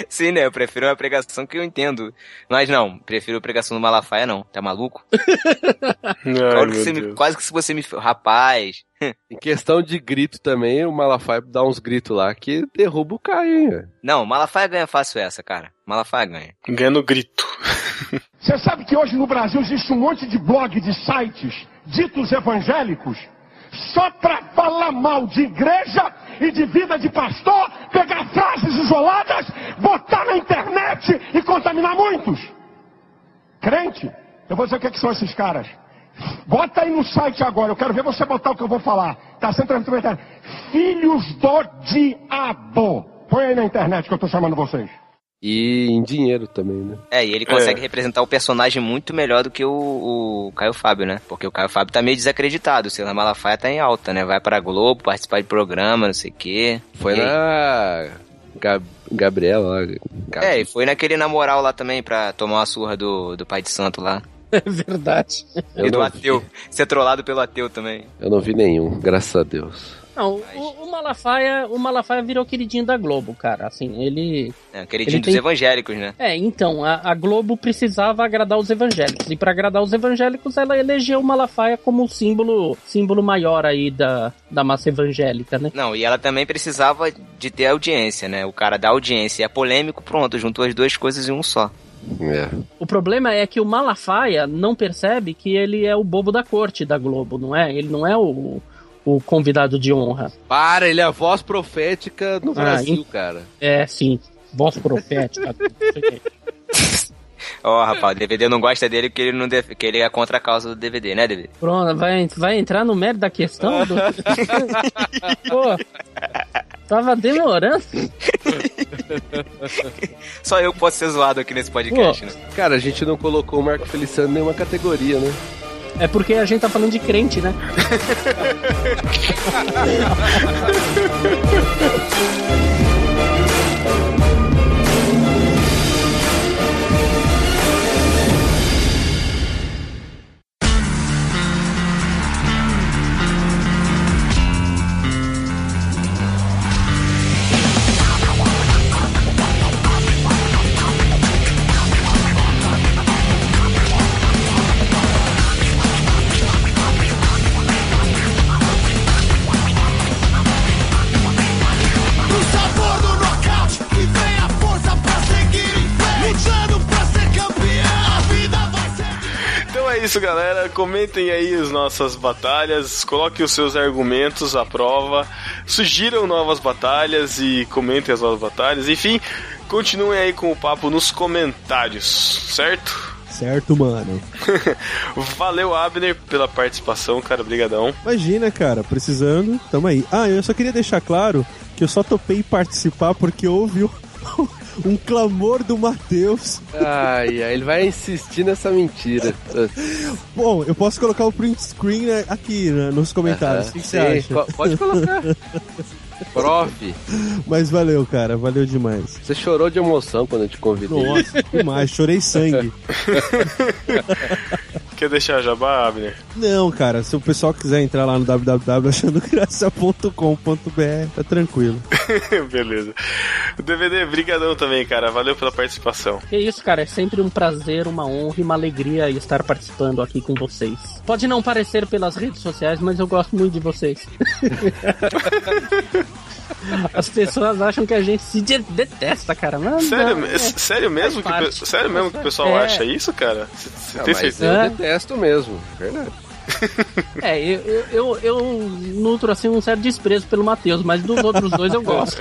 B: Sim, né? Eu prefiro a pregação que eu entendo. Mas não, prefiro a pregação do Malafaia, não. Tá maluco?
A: Ai,
B: Quase
A: meu
B: que, você me,
A: Deus.
B: quase que se você me. Rapaz.
C: Em questão de grito também, o Malafaia dá uns gritos lá que derruba o Caio, hein? velho?
B: Não, Malafaia ganha fácil essa, cara. Malafaia ganha.
A: Ganhando grito.
K: Você sabe que hoje no Brasil existe um monte de blog, de sites, ditos evangélicos, só para falar mal de igreja e de vida de pastor, pegar frases isoladas, botar na internet e contaminar muitos. Crente, eu vou dizer o que, é que são esses caras. Bota aí no site agora, eu quero ver você botar o que eu vou falar. Tá sendo transmitido. Filhos do diabo. Põe aí na internet que eu estou chamando vocês.
C: E em dinheiro também, né?
P: É, e ele consegue representar o personagem muito melhor do que o, o Caio Fábio, né? Porque o Caio Fábio tá meio desacreditado. O Silas Malafaia tá em alta, né? Vai pra Globo participar de programa, não sei o quê.
C: Foi
P: E aí-
C: na. Gab... Gabriela. lá. Gab-
P: É, e foi naquele na moral lá também pra tomar uma surra do, do Pai de Santo lá.
D: É verdade.
C: Eu
P: e do
C: não-
P: ateu. Ser trollado pelo ateu também.
C: Eu não vi nenhum, graças a Deus.
D: Não, o, o Malafaia, o Malafaia virou queridinho da Globo, cara. Assim, ele.
P: É, queridinho
D: Ele
P: dos
D: tem-
P: evangélicos, né?
D: É, então, a, a Globo precisava agradar os evangélicos. E pra agradar os evangélicos, ela elegeu o Malafaia como símbolo, símbolo maior aí da, da massa evangélica, né?
P: Não, e ela também precisava de ter audiência, né? O cara da audiência é polêmico, pronto, juntou as duas coisas em um só.
C: É.
D: O problema é que o Malafaia não percebe que ele é o bobo da corte da Globo, não é? Ele não é o, o convidado de honra.
C: Para, ele é a voz profética
K: Ah,
C: no Brasil,
D: en-
C: cara.
D: É, sim. Voz profética.
P: Ó, rapaz, o DVD não gosta dele porque ele, não def- porque ele é contra a causa do DVD, né, DVD?
D: Pronto, vai, vai entrar no mérito da questão? Do... Pô, tava demorando.
P: Só eu que posso ser zoado aqui nesse podcast, né?
C: Cara, a gente não colocou o Marco Feliciano em nenhuma categoria, né?
D: É porque a gente tá falando de crente, né?
J: O sabor do nocaute que vem a força pra seguir em pé. Lutando pra ser campeão, a vida vai ser.
A: Então é isso, galera. Comentem aí as nossas batalhas, coloquem os seus argumentos à prova, sugiram novas batalhas e comentem as novas batalhas. Enfim, continuem aí com o papo nos comentários, certo?
K: Certo, mano.
A: Valeu, Abner, pela participação, cara. Obrigadão.
K: Imagina, cara, precisando, tamo aí. Ah, eu só queria deixar claro que eu só topei participar porque houve um, um clamor do Matheus.
C: Ai, ai, ele vai insistir nessa mentira.
K: Bom, eu posso colocar o print screen né, aqui né, nos comentários. O
C: Aham.
K: que que
C: Sim,
K: você acha?
C: co- pode colocar. Prof,
K: Mas valeu, cara, valeu demais.
C: você chorou de emoção quando eu te convidei.
K: Nossa, demais, chorei sangue.
A: Quer deixar jabá, Abner?
K: Não, cara, se o pessoal quiser entrar lá no www.achandograça.com.br, tá tranquilo.
A: Beleza. DVD, brigadão também, cara. Valeu pela participação.
D: É isso, cara. É sempre um prazer, uma honra e uma alegria estar participando aqui com vocês. Pode não parecer pelas redes sociais, mas eu gosto muito de vocês. As pessoas acham que a gente se de- detesta, cara. Mas né,
A: Sério,
D: não,
A: me- s- sério mesmo que o pe- sério mesmo que o pessoal
D: É.
A: acha isso, cara? Você
C: Ah,
A: tem
C: mas
A: certeza?
C: eu
K: É?
C: detesto mesmo, verdade.
D: É, eu, eu, eu, eu nutro assim um certo desprezo pelo Matheus, mas dos outros dois eu gosto.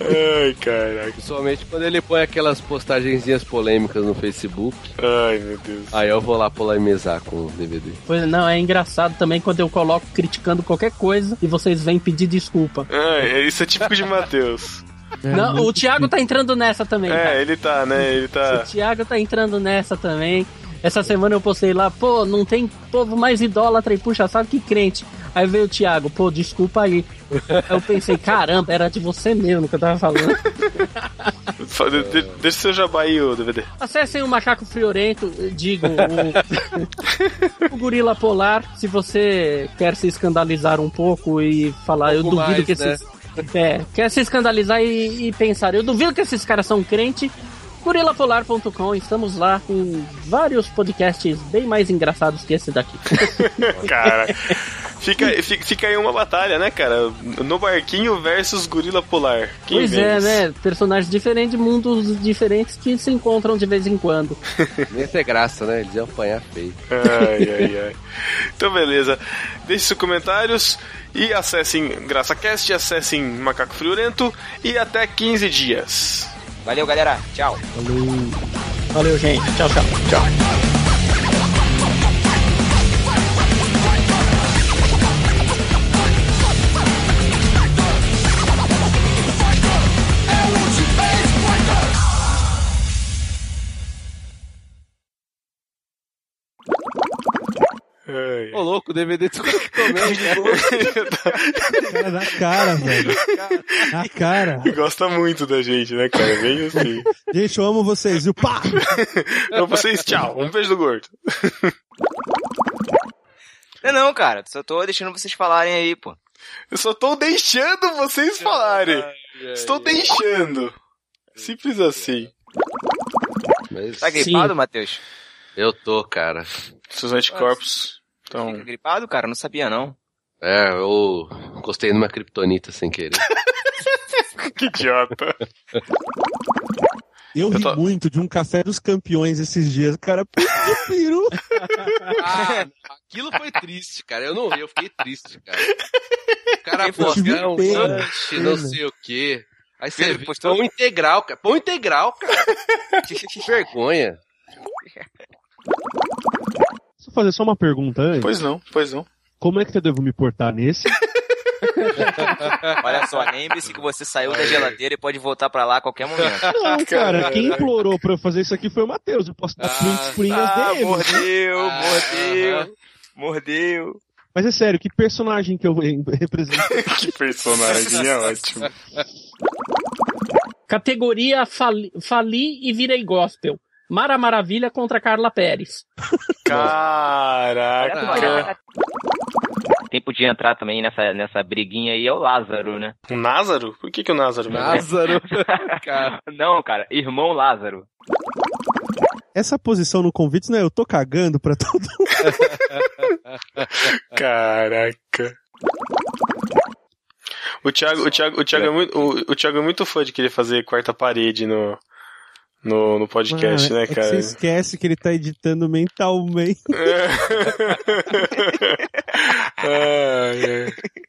A: Ai, caraca.
C: Principalmente quando ele põe aquelas postagenzinhas polêmicas no Facebook.
A: Ai, meu Deus.
C: Aí eu vou lá polemizar com o DVD.
D: Pois não, é engraçado também quando eu coloco criticando qualquer coisa e vocês vêm pedir desculpa.
A: Ai, isso é típico de Matheus.
D: Não, o Thiago tá entrando nessa também. cara.
A: É, ele tá, né? Ele tá.
D: O Thiago tá entrando nessa também. Essa semana eu postei lá, pô, não tem povo mais idólatra e puxa sabe que crente. Aí veio o Thiago, pô, desculpa aí. Aí eu pensei, caramba, era de você mesmo que eu tava falando.
A: Fa- de- de- Deixa o seu jabá aí, ô DVD.
D: Acessem o Macaco Friorento, digo, o, o Gorila Polar, se você quer se escandalizar um pouco e falar, eu
C: pouco
D: duvido
C: mais,
D: que
C: né?
D: esses. É, quer se escandalizar e, e pensar, eu duvido que esses caras são crente. Gorilapolar.com, estamos lá com vários podcasts bem mais engraçados que esse daqui.
A: Cara, fica, fica, fica aí uma batalha, né, cara? No barquinho versus gorila polar. Quem
D: pois é,
A: vence?
D: né? Personagens diferentes, mundos diferentes que se encontram de vez em quando.
C: Nem ter graça, né? Eles iam apanhar feio.
A: Ai, ai, ai. Então, beleza. Deixe seus comentários e acessem GraçaCast, acessem Macaco Friorento e até 15 dias.
P: Valeu, galera. Tchau.
D: Valeu, gente. Tchau, tchau.
A: Tchau.
J: Vai,
Q: Ô, louco, o DVD tu né?
K: Cara, na cara, velho. Na cara.
A: Gosta muito da gente, né, cara? Bem assim.
K: Gente, eu amo vocês. E o pá!
A: Então vocês, tchau. Um beijo do gordo.
B: Não, não, cara. Só tô deixando vocês falarem aí, pô.
A: Eu só tô deixando vocês falarem. Estou deixando. Simples assim.
B: Tá gripado, Matheus?
C: Eu tô, cara.
A: Seus anticorpos estão.
B: Tá Gripado, cara? Não sabia, não.
C: É, eu encostei numa kriptonita sem querer.
A: que idiota.
K: Eu ri muito de um café dos campeões esses dias, cara. Que peru!
C: Ah, Aquilo foi triste, cara. Eu não ri, eu fiquei triste, cara. O cara
K: Eu tive
C: postou um
K: pena,
C: lanche,
K: pena.
C: não sei o quê. Aí você
B: Pedro
C: vê
B: postou-
C: pão integral, cara. Pão integral, cara. que vergonha.
K: Deixa eu fazer só uma pergunta antes.
A: Pois não, pois não.
K: Como é que eu devo me portar nesse?
B: Olha só, lembre-se que você saiu da geladeira e pode voltar pra lá a qualquer momento.
K: Não, cara, quem implorou pra eu fazer isso aqui foi o Matheus. Eu posso dar print screen nas
B: Ah,
K: DMs.
B: mordeu,
C: Ah,
B: mordeu, mordeu.
K: Mas é sério, que personagem que eu re- represento?
A: que personagem é ótimo.
D: Categoria fali, fali e virei gospel. Mara Maravilha contra Carla Pérez.
A: Caraca.
R: Tempo de entrar também nessa, nessa briguinha aí é o Lázaro, né?
A: O Názaro? Por que, que o Názaro? vai ganhar?
R: Não, cara, irmão Lázaro.
K: Essa posição no convite, né? Eu tô cagando pra todo
A: Caraca. O Thiago, o Thiago, o Thiago é muito, o, o Thiago é muito fã de querer fazer quarta parede no no, no podcast,
K: Mano,
A: né,
K: é que
A: cara?
K: você esquece que ele tá editando mentalmente.
A: É. Ai, ai.